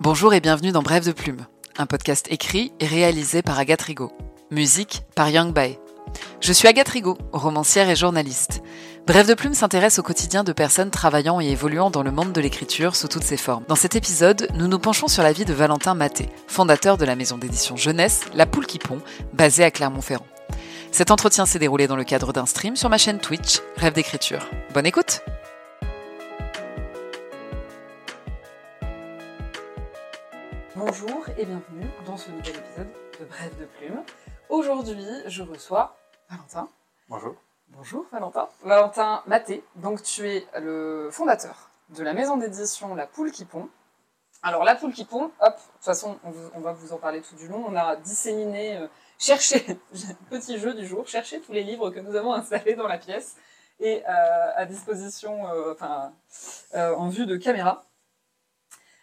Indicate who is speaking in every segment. Speaker 1: Bonjour et bienvenue dans Brève de Plume, un podcast écrit et réalisé par Agathe Rigaud. Musique par Yang Bae. Je suis Agathe Rigaud, romancière et journaliste. Brève de Plume s'intéresse au quotidien de personnes travaillant et évoluant dans le monde de l'écriture sous toutes ses formes. Dans cet épisode, nous nous penchons sur la vie de Valentin Maté, fondateur de la maison d'édition jeunesse La Poule qui pond, basée à Clermont-Ferrand. Cet entretien s'est déroulé dans le cadre d'un stream sur ma chaîne Twitch, Rêve d'écriture. Bonne écoute Bonjour et bienvenue dans ce nouvel épisode de Brève de Plume. Aujourd'hui, je reçois Valentin.
Speaker 2: Bonjour.
Speaker 1: Bonjour Valentin. Valentin Maté, donc tu es le fondateur de la maison d'édition La Poule qui pond. Alors La Poule qui pond, hop, de toute façon on, vous- on va vous en parler tout du long, on a disséminé, euh, cherché, petit jeu du jour, cherché tous les livres que nous avons installés dans la pièce et euh, à disposition, euh, enfin euh, en vue de caméra.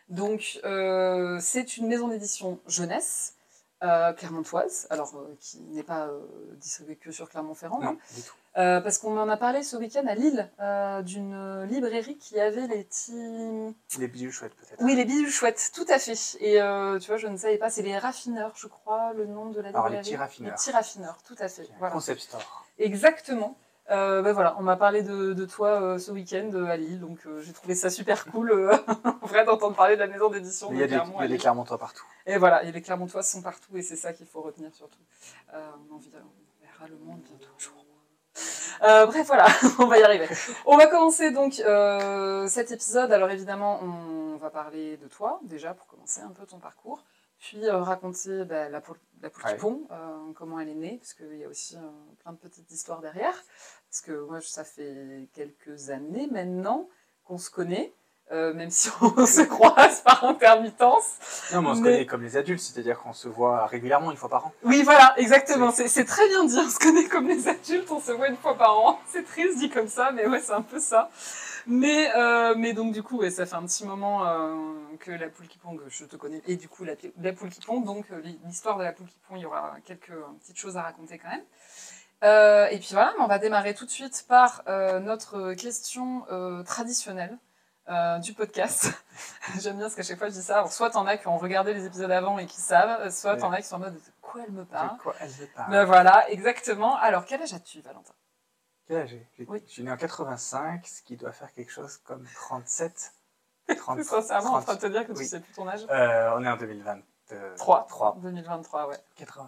Speaker 1: Donc, euh, c'est une maison d'édition jeunesse euh, clermontoise, alors euh, qui n'est pas euh, distribuée que sur Clermont-Ferrand, hein.
Speaker 2: Non, du tout.
Speaker 1: Euh, parce qu'on en a parlé ce week-end à Lille euh, d'une librairie qui avait les petits.
Speaker 2: Les bijoux chouettes, peut-être.
Speaker 1: Oui, les bidules chouettes, tout à fait. Et euh, tu vois, je ne savais pas, c'est les raffineurs, je crois, le nom de la
Speaker 2: Alors,
Speaker 1: librairie.
Speaker 2: les petits raffineurs.
Speaker 1: Les petits raffineurs, tout à fait. Voilà.
Speaker 2: Concept store.
Speaker 1: Exactement. Euh, ben voilà, on m'a parlé de, de toi euh, ce week-end euh, à Lille, donc euh, j'ai trouvé ça super cool, euh, en vrai, d'entendre parler de la maison d'édition. de
Speaker 2: Mais Il y a des,
Speaker 1: Clermont
Speaker 2: il y
Speaker 1: à
Speaker 2: a des
Speaker 1: Lille.
Speaker 2: Clermontois partout.
Speaker 1: Et voilà, et les Clermontois sont partout et c'est ça qu'il faut retenir surtout. Euh, on, en vit- on verra le monde bientôt, je crois. Euh, bref, voilà, on va y arriver. On va commencer donc euh, cet épisode. Alors évidemment, on va parler de toi déjà pour commencer un peu ton parcours, puis euh, raconter bah, la, poule- la poule qui
Speaker 2: Ouais.
Speaker 1: pond, euh, comment elle est née, parce qu'il y a aussi euh, plein de petites histoires derrière. Parce que moi, je- ça fait quelques années maintenant qu'on se connaît, euh, même si on se croise par intermittence.
Speaker 2: Non, mais on se
Speaker 1: Mais-
Speaker 2: connaît comme les adultes, c'est-à-dire qu'on se voit régulièrement une fois par an.
Speaker 1: Oui, voilà, exactement. C'est c'est très bien dit. On se connaît comme les adultes, on se voit une fois par an. C'est triste dit comme ça, mais ouais, c'est un peu ça. Mais, euh, mais donc, du coup, ouais, ça fait un petit moment euh, que la poule qui pond, que je te connais, et du coup, la, pi- la poule qui pond. Donc, euh, l'histoire de la poule qui pond, il y aura quelques euh, petites choses à raconter quand même. Euh, et puis voilà, mais on va démarrer tout de suite par euh, notre question euh, traditionnelle euh, du podcast. J'aime bien parce qu'à chaque fois je dis ça. Alors, soit t'en as qui ont regardé les épisodes avant et qui savent, soit
Speaker 2: Ouais. Ah.
Speaker 1: t'en as qui sont en mode de quoi elle me parle.
Speaker 2: De quoi elle veut parler
Speaker 1: Ben voilà, exactement. Alors quel âge as-tu, Valentin
Speaker 2: Quel âge j'ai J'ai-
Speaker 1: Oui.
Speaker 2: Je suis né en 85, ce qui doit faire quelque chose comme 37.
Speaker 1: Tout
Speaker 2: 30,
Speaker 1: sincèrement, en train de te dire que tu
Speaker 2: oui.
Speaker 1: sais plus ton âge.
Speaker 2: Euh, on est en 2023.
Speaker 1: 3.
Speaker 2: 3.
Speaker 1: 2023, ouais.
Speaker 2: 80,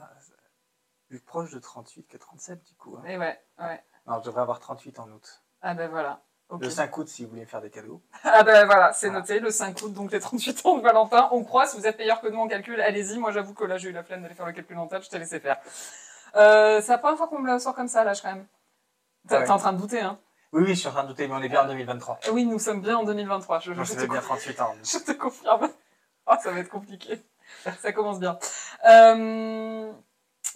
Speaker 2: plus proche de 38 que 37, du coup. hein.
Speaker 1: Et ouais, ouais.
Speaker 2: Non, je devrais avoir 38 en août.
Speaker 1: Ah ben voilà. Ok.
Speaker 2: Le 5 août, si vous voulez me faire des cadeaux.
Speaker 1: Ah ben voilà, c'est
Speaker 2: Voilà.
Speaker 1: noté, le 5 août, donc les 38 ans de Valentin, on croit, si vous êtes meilleur que nous en calcul, allez-y, moi j'avoue que là j'ai eu la flemme d'aller faire le calcul mental, je t'ai laissé faire. Euh, c'est la première fois qu'on me la sort comme ça, là, je quand même. T'es
Speaker 2: Ah ouais.
Speaker 1: t'es en train de douter, hein
Speaker 2: Oui, oui, je suis en train de douter, mais on est bien en 2023.
Speaker 1: Eh Oui, nous sommes bien en 2023, je, je,
Speaker 2: Je
Speaker 1: je
Speaker 2: sais
Speaker 1: te
Speaker 2: bien 38 ans.
Speaker 1: Je te confirme. Ah, ça va être compliqué. Ça commence bien. Euh,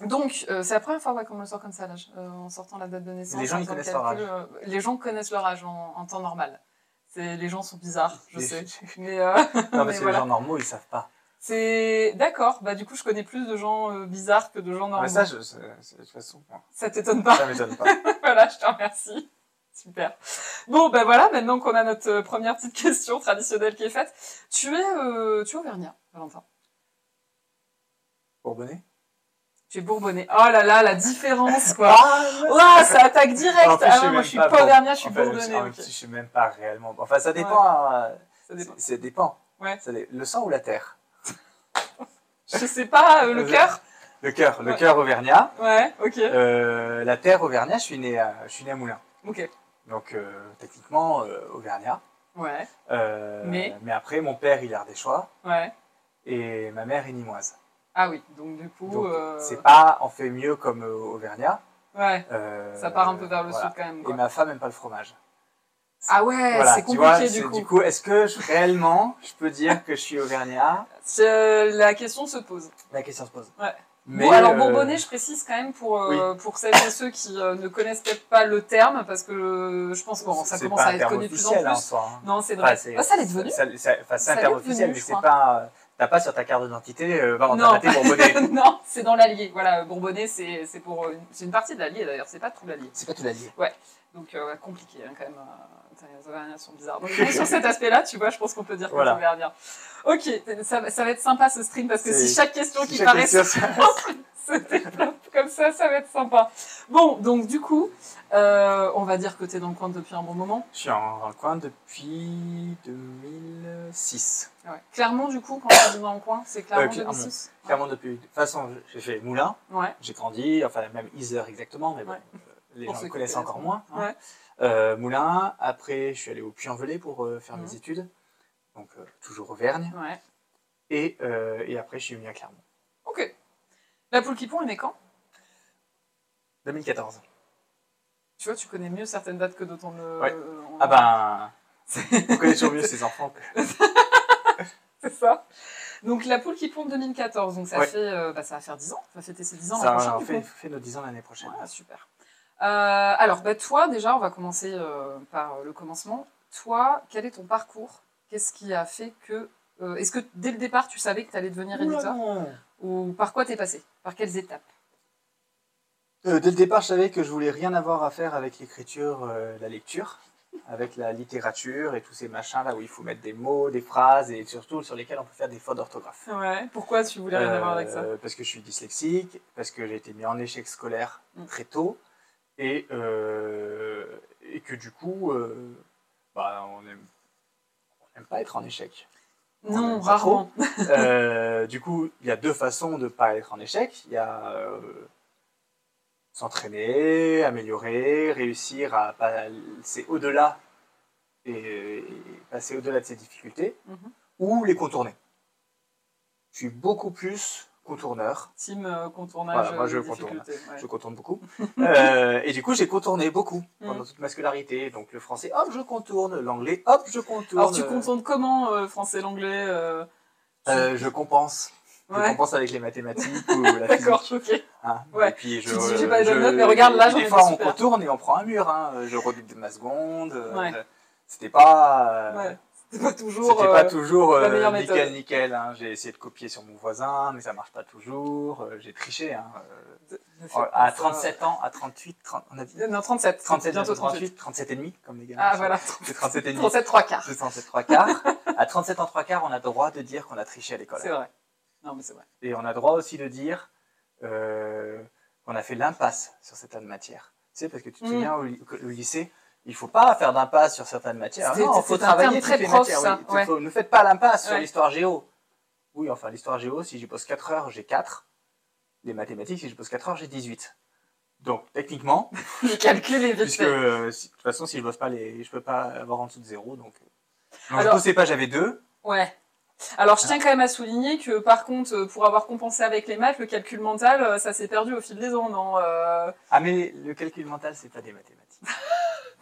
Speaker 1: donc, euh, c'est la première fois ouais, qu'on me le sort comme ça, l'âge, euh, en sortant la date de naissance.
Speaker 2: Les gens,
Speaker 1: en
Speaker 2: ils
Speaker 1: faisant le
Speaker 2: connaissent leur
Speaker 1: calcul, euh, les gens connaissent leur âge en, en temps normal. C'est, les gens sont bizarres, je
Speaker 2: Les-
Speaker 1: sais. Mais, euh,
Speaker 2: Non,
Speaker 1: mais
Speaker 2: parce que
Speaker 1: voilà.
Speaker 2: les gens normaux, ils savent pas.
Speaker 1: C'est d'accord. Bah du coup, je connais plus de gens euh, bizarres que de gens normaux.
Speaker 2: mais ça, je, c'est- c'est- de toute façon, moi,
Speaker 1: Ça t'étonne pas
Speaker 2: ça m'étonne pas.
Speaker 1: voilà, je te remercie. Super. Bon, ben voilà, maintenant qu'on a notre euh, première petite question traditionnelle qui est faite, tu es, euh, tu es auvergnat, Valentin.
Speaker 2: Bourbonnais
Speaker 1: Tu es bourbonnais. Oh là là, la différence, quoi.
Speaker 2: Ah, ouais.
Speaker 1: Ouah, ça attaque direct.
Speaker 2: En plus,
Speaker 1: ah ouais,
Speaker 2: même
Speaker 1: moi, je suis
Speaker 2: pas
Speaker 1: pas
Speaker 2: bour-
Speaker 1: auvergnat, je suis
Speaker 2: en fait,
Speaker 1: bourbonnais.
Speaker 2: en
Speaker 1: ok.
Speaker 2: plus, Je suis même pas réellement. Enfin, ça dépend. euh,
Speaker 1: Ça dépend.
Speaker 2: c'est- Ça dépend.
Speaker 1: Ouais.
Speaker 2: Ça dé- Le sang ou la terre
Speaker 1: Je sais pas, euh, le
Speaker 2: Ouais.
Speaker 1: cœur
Speaker 2: Le cœur, le
Speaker 1: Ouais.
Speaker 2: cœur auvergnat.
Speaker 1: Ouais, ok.
Speaker 2: Euh, la terre auvergnat, je suis né à, je suis né à Moulins.
Speaker 1: Ok.
Speaker 2: Donc, euh, techniquement, euh, auvergnat.
Speaker 1: Ouais,
Speaker 2: Euh,
Speaker 1: Mais
Speaker 2: après, mon père, il est ardéchois
Speaker 1: ouais.
Speaker 2: et ma mère est nimoise.
Speaker 1: Ah oui, donc du coup.
Speaker 2: Donc,
Speaker 1: euh,
Speaker 2: C'est pas en fait mieux comme euh, auvergnat.
Speaker 1: Ouais,
Speaker 2: Euh,
Speaker 1: ça part un peu vers le
Speaker 2: voilà.
Speaker 1: sud quand même.
Speaker 2: Et
Speaker 1: quoi.
Speaker 2: ma femme aime pas le fromage.
Speaker 1: Ah ouais,
Speaker 2: Voilà,
Speaker 1: c'est
Speaker 2: tu
Speaker 1: compliqué
Speaker 2: vois,
Speaker 1: du
Speaker 2: c'est-
Speaker 1: coup.
Speaker 2: est-ce que je- réellement je peux dire que je suis auvergnat
Speaker 1: C'est- La question se pose.
Speaker 2: La question se pose.
Speaker 1: Ouais.
Speaker 2: Mais,
Speaker 1: Bon, alors
Speaker 2: euh,
Speaker 1: Bourbonnais, je précise quand même pour, euh, pour celles et ceux qui euh, ne connaissent peut-être pas le terme, parce que euh, je pense que bon, ça
Speaker 2: c'est
Speaker 1: commence
Speaker 2: pas
Speaker 1: à
Speaker 2: un
Speaker 1: être
Speaker 2: terme
Speaker 1: connu de plus en
Speaker 2: officiel
Speaker 1: plus.
Speaker 2: hein, en soi. hein.
Speaker 1: Non, c'est vrai.
Speaker 2: Enfin, c'est-
Speaker 1: Ah, ça l'est devenu
Speaker 2: ça- ça- enfin, c'est
Speaker 1: Ça
Speaker 2: un terme
Speaker 1: l'est devenu,
Speaker 2: officiel, mais
Speaker 1: je
Speaker 2: c'est
Speaker 1: crois.
Speaker 2: pas. euh, T'as pas sur ta carte d'identité euh, Valentin
Speaker 1: Non.
Speaker 2: Maté Bourbonnais.
Speaker 1: Non, c'est dans l'Allier. Voilà, Bourbonnais, c'est c'est pour euh, une- c'est une partie de l'Allier d'ailleurs, c'est pas tout l'Allier.
Speaker 2: c'est pas tout l'allié.
Speaker 1: Donc, euh, ouais, compliqué hein, quand même. euh, les ovariens sont bizarres. Donc, même sur cet aspect-là, tu vois, je pense qu'on peut dire que
Speaker 2: Voilà.
Speaker 1: ça verra bien. Ok, ça, va- ça va être sympa ce stream parce que
Speaker 2: C'est-
Speaker 1: si chaque question
Speaker 2: Si
Speaker 1: qui
Speaker 2: chaque
Speaker 1: paraît
Speaker 2: question, ça-
Speaker 1: se développe comme ça, ça va être sympa. Bon, donc du coup, euh, on va dire que t'es dans le coin depuis un bon moment.
Speaker 2: Je suis en coin depuis 2006.
Speaker 1: Ouais. Clairement, du coup, quand tu dis dans le coin, c'est clairement
Speaker 2: Ouais, clairement.
Speaker 1: 2006. Ouais.
Speaker 2: Clairement, depuis. De toute façon, j'ai fait Moulin,
Speaker 1: Ouais.
Speaker 2: j'ai grandi, enfin, même Iser exactement, mais bon,
Speaker 1: Ouais.
Speaker 2: euh, les
Speaker 1: Pour
Speaker 2: gens
Speaker 1: ceux
Speaker 2: le
Speaker 1: qui
Speaker 2: connaissent encore moins. hein.
Speaker 1: Ouais.
Speaker 2: Euh, Moulin, après, je suis allé au Puy-en-Velay pour euh, faire
Speaker 1: Mhm.
Speaker 2: mes études, donc euh, toujours Auvergne,
Speaker 1: Ouais.
Speaker 2: et, euh, et après, je suis venu à Clermont.
Speaker 1: Ok. La poule qui pond, elle est quand
Speaker 2: 2014.
Speaker 1: Tu vois, tu connais mieux certaines dates que d'autres. Euh,
Speaker 2: Ouais.
Speaker 1: euh, en-
Speaker 2: Ah ben,
Speaker 1: C'est
Speaker 2: on connaît toujours mieux ses enfants.
Speaker 1: c'est ça. Donc la poule qui pond 2014, donc ça
Speaker 2: Ouais.
Speaker 1: fait, euh, bah, ça va faire 10 ans. Ça va fêter ses 10 ans
Speaker 2: Ça
Speaker 1: l'an prochain,
Speaker 2: en
Speaker 1: du
Speaker 2: fait,
Speaker 1: coup.
Speaker 2: fait nos 10 ans l'année prochaine.
Speaker 1: Ouais, super. Euh, alors, bah, toi, déjà, on va commencer euh, par euh, le commencement. Toi, quel est ton parcours Qu'est-ce qui a fait que. euh, Est-ce que dès le départ, tu savais que tu allais devenir
Speaker 2: Oula,
Speaker 1: éditeur
Speaker 2: non.
Speaker 1: Ou par quoi t'es passé Par quelles étapes
Speaker 2: Euh, dès le départ, je savais que je voulais rien avoir à faire avec l'écriture, euh, la lecture, avec la littérature et tous ces machins là où il faut mettre des mots, des phrases et surtout sur lesquels on peut faire des fautes d'orthographe.
Speaker 1: Ouais. Pourquoi tu voulais rien avoir avec ça
Speaker 2: Euh, parce que je suis dyslexique, parce que j'ai été mis en échec scolaire
Speaker 1: Mm.
Speaker 2: très tôt et, euh, et que du coup, euh, bah, on n'aime pas être en échec.
Speaker 1: Non,
Speaker 2: euh, pas trop.
Speaker 1: rarement.
Speaker 2: Euh, du coup, il y a deux façons de ne pas être en échec. Il y a euh, s'entraîner, améliorer, réussir à passer au-delà et, et passer au-delà de ses difficultés,
Speaker 1: Mhm.
Speaker 2: ou les contourner. Je suis beaucoup plus contourneur.
Speaker 1: Team euh, contournage.
Speaker 2: Voilà, moi, je
Speaker 1: euh,
Speaker 2: contourne.
Speaker 1: difficulté, ouais.
Speaker 2: Je contourne beaucoup. Euh, et du coup, j'ai contourné beaucoup pendant
Speaker 1: Mhm.
Speaker 2: toute ma scolarité. Donc le français, hop, je contourne. L'anglais, hop, je contourne.
Speaker 1: Alors, tu contournes comment euh, français, l'anglais euh,
Speaker 2: Euh, Je compense. Je
Speaker 1: Ouais.
Speaker 2: compense avec les mathématiques ou la physique.
Speaker 1: D'accord, ok.
Speaker 2: Hein,
Speaker 1: Ouais.
Speaker 2: Et puis je,
Speaker 1: Tu dis, j'ai pas les bonnes
Speaker 2: je-
Speaker 1: notes, mais regarde, là, j'en ai
Speaker 2: Des
Speaker 1: des
Speaker 2: fois, on
Speaker 1: super.
Speaker 2: contourne et on prend un mur. Hein. Je redouble de ma seconde. euh,
Speaker 1: Ouais.
Speaker 2: C'était pas. euh,
Speaker 1: Ouais. C'était pas toujours.
Speaker 2: C'était pas
Speaker 1: euh,
Speaker 2: toujours
Speaker 1: la
Speaker 2: euh,
Speaker 1: meilleure
Speaker 2: nickel,
Speaker 1: méthode.
Speaker 2: nickel. hein. J'ai essayé de copier sur mon voisin, mais ça marche pas toujours. euh, J'ai triché. Hein. euh,
Speaker 1: ne fais
Speaker 2: à
Speaker 1: pas ça. Euh,
Speaker 2: 37 ans, à 38, 30, on a dit
Speaker 1: Non, 37.
Speaker 2: 37,
Speaker 1: bientôt 38.
Speaker 2: 38, 37 et demi, comme les gars.
Speaker 1: Ah, voilà.
Speaker 2: C'est 37 et demi.
Speaker 1: 37, 3 quarts.
Speaker 2: C'est 37 trois quarts. À 37 ans trois quarts, on a droit de dire qu'on a triché à l'école.
Speaker 1: C'est vrai. Non, mais c'est vrai.
Speaker 2: Et on a droit aussi de dire euh, qu'on a fait l'impasse sur certaines matières. Tu sais, parce que tu te
Speaker 1: Mm.
Speaker 2: souviens, au, ly- au lycée, il faut pas faire d'impasse sur certaines matières.
Speaker 1: C'était-
Speaker 2: Non, il
Speaker 1: c'était
Speaker 2: faut
Speaker 1: un
Speaker 2: travailler
Speaker 1: terme
Speaker 2: toutes
Speaker 1: très
Speaker 2: les
Speaker 1: prof,
Speaker 2: matières.
Speaker 1: ça,
Speaker 2: oui.
Speaker 1: ouais.
Speaker 2: Faut- ne faites pas l'impasse sur
Speaker 1: Ouais.
Speaker 2: l'histoire géo. Oui, enfin, l'histoire géo, si j'y pose 4 heures, j'ai 4. Les mathématiques, si je pose 4 heures, j'ai 18. Donc, techniquement,
Speaker 1: Le calcul est vite
Speaker 2: puisque
Speaker 1: fait.
Speaker 2: euh, si- de toute façon, si je bosse pas, les, je peux pas avoir en dessous de 0. Donc, euh. non, je
Speaker 1: Alors-
Speaker 2: bossais pas, j'avais 2.
Speaker 1: Ouais. Alors, je tiens quand même à souligner que, par contre, euh, pour avoir compensé avec les maths, le calcul mental, euh, ça s'est perdu au fil des ans, non Euh,
Speaker 2: Ah, mais le calcul mental, c'est pas des mathématiques.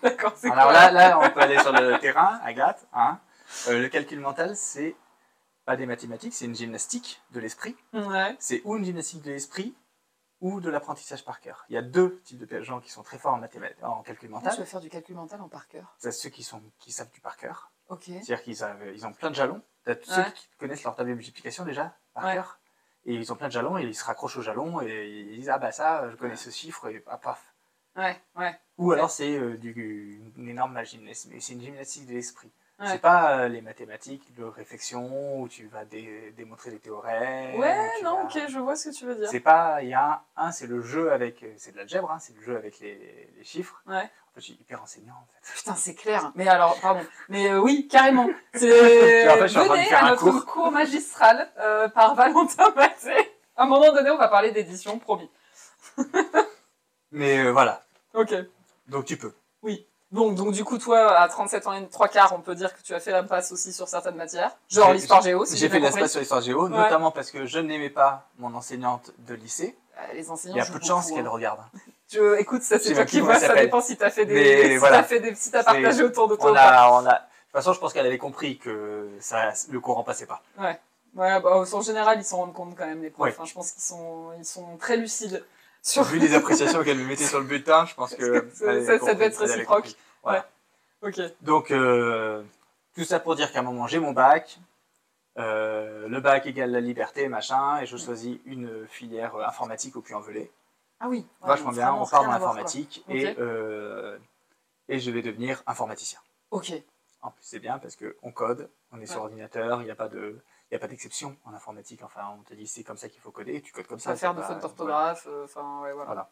Speaker 1: D'accord, c'est
Speaker 2: Alors
Speaker 1: quoi
Speaker 2: là, là, on peut aller sur le terrain, Agathe. Hein. Euh, le calcul mental, c'est pas des mathématiques, c'est une gymnastique de l'esprit.
Speaker 1: Ouais.
Speaker 2: C'est ou une gymnastique de l'esprit ou de l'apprentissage par cœur. Il y a deux types de gens qui sont très forts en, mathématiques, en calcul
Speaker 1: Tu vas
Speaker 2: mental.
Speaker 1: faire du calcul mental en par cœur.
Speaker 2: C'est ceux qui, sont, qui savent du par cœur.
Speaker 1: Ok.
Speaker 2: C'est-à-dire qu'ils savent- ils ont plein de jalons. T'as tous ceux
Speaker 1: Ouais.
Speaker 2: qui connaissent leur table de multiplication déjà par
Speaker 1: Ouais.
Speaker 2: cœur. Et ils ont plein de jalons et ils se raccrochent aux jalons et ils disent Ah bah ça, je connais
Speaker 1: Ouais.
Speaker 2: ce chiffre et ah, paf.
Speaker 1: Ouais, ouais.
Speaker 2: Ou alors c'est euh, du- une énorme gymnastique, mais c'est une gymnastique de l'esprit.
Speaker 1: Ouais.
Speaker 2: C'est pas euh, les mathématiques de réflexion où tu vas dé- démontrer des théorèmes.
Speaker 1: Ouais,
Speaker 2: tu
Speaker 1: non,
Speaker 2: vas-
Speaker 1: ok, je vois ce que tu veux dire.
Speaker 2: C'est pas, il y a un, un, c'est le jeu avec, euh, c'est de l'algèbre, hein, c'est le jeu avec les, les chiffres.
Speaker 1: Ouais.
Speaker 2: En fait, je suis hyper enseignant en fait.
Speaker 1: Putain, c'est clair. Mais alors, pardon. Mais euh, oui, carrément. C'est
Speaker 2: en fait, je suis en train de
Speaker 1: venez
Speaker 2: faire
Speaker 1: à
Speaker 2: un
Speaker 1: notre cours,
Speaker 2: cours.
Speaker 1: magistral euh, par Valentin Massé. À un moment donné, on va parler d'édition, promis.
Speaker 2: Mais euh, voilà,
Speaker 1: Ok.
Speaker 2: donc tu peux.
Speaker 1: Donc, donc du coup, toi, à 37 ans et 3 quarts, on peut dire que tu as fait l'impasse aussi sur certaines matières. Genre
Speaker 2: J'ai-
Speaker 1: l'histoire géo, si
Speaker 2: J'ai fait de
Speaker 1: bien compris.
Speaker 2: l'espace sur l'histoire
Speaker 1: Ouais.
Speaker 2: géo, notamment parce que je n'aimais pas mon enseignante de lycée.
Speaker 1: Euh, les enseignants,
Speaker 2: Il y a
Speaker 1: jouent
Speaker 2: peu de chances
Speaker 1: beaucoup,
Speaker 2: qu'elle
Speaker 1: hein.
Speaker 2: regarde.
Speaker 1: Je- Écoute, ça,
Speaker 2: Je
Speaker 1: c'est
Speaker 2: sais
Speaker 1: toi
Speaker 2: même
Speaker 1: qui
Speaker 2: plus comment
Speaker 1: vois,
Speaker 2: elle
Speaker 1: ça
Speaker 2: s'appelle.
Speaker 1: dépend si t'as fait
Speaker 2: Mais
Speaker 1: des... Si
Speaker 2: voilà.
Speaker 1: t'as fait des... Si t'as
Speaker 2: C'est-
Speaker 1: partagé autour de toi
Speaker 2: On
Speaker 1: ou pas.
Speaker 2: a, on a. De toute façon, je pense qu'elle avait compris que ça, le courant passait pas.
Speaker 1: Ouais, bah, en général, ils s'en rendent compte quand même, les profs.
Speaker 2: Ouais.
Speaker 1: hein. je pense qu'ils sont... Ils sont très lucides sur...
Speaker 2: Vu les appréciations qu'elle me mettait sur le bulletin, je pense que.
Speaker 1: Ça-
Speaker 2: elle
Speaker 1: ça-
Speaker 2: avait
Speaker 1: ça devait être
Speaker 2: compris, elle avait
Speaker 1: réciproque.
Speaker 2: compris.
Speaker 1: Ok.
Speaker 2: Donc, euh, tout ça pour dire qu'à un moment, j'ai mon bac. euh, le bac égale la liberté, machin, et je choisis une filière euh, informatique au Puy-en-Velay.
Speaker 1: Ah oui.
Speaker 2: Vachement bien, on part en
Speaker 1: informatique.
Speaker 2: informatique.
Speaker 1: quoi.
Speaker 2: Et
Speaker 1: Ok.
Speaker 2: euh, et je vais devenir informaticien.
Speaker 1: Ok.
Speaker 2: En plus, c'est bien parce qu'on code, on est sur
Speaker 1: Ouais.
Speaker 2: ordinateur, il n'y a pas de. Il n'y a pas d'exception en informatique. Enfin, on te dit c'est comme ça qu'il faut coder, tu codes comme ça.
Speaker 1: Pas faire
Speaker 2: c'est
Speaker 1: de
Speaker 2: pas-
Speaker 1: faute
Speaker 2: voilà.
Speaker 1: d'orthographe, euh, enfin, ouais, voilà.
Speaker 2: Voilà.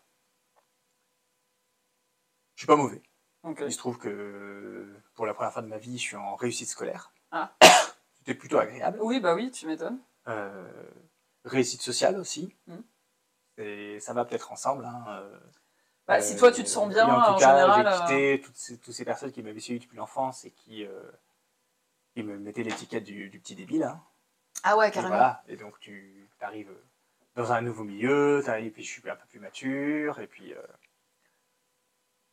Speaker 2: Je suis pas mauvais.
Speaker 1: Ok.
Speaker 2: Il se trouve que pour la première fois de ma vie, je suis en réussite scolaire.
Speaker 1: Ah.
Speaker 2: C'était plutôt agréable.
Speaker 1: Oui, bah oui, tu m'étonnes.
Speaker 2: Euh, réussite sociale aussi.
Speaker 1: Mm.
Speaker 2: Et ça va peut-être ensemble. hein, euh,
Speaker 1: Bah,
Speaker 2: euh,
Speaker 1: si toi, tu te sens bien,
Speaker 2: et en tout
Speaker 1: en
Speaker 2: cas,
Speaker 1: général,
Speaker 2: J'ai
Speaker 1: euh,
Speaker 2: quitté toutes ces, toutes ces personnes qui m'avaient suivi depuis l'enfance et qui, euh, qui me mettaient l'étiquette du, du petit débile. hein.
Speaker 1: Ah ouais,
Speaker 2: Et
Speaker 1: carrément.
Speaker 2: voilà. Et donc, tu arrives dans un nouveau milieu, t'arrives- et puis je suis un peu plus mature, et puis. euh,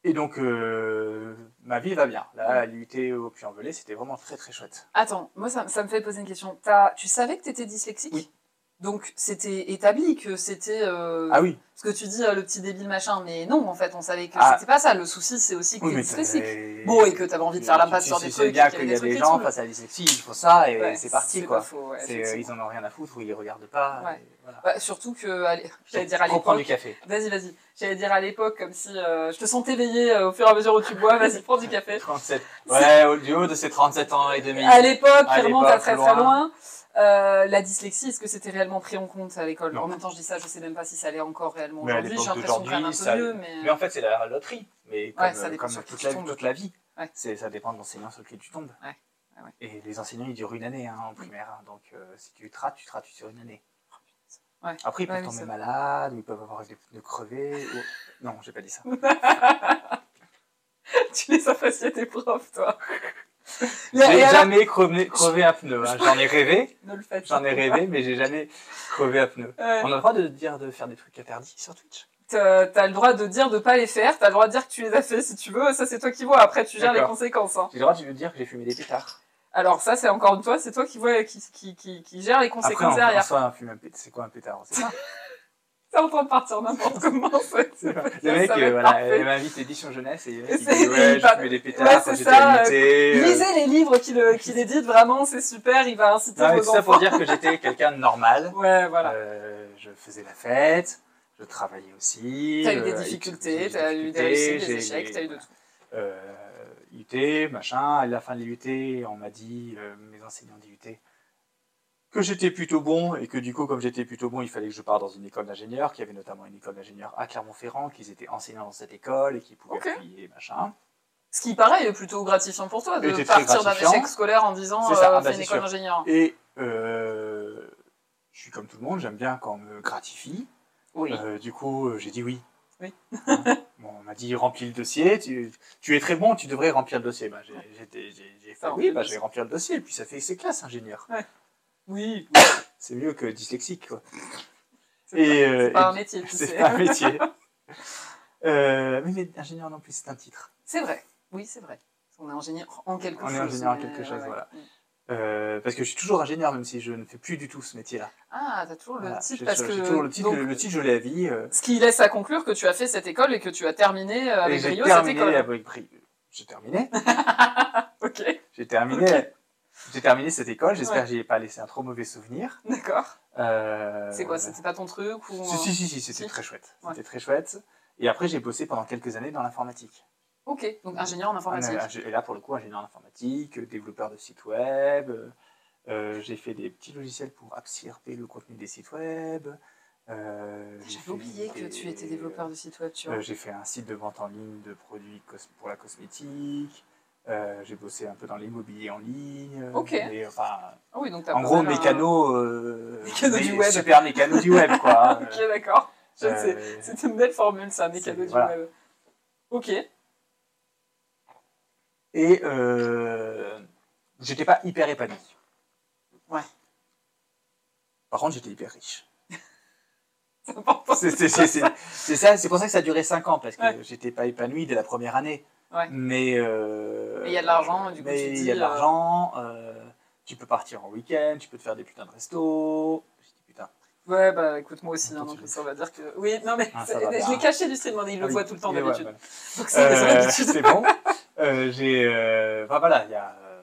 Speaker 2: Et donc, euh, ma vie va bien. Là, à l'UT au Puy-en-Velay, c'était vraiment très très chouette.
Speaker 1: Attends, moi, ça, ça me fait poser une question. T'as- Tu savais que t'étais dyslexique
Speaker 2: Oui.
Speaker 1: Donc, c'était établi que c'était. euh,
Speaker 2: Ah oui,
Speaker 1: Ce que tu dis, euh, le petit débile machin, mais non, en fait, on savait que
Speaker 2: Ah.
Speaker 1: c'était pas ça. Le souci, c'est aussi que
Speaker 2: oui,
Speaker 1: t'es
Speaker 2: mais
Speaker 1: dyslexique.
Speaker 2: t'avais-
Speaker 1: Bon, et que t'avais envie de faire la
Speaker 2: Tu-
Speaker 1: passe
Speaker 2: tu-
Speaker 1: sur
Speaker 2: tu
Speaker 1: des
Speaker 2: sais
Speaker 1: trucs.
Speaker 2: bien
Speaker 1: et
Speaker 2: qu'il
Speaker 1: qu'il
Speaker 2: y a
Speaker 1: trucs
Speaker 2: des
Speaker 1: qui
Speaker 2: gens
Speaker 1: te
Speaker 2: face à la dyslexie, il faut ça, et
Speaker 1: Ouais,
Speaker 2: c'est parti
Speaker 1: pas
Speaker 2: quoi.
Speaker 1: faux, ouais,
Speaker 2: C'est- euh,
Speaker 1: effectivement.
Speaker 2: ils en ont rien à foutre, ils les regardent pas.
Speaker 1: Ouais.
Speaker 2: et voilà.
Speaker 1: Bah, surtout que, allez, j'allais dire à
Speaker 2: Reprends
Speaker 1: l'époque,
Speaker 2: du café.
Speaker 1: Vas-y, vas-y. J'allais dire à l'époque, comme si euh, je te sentais veiller euh, au fur et à mesure où tu bois. Vas-y, prends du café.
Speaker 2: 37. Ouais, au du haut de ses 37 ans et demi.
Speaker 1: À l'époque,
Speaker 2: À
Speaker 1: qui remonte à
Speaker 2: l'époque,
Speaker 1: très
Speaker 2: loin.
Speaker 1: très loin, euh, la dyslexie, est-ce que c'était réellement pris en compte à l'école
Speaker 2: Non.
Speaker 1: En même temps, je dis ça, je sais même pas si ça l'est encore réellement
Speaker 2: Mais à
Speaker 1: aujourd'hui. J'ai
Speaker 2: l'époque
Speaker 1: l'impression quand même un peu
Speaker 2: d'aujourd'hui, ça-
Speaker 1: mieux, mais...
Speaker 2: Mais en fait, c'est la loterie. Mais comme,
Speaker 1: Ouais, ça
Speaker 2: euh,
Speaker 1: dépend
Speaker 2: comme
Speaker 1: sur qui
Speaker 2: toute,
Speaker 1: tu
Speaker 2: la,
Speaker 1: tombes.
Speaker 2: toute la vie,
Speaker 1: Ouais.
Speaker 2: c'est, ça dépend de l'enseignant sur lequel tu tombes.
Speaker 1: Ouais, ouais, ouais.
Speaker 2: Et les enseignants, ils durent une année hein, en primaire. hein. donc, euh, si tu te rates, tu te rates sur une année.
Speaker 1: Ouais.
Speaker 2: Après, ils
Speaker 1: Ouais,
Speaker 2: peuvent
Speaker 1: oui,
Speaker 2: tomber
Speaker 1: ça.
Speaker 2: malades, ou ils peuvent avoir des pneus crevés. ou- Non, j'ai pas dit ça.
Speaker 1: tu les associais tes profs, toi.
Speaker 2: J'ai
Speaker 1: et alors,
Speaker 2: jamais crevé, crevé un pneu. hein. J'en ai rêvé,
Speaker 1: ne le faites
Speaker 2: j'en ai rêvé, mais j'ai jamais crevé un pneu.
Speaker 1: Ouais.
Speaker 2: On a le droit de dire de faire des trucs interdits sur Twitch.
Speaker 1: T'as t'as le droit de dire de pas les faire, t'as le droit de dire que tu les as fait si tu veux, ça c'est toi qui vois, après tu gères les
Speaker 2: D'accord.
Speaker 1: conséquences. hein.
Speaker 2: J'ai le droit de dire que j'ai fumé des pétards.
Speaker 1: Alors ça c'est encore une fois, c'est toi qui vois, qui, qui, qui, qui gère les
Speaker 2: Après,
Speaker 1: conséquences
Speaker 2: on, en
Speaker 1: derrière.
Speaker 2: soi, un fume un pétard. C'est quoi un pétard C'est ça.
Speaker 1: T'es en train de partir n'importe comment. c'est- c'est pas-
Speaker 2: Le mec,
Speaker 1: ça va
Speaker 2: euh,
Speaker 1: être
Speaker 2: voilà,
Speaker 1: parfait.
Speaker 2: elle m'a invité édition jeunesse et le mec,
Speaker 1: Et
Speaker 2: il
Speaker 1: c'est-
Speaker 2: dit ouais,
Speaker 1: il
Speaker 2: j'ai
Speaker 1: va-
Speaker 2: fumé des pétards
Speaker 1: ouais, c'est
Speaker 2: quand j'étais
Speaker 1: ça,
Speaker 2: à l'unité. euh.
Speaker 1: Lisez les livres qu'il euh, qu'il édite, vraiment, c'est super, il va inciter
Speaker 2: Non, mais
Speaker 1: vos
Speaker 2: tout ça pour
Speaker 1: enfants.
Speaker 2: dire que j'étais quelqu'un de normal.
Speaker 1: Ouais, voilà.
Speaker 2: Euh, je faisais la fête, je travaillais aussi.
Speaker 1: T'as eu des
Speaker 2: euh, j'ai
Speaker 1: difficultés,
Speaker 2: eu
Speaker 1: t'as eu des
Speaker 2: difficultés,
Speaker 1: réussites, des
Speaker 2: j'ai-
Speaker 1: échecs, t'as eu de tout.
Speaker 2: euh, IUT, machin. À la fin de l'IUT, on m'a dit, euh, mes enseignants d'IUT, que j'étais plutôt bon et que du coup, comme j'étais plutôt bon, il fallait que je parte dans une école d'ingénieurs, qu'il y avait notamment une école d'ingénieurs à Clermont-Ferrand, qu'ils étaient enseignants dans cette école et qu'ils pouvaient
Speaker 1: Ok.
Speaker 2: appuyer, machin.
Speaker 1: Ce qui, pareil, est plutôt gratifiant pour toi de
Speaker 2: Était très
Speaker 1: partir d'un
Speaker 2: gratifiant.
Speaker 1: échec scolaire en disant
Speaker 2: C'est ça,
Speaker 1: euh,
Speaker 2: ah bah,
Speaker 1: fais une
Speaker 2: c'est
Speaker 1: école
Speaker 2: sûr.
Speaker 1: d'ingénieur.
Speaker 2: Et euh, je suis comme tout le monde, j'aime bien quand on me gratifie.
Speaker 1: Oui.
Speaker 2: Euh, du coup, euh, j'ai dit oui.
Speaker 1: Oui.
Speaker 2: Hein. Bon, on m'a dit remplis le dossier, tu, tu es très bon, tu devrais remplir le dossier. Bah, j'ai, j'étais- j'ai- j'ai fait
Speaker 1: Ça, remplis
Speaker 2: oui,
Speaker 1: le
Speaker 2: bah, je
Speaker 1: dossier.
Speaker 2: vais remplir le dossier, et puis ça fait c'est classe ingénieur.
Speaker 1: Oui.
Speaker 2: C'est mieux que dyslexique, quoi.
Speaker 1: C'est
Speaker 2: Et,
Speaker 1: pas-
Speaker 2: euh,
Speaker 1: c'est pas
Speaker 2: et-
Speaker 1: un métier, tu
Speaker 2: C'est
Speaker 1: sais.
Speaker 2: pas un métier. Euh, mais, mais ingénieur non plus, c'est un titre.
Speaker 1: C'est vrai. Oui, c'est vrai. On est ingénieur en quelque
Speaker 2: On est
Speaker 1: chose.
Speaker 2: ingénieur en
Speaker 1: mais-
Speaker 2: quelque
Speaker 1: ouais,
Speaker 2: chose,
Speaker 1: ouais.
Speaker 2: voilà. Euh, parce que je suis toujours ingénieur, même si je ne fais plus du tout ce métier-là.
Speaker 1: Ah, t'as toujours le
Speaker 2: Voilà.
Speaker 1: titre
Speaker 2: J'ai-
Speaker 1: parce
Speaker 2: j'ai
Speaker 1: que.
Speaker 2: toujours le titre,
Speaker 1: donc,
Speaker 2: le, le titre, je l'ai à vie. euh,
Speaker 1: Ce qui laisse à conclure que tu as fait cette école et que tu as terminé euh,
Speaker 2: et
Speaker 1: avec
Speaker 2: j'ai
Speaker 1: brio cette
Speaker 2: terminé
Speaker 1: école.
Speaker 2: avec prix. J'ai terminé.
Speaker 1: Ok,
Speaker 2: J'ai terminé. J'ai terminé cette école. J'espère
Speaker 1: Ouais.
Speaker 2: que j'y ai pas laissé un trop mauvais souvenir.
Speaker 1: d'accord.
Speaker 2: Euh,
Speaker 1: C'est quoi C'était pas ton truc ou... euh,
Speaker 2: Si, si, si, si, c'était
Speaker 1: Si.
Speaker 2: très chouette.
Speaker 1: Ouais.
Speaker 2: C'était très chouette. Et après, j'ai bossé pendant quelques années dans l'informatique.
Speaker 1: Ok, donc ingénieur en informatique.
Speaker 2: Un- un- Et Ah, là, pour le coup, ingénieur en informatique, euh, développeur de sites web. euh, euh, j'ai fait des petits logiciels pour absorber le contenu des sites web. euh, j'ai
Speaker 1: Ah, J'avais
Speaker 2: fait
Speaker 1: oublié que
Speaker 2: des-
Speaker 1: tu étais développeur de site web, tu vois.
Speaker 2: Euh, j'ai fait un site de vente en ligne de produits cos- pour la cosmétique. euh, j'ai bossé un peu dans l'immobilier en ligne. euh,
Speaker 1: Ok.
Speaker 2: mais, enfin,
Speaker 1: Ah oui, donc t'as pas
Speaker 2: en gros,
Speaker 1: mal un-
Speaker 2: mécano, euh,
Speaker 1: Mécano du
Speaker 2: mais
Speaker 1: web.
Speaker 2: super mécano du web, quoi. hein.
Speaker 1: ok, d'accord. Je le sais.
Speaker 2: Euh,
Speaker 1: C'était une belle formule, ça, mes
Speaker 2: c'est-
Speaker 1: cadeaux du
Speaker 2: voilà.
Speaker 1: web. Ok,
Speaker 2: Et euh, j'étais pas hyper épanoui.
Speaker 1: Ouais.
Speaker 2: Par contre, j'étais hyper riche.
Speaker 1: c'est important.
Speaker 2: C'est c'est- c'est- c'est- c'est ça, c'est pour ça que ça a duré 5 ans, parce que
Speaker 1: Ouais.
Speaker 2: j'étais pas épanoui dès la première année.
Speaker 1: Ouais.
Speaker 2: Mais euh,
Speaker 1: Mais il y a de l'argent, du coup,
Speaker 2: mais
Speaker 1: tu te
Speaker 2: il y a
Speaker 1: dis,
Speaker 2: de
Speaker 1: euh,
Speaker 2: l'argent, euh, tu peux partir en week-end, tu peux te faire des putains de restos. J'ai dit, putain,
Speaker 1: Ouais, bah écoute, moi aussi, hein,
Speaker 2: Attends,
Speaker 1: donc
Speaker 2: tu
Speaker 1: ça on va dire que. Oui, non, mais
Speaker 2: Ah,
Speaker 1: c'est-
Speaker 2: ça va bien.
Speaker 1: je l'ai caché du stream, mais il le
Speaker 2: Ah oui,
Speaker 1: voit tout le temps
Speaker 2: mais ouais,
Speaker 1: d'habitude.
Speaker 2: voilà.
Speaker 1: Donc c'est des
Speaker 2: Euh,
Speaker 1: habitudes.
Speaker 2: c'est bon. Euh, j'ai. euh, Enfin voilà, il y a. euh,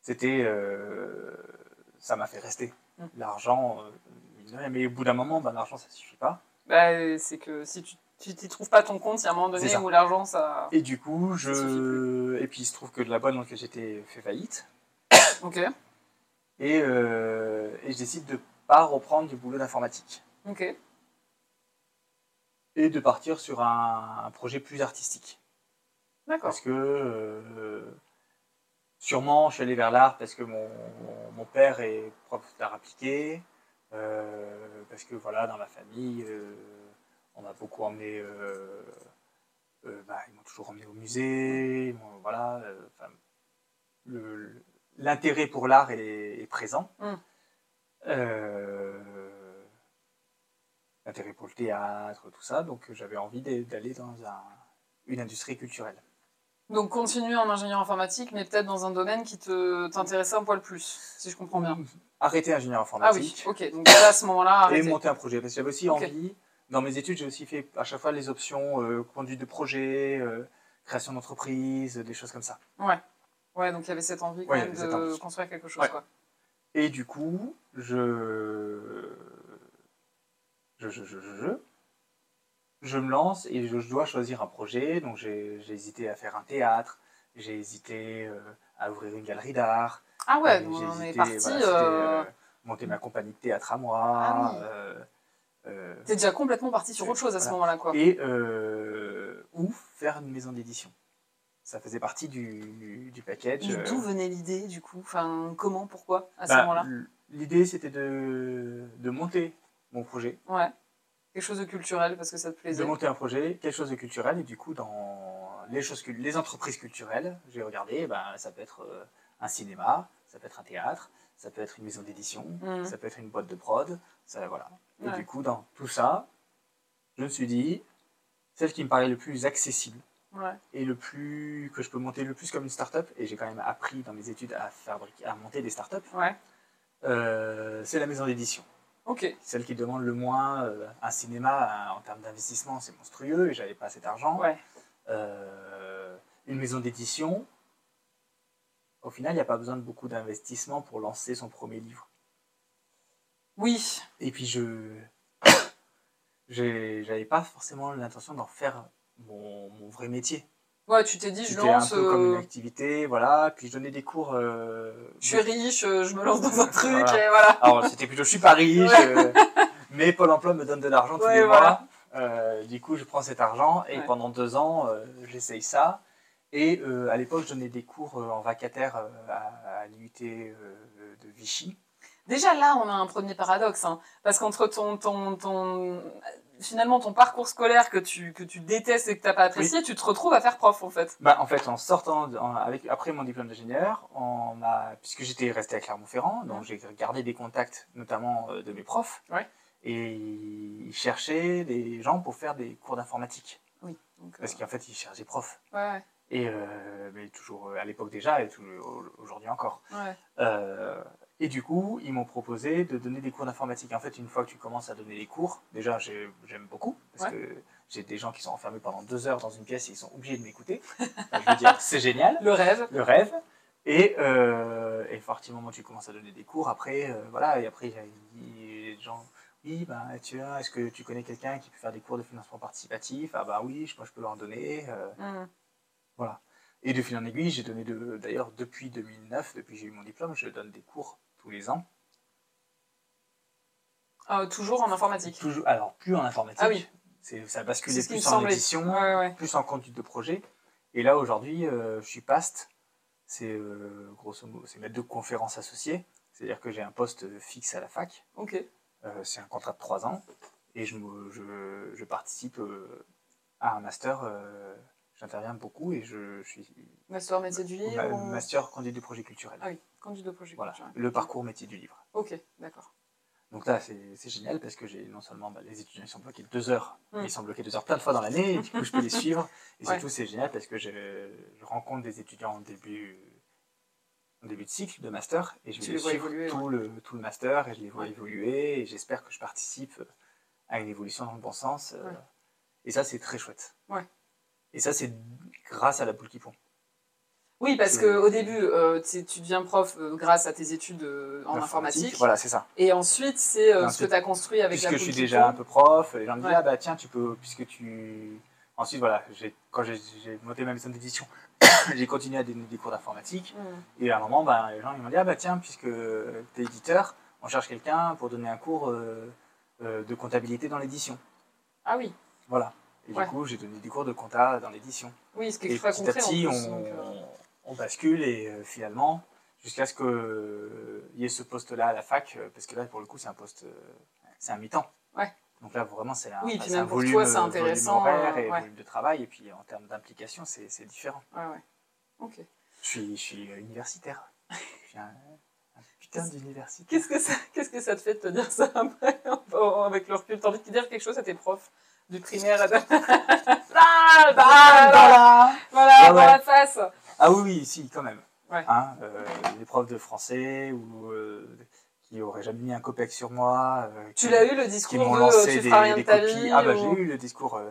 Speaker 2: C'était. euh, Ça m'a fait rester.
Speaker 1: Mm.
Speaker 2: L'argent. euh, mine de rien, Mais au bout d'un moment, ben, l'argent, ça suffit pas.
Speaker 1: Bah, euh, c'est que si tu Tu t'y trouves pas ton compte, il y a un moment donné
Speaker 2: C'est ça.
Speaker 1: où l'argent, ça.
Speaker 2: Et du coup, je.
Speaker 1: Ça suffit
Speaker 2: Et puis il se trouve que de la boîte dans laquelle j'étais fait faillite.
Speaker 1: Ok.
Speaker 2: Et, euh, et je décide de pas reprendre du boulot d'informatique.
Speaker 1: Ok.
Speaker 2: Et de partir sur un, un projet plus artistique.
Speaker 1: D'accord.
Speaker 2: Parce que. euh, sûrement, je suis allé vers l'art parce que mon, mon père est prof d'art appliqué. euh, parce que voilà, dans ma famille, euh, on m'a beaucoup emmené. euh, euh, bah, ils m'ont toujours emmené au musée. ils m'ont- voilà. euh, enfin, le- L'intérêt pour l'art est, est présent.
Speaker 1: Mm.
Speaker 2: Euh, L'intérêt pour le théâtre, tout ça. Donc j'avais envie d'a- d'aller dans un- une industrie culturelle.
Speaker 1: Donc continuer en ingénieur informatique, mais peut-être dans un domaine qui te t'intéressait un poil plus, si je comprends bien.
Speaker 2: Arrêter ingénieur
Speaker 1: Ah oui,
Speaker 2: informatique
Speaker 1: ok. Donc déjà à ce moment-là,
Speaker 2: et
Speaker 1: arrêtez.
Speaker 2: monter un projet. Parce que j'avais aussi
Speaker 1: Ok.
Speaker 2: envie, dans mes études, j'ai aussi fait à chaque fois les options euh, conduite de projet, euh, création d'entreprise, des choses comme ça.
Speaker 1: Ouais, donc il y avait cette envie quand
Speaker 2: Ouais,
Speaker 1: même
Speaker 2: cette
Speaker 1: de
Speaker 2: envie.
Speaker 1: construire quelque chose,
Speaker 2: Ouais.
Speaker 1: quoi.
Speaker 2: Et du coup, je. Je, je, je, je, je. Je me lance et je, je dois choisir un projet. Donc j'ai j'ai hésité à faire un théâtre, j'ai hésité euh, à ouvrir une galerie d'art.
Speaker 1: Ah ouais,
Speaker 2: euh,
Speaker 1: donc
Speaker 2: j'ai
Speaker 1: on est
Speaker 2: hésité,
Speaker 1: parti.
Speaker 2: voilà, c'était,
Speaker 1: euh,
Speaker 2: euh, monter ma compagnie de théâtre à moi.
Speaker 1: Ah oui.
Speaker 2: euh, euh,
Speaker 1: T'es déjà complètement parti sur autre chose à ce
Speaker 2: Voilà.
Speaker 1: moment-là, quoi.
Speaker 2: et euh, ou faire une maison d'édition. Ça faisait partie du, du package.
Speaker 1: Mais
Speaker 2: euh,
Speaker 1: D'où venait l'idée, du coup Enfin, comment, pourquoi, à ce
Speaker 2: bah,
Speaker 1: moment-là
Speaker 2: l- L'idée, c'était de, de monter mon projet,
Speaker 1: Ouais. Quelque chose de culturel, parce que ça te
Speaker 2: de
Speaker 1: plaisait.
Speaker 2: monter un projet, quelque chose de culturel, et du coup, dans les, choses, cul- les entreprises culturelles, j'ai regardé, bah, ça peut être euh, un cinéma, ça peut être un théâtre, ça peut être une maison d'édition,
Speaker 1: Mhm.
Speaker 2: ça peut être une boîte de prod, ça, voilà. Et
Speaker 1: Ouais.
Speaker 2: du coup, dans tout ça, je me suis dit, celle qui me paraît le plus accessible,
Speaker 1: Ouais.
Speaker 2: et le plus que je peux monter le plus comme une start-up, et j'ai quand même appris dans mes études à fabriquer, à monter des start-up,
Speaker 1: Ouais.
Speaker 2: euh, c'est la maison d'édition.
Speaker 1: Ok.
Speaker 2: Celle qui demande le moins euh, un cinéma un- en termes d'investissement, c'est monstrueux et j'avais pas cet argent.
Speaker 1: Ouais.
Speaker 2: Euh, une maison d'édition, au final, il n'y a pas besoin de beaucoup d'investissement pour lancer son premier livre.
Speaker 1: Oui.
Speaker 2: Et puis je j'ai- j'avais pas forcément l'intention d'en faire mon- mon vrai métier.
Speaker 1: Ouais, tu t'es dit, je
Speaker 2: C'était un
Speaker 1: lance.
Speaker 2: peu comme
Speaker 1: euh,
Speaker 2: une activité, voilà. Puis je donnais des cours. euh,
Speaker 1: Je suis riche, euh, je me lance dans un truc,
Speaker 2: Voilà.
Speaker 1: et voilà.
Speaker 2: Alors c'était plutôt je suis pas riche,
Speaker 1: Ouais.
Speaker 2: euh, mais Pôle emploi me donne de l'argent tous
Speaker 1: Ouais,
Speaker 2: les
Speaker 1: voilà.
Speaker 2: mois. Euh, du coup, je prends cet argent et
Speaker 1: Ouais.
Speaker 2: pendant deux ans, euh, j'essaye ça. Et euh, à l'époque, je donnais des cours euh, en vacataire euh, à, à l'IUT euh, de Vichy.
Speaker 1: Déjà là, on a un premier paradoxe, hein, parce qu'entre ton, ton, ton, finalement ton parcours scolaire que tu, que tu détestes et que t'as pas apprécié, tu te retrouves à faire prof en fait.
Speaker 2: Bah, en fait, en sortant, de- en- avec, après mon diplôme d'ingénieur, on m'a- puisque j'étais resté à Clermont-Ferrand, donc j'ai gardé des contacts, notamment euh, de mes profs,
Speaker 1: Ouais.
Speaker 2: et ils cherchaient des gens pour faire des cours d'informatique,
Speaker 1: Oui. Donc, euh,
Speaker 2: parce qu'en fait, ils cherchent des profs.
Speaker 1: ouais,
Speaker 2: Et euh, mais toujours euh, à l'époque déjà, et toujours aujourd'hui encore.
Speaker 1: ouais, ouais.
Speaker 2: Euh, et du coup, ils m'ont proposé de donner des cours d'informatique. En fait, une fois que tu commences à donner des cours, déjà, j'ai- j'aime beaucoup, parce que j'ai des gens qui sont enfermés pendant deux heures dans une pièce et ils sont obligés de m'écouter. Enfin, je veux dire, c'est génial
Speaker 1: Le rêve.
Speaker 2: le rêve. Et, euh, et à partir du moment où tu commences à donner des cours, après, euh, voilà, et après, il y a- il y a des gens, oui, ben, tu vois, est-ce que tu connais quelqu'un qui peut faire des cours de financement participatif Ah, bah oui, je- moi, je peux leur en donner. euh.
Speaker 1: Hmm.
Speaker 2: Et de fil en aiguille, j'ai donné, de- d'ailleurs, depuis 2009, depuis que j'ai eu mon diplôme, je donne des cours tous les ans.
Speaker 1: Ah, toujours en informatique.
Speaker 2: Toujours, alors, plus en informatique.
Speaker 1: Ah oui.
Speaker 2: C'est, ça a
Speaker 1: C'est
Speaker 2: basculé
Speaker 1: ce qui me
Speaker 2: plus en
Speaker 1: semblait.
Speaker 2: édition,
Speaker 1: Ouais, ouais.
Speaker 2: plus en conduite de projet. Et là, aujourd'hui, euh, je suis PAST. C'est euh, grosso modo, c'est maître de conférence associé. C'est-à-dire que j'ai un poste fixe à la fac.
Speaker 1: Ok.
Speaker 2: Euh, c'est un contrat de trois ans. Et je, me- je, je participe euh, à un master. euh, J'interviens beaucoup et je, je suis
Speaker 1: Master métier du livre.
Speaker 2: ma-
Speaker 1: ou-
Speaker 2: master conduite du projet culturel.
Speaker 1: Ah oui. Conduite de projet.
Speaker 2: Voilà,
Speaker 1: culturel.
Speaker 2: le parcours métier du livre.
Speaker 1: Ok, d'accord.
Speaker 2: Donc là, c'est c'est génial parce que j'ai non seulement bah, les étudiants ils sont bloqués deux heures,
Speaker 1: Mm.
Speaker 2: mais ils sont bloqués deux heures plein de fois dans l'année, et du coup je peux les suivre. Et
Speaker 1: Ouais.
Speaker 2: surtout, c'est génial parce que je, je rencontre des étudiants en début, en début de cycle de master et je
Speaker 1: Tu
Speaker 2: vais
Speaker 1: les vois
Speaker 2: suivre
Speaker 1: évoluer,
Speaker 2: tout, le, tout le master et je les vois
Speaker 1: Ouais.
Speaker 2: évoluer et j'espère que je participe euh, à une évolution dans le bon sens. euh,
Speaker 1: Ouais.
Speaker 2: Et ça, c'est très chouette.
Speaker 1: Ouais.
Speaker 2: Et ça, c'est grâce à la poule qui pond.
Speaker 1: Oui, parce
Speaker 2: Tu-
Speaker 1: qu'au début, euh, tu tu deviens prof euh, grâce à tes études euh, en informatique.
Speaker 2: Voilà, c'est ça.
Speaker 1: Et ensuite, c'est euh,
Speaker 2: Non,
Speaker 1: ce que
Speaker 2: c'est-
Speaker 1: tu as construit avec
Speaker 2: puisque
Speaker 1: la
Speaker 2: je suis
Speaker 1: politique.
Speaker 2: déjà un peu prof, les gens me disent
Speaker 1: Ouais.
Speaker 2: ah bah tiens tu peux puisque tu ensuite voilà j'ai quand j'ai j'ai monté ma maison d'édition j'ai continué à donner des cours d'informatique
Speaker 1: Mm.
Speaker 2: et à un moment ben, les gens ils m'ont dit ah bah tiens puisque t'es éditeur on cherche quelqu'un pour donner un cours euh, euh, de comptabilité dans l'édition
Speaker 1: Ah oui,
Speaker 2: voilà et
Speaker 1: Ouais.
Speaker 2: du coup j'ai donné des cours de compta dans l'édition
Speaker 1: oui, ce qui est
Speaker 2: et
Speaker 1: très
Speaker 2: petit à
Speaker 1: concret. en
Speaker 2: petit
Speaker 1: plus,
Speaker 2: on,
Speaker 1: donc, euh,
Speaker 2: on bascule et euh, finalement jusqu'à ce que euh, il y ait ce poste là à la fac euh, parce que là pour le coup c'est un poste euh, c'est un mi-temps
Speaker 1: Ouais.
Speaker 2: donc là vraiment c'est un,
Speaker 1: Oui, et
Speaker 2: enfin,
Speaker 1: puis
Speaker 2: c'est
Speaker 1: même
Speaker 2: un
Speaker 1: pour
Speaker 2: volume,
Speaker 1: toi, c'est
Speaker 2: euh, volume
Speaker 1: intéressant,
Speaker 2: horaire
Speaker 1: euh,
Speaker 2: et
Speaker 1: ouais.
Speaker 2: volume de travail et puis en termes d'implication c'est c'est différent
Speaker 1: ouais, ouais. Ok.
Speaker 2: je suis, je suis universitaire je suis un, un putain d'universitaire
Speaker 1: Qu'est-ce que ça, qu'est-ce que ça te fait de te dire ça après, en- avec le recul T'as envie de dire quelque chose à tes profs du primaire bah, à ta- Ah, bah, voilà,
Speaker 2: Voilà.
Speaker 1: voilà,
Speaker 2: Ah
Speaker 1: dans
Speaker 2: ouais.
Speaker 1: la face.
Speaker 2: Ah oui, oui, si, quand même.
Speaker 1: Ouais.
Speaker 2: Hein, euh, les profs de français ou euh, qui auraient jamais mis un copec sur moi. euh,
Speaker 1: Tu
Speaker 2: qui-
Speaker 1: l'as eu le
Speaker 2: qui
Speaker 1: discours
Speaker 2: m'ont
Speaker 1: de
Speaker 2: lancé
Speaker 1: euh, tu
Speaker 2: des,
Speaker 1: feras rien
Speaker 2: des
Speaker 1: de ta
Speaker 2: copies.
Speaker 1: vie
Speaker 2: ah bah
Speaker 1: ou-
Speaker 2: j'ai eu le discours euh,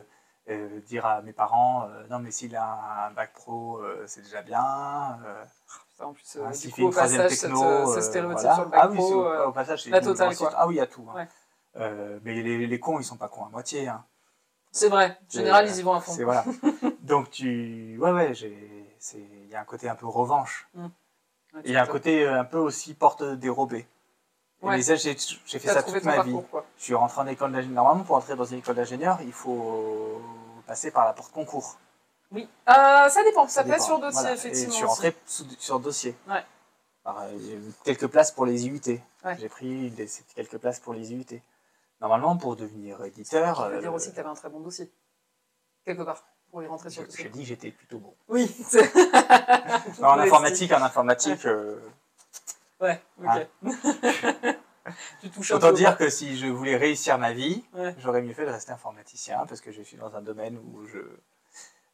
Speaker 2: euh, dire à mes parents euh, non mais s'il a un bac pro euh, c'est déjà bien. euh,
Speaker 1: Putain, En plus, euh,
Speaker 2: hein,
Speaker 1: du
Speaker 2: s'il
Speaker 1: coup, au passage, cette, euh, ce
Speaker 2: euh,
Speaker 1: stéréotype
Speaker 2: voilà.
Speaker 1: sur le bac
Speaker 2: ah, oui,
Speaker 1: pro,
Speaker 2: c'est-
Speaker 1: euh,
Speaker 2: au passage, c'est
Speaker 1: la
Speaker 2: une
Speaker 1: totale,
Speaker 2: grosse-
Speaker 1: quoi.
Speaker 2: Ah oui, à tout. hein.
Speaker 1: Ouais.
Speaker 2: Euh, mais les, les cons ils sont pas cons à moitié. hein.
Speaker 1: c'est vrai. En
Speaker 2: C'est-
Speaker 1: général, ils y vont à fond.
Speaker 2: C'est voilà. Donc tu ouais ouais j'ai c'est il y a un côté un peu revanche.
Speaker 1: Ouais,
Speaker 2: Il y a un
Speaker 1: tu-
Speaker 2: côté euh, un peu aussi porte dérobée. Et
Speaker 1: Ouais.
Speaker 2: Mais ça, j'ai j'ai fait
Speaker 1: t'as
Speaker 2: ça
Speaker 1: trouvé
Speaker 2: toute
Speaker 1: ton
Speaker 2: ma vie.
Speaker 1: parcours, quoi.
Speaker 2: Je suis rentré en école d'ingénieur. Normalement, pour entrer dans une école d'ingénieur, il faut passer par la porte concours.
Speaker 1: Oui. Euh, ça dépend. Ça,
Speaker 2: dépend.
Speaker 1: passe sur dossier,
Speaker 2: Voilà. Et
Speaker 1: effectivement.
Speaker 2: Je suis rentré sous- sur dossier.
Speaker 1: Ouais.
Speaker 2: Par, euh, j'ai eu quelques places pour les IUT.
Speaker 1: Ouais.
Speaker 2: J'ai pris des- ces quelques places pour les IUT. Normalement, pour devenir éditeur,
Speaker 1: Ça veut dire
Speaker 2: euh,
Speaker 1: aussi que t'avais un très bon dossier. Quelque part. Pour y rentrer
Speaker 2: je,
Speaker 1: sur le
Speaker 2: je
Speaker 1: dossier.
Speaker 2: dis que j'étais plutôt bon.
Speaker 1: Oui. c'est-
Speaker 2: Non, en informatique, en informatique, euh,
Speaker 1: Ouais, ok.
Speaker 2: Hein.
Speaker 1: tu touches un
Speaker 2: Ah. autant
Speaker 1: peu,
Speaker 2: dire que si je voulais réussir ma vie,
Speaker 1: Ouais.
Speaker 2: j'aurais mieux fait de rester informaticien parce que je suis dans un domaine où je,